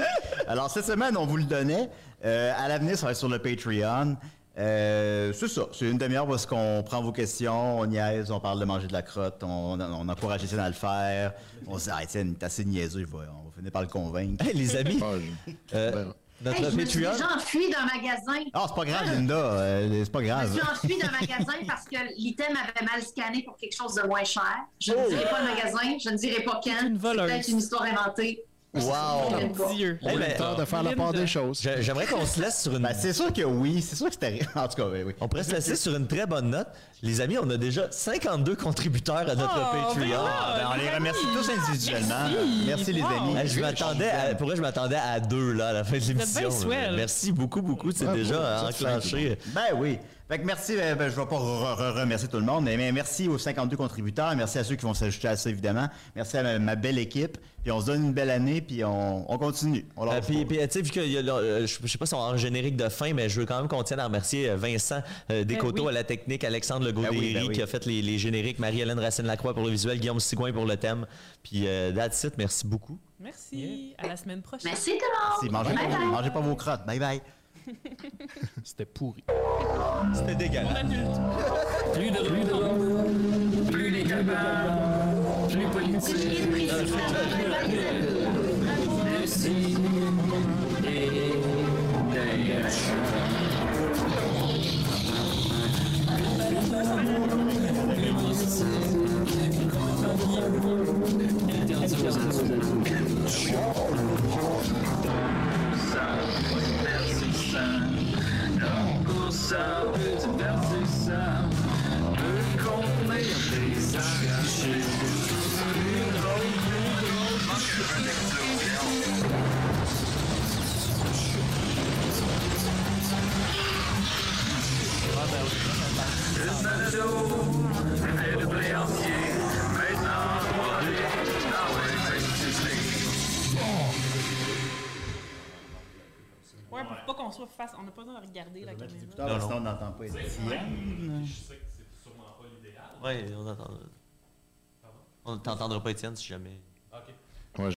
Alors, cette semaine, on vous le donnait. Euh, à l'avenir, ça va être sur le Patreon. Euh, c'est ça, c'est une demi-heure parce qu'on prend vos questions, on niaise, on parle de manger de la crotte, on, on encourage Étienne à le faire. On se dit, ah, Étienne, t'es assez niaiseux, il va- on va finir par le convaincre. Hey, les amis, Ah, euh, notre Hey, je me suis Patreon. déjà enfuie d'un magasin. [laughs] Ah, c'est pas grave, Linda, euh, c'est pas Ah, Je me grave. suis enfuie d'un magasin parce que l'item avait mal scanné pour quelque chose de moins cher. Je ne dirai pas le magasin, je ne dirai pas quand. Oh. une C'est voleuse. Oh. peut-être une histoire inventée. Wow! Mon Dieu. Eh On a ben, le temps de faire la Linda. part des choses. J'a- J'aimerais qu'on se laisse sur une. Ben, c'est sûr que oui, c'est sûr que c'était rien. [laughs] En tout cas, ben oui. On pourrait se laisser sur une très bonne note. Les amis, on a déjà 52 contributeurs à notre Oh, Patreon. voilà. Ben, on les remercie tous individuellement. Merci, les Wow. amis. Eh, je m'attendais à- pour vrai, je m'attendais à deux là, à la fin de l'émission. bien swell. Merci beaucoup, beaucoup. C'est Bravo, déjà euh, vous êtes fin, enclenché. Ben oui. Fait que merci, ben, ben, je vais pas re- re- remercier tout le monde, mais, mais merci aux 52 contributeurs, merci à ceux qui vont s'ajouter à ça, évidemment. Merci à ma, ma belle équipe, puis on se donne une belle année, puis on, on continue. On lâche Euh, puis, pas. puis, euh, tu sais, vu que y a le- euh, je je sais pas si on a un générique de fin, mais je veux quand même qu'on tienne à remercier euh, Vincent euh, Ben Descoteaux oui. à la technique, Alexandre legault Ben oui, ben oui. qui a fait les, les génériques, Marie-Hélène Racine-Lacroix pour le visuel, Guillaume Sigouin pour le thème. Puis, euh, that's it. Merci beaucoup. Merci. À la semaine prochaine. Merci tout le monde. Merci, mangez, Bye pas, bye. mangez pas vos crottes. Bye bye. C'était pourri. C'était dégueulasse. Plus de rue, plus les cabanes, plus politique, plus de plus ci et d'ailleurs. Plus politique, interdit aux adultes. Ça, merci ça. Donc on s'en veut se verser ça Peut contenir des arrachés Une drôle, une drôle marche une explosion Le balado est de blé entier Maintenant on va aller dans les Ouais, pour pas qu'on soit face. On n'a pas besoin de regarder la caméra. Non, non. sinon on n'entend pas Tu sais, Étienne. même, Je sais que c'est sûrement pas l'idéal. Oui, on entend. On t'entendra pas, Étienne, si jamais. OK. Ouais,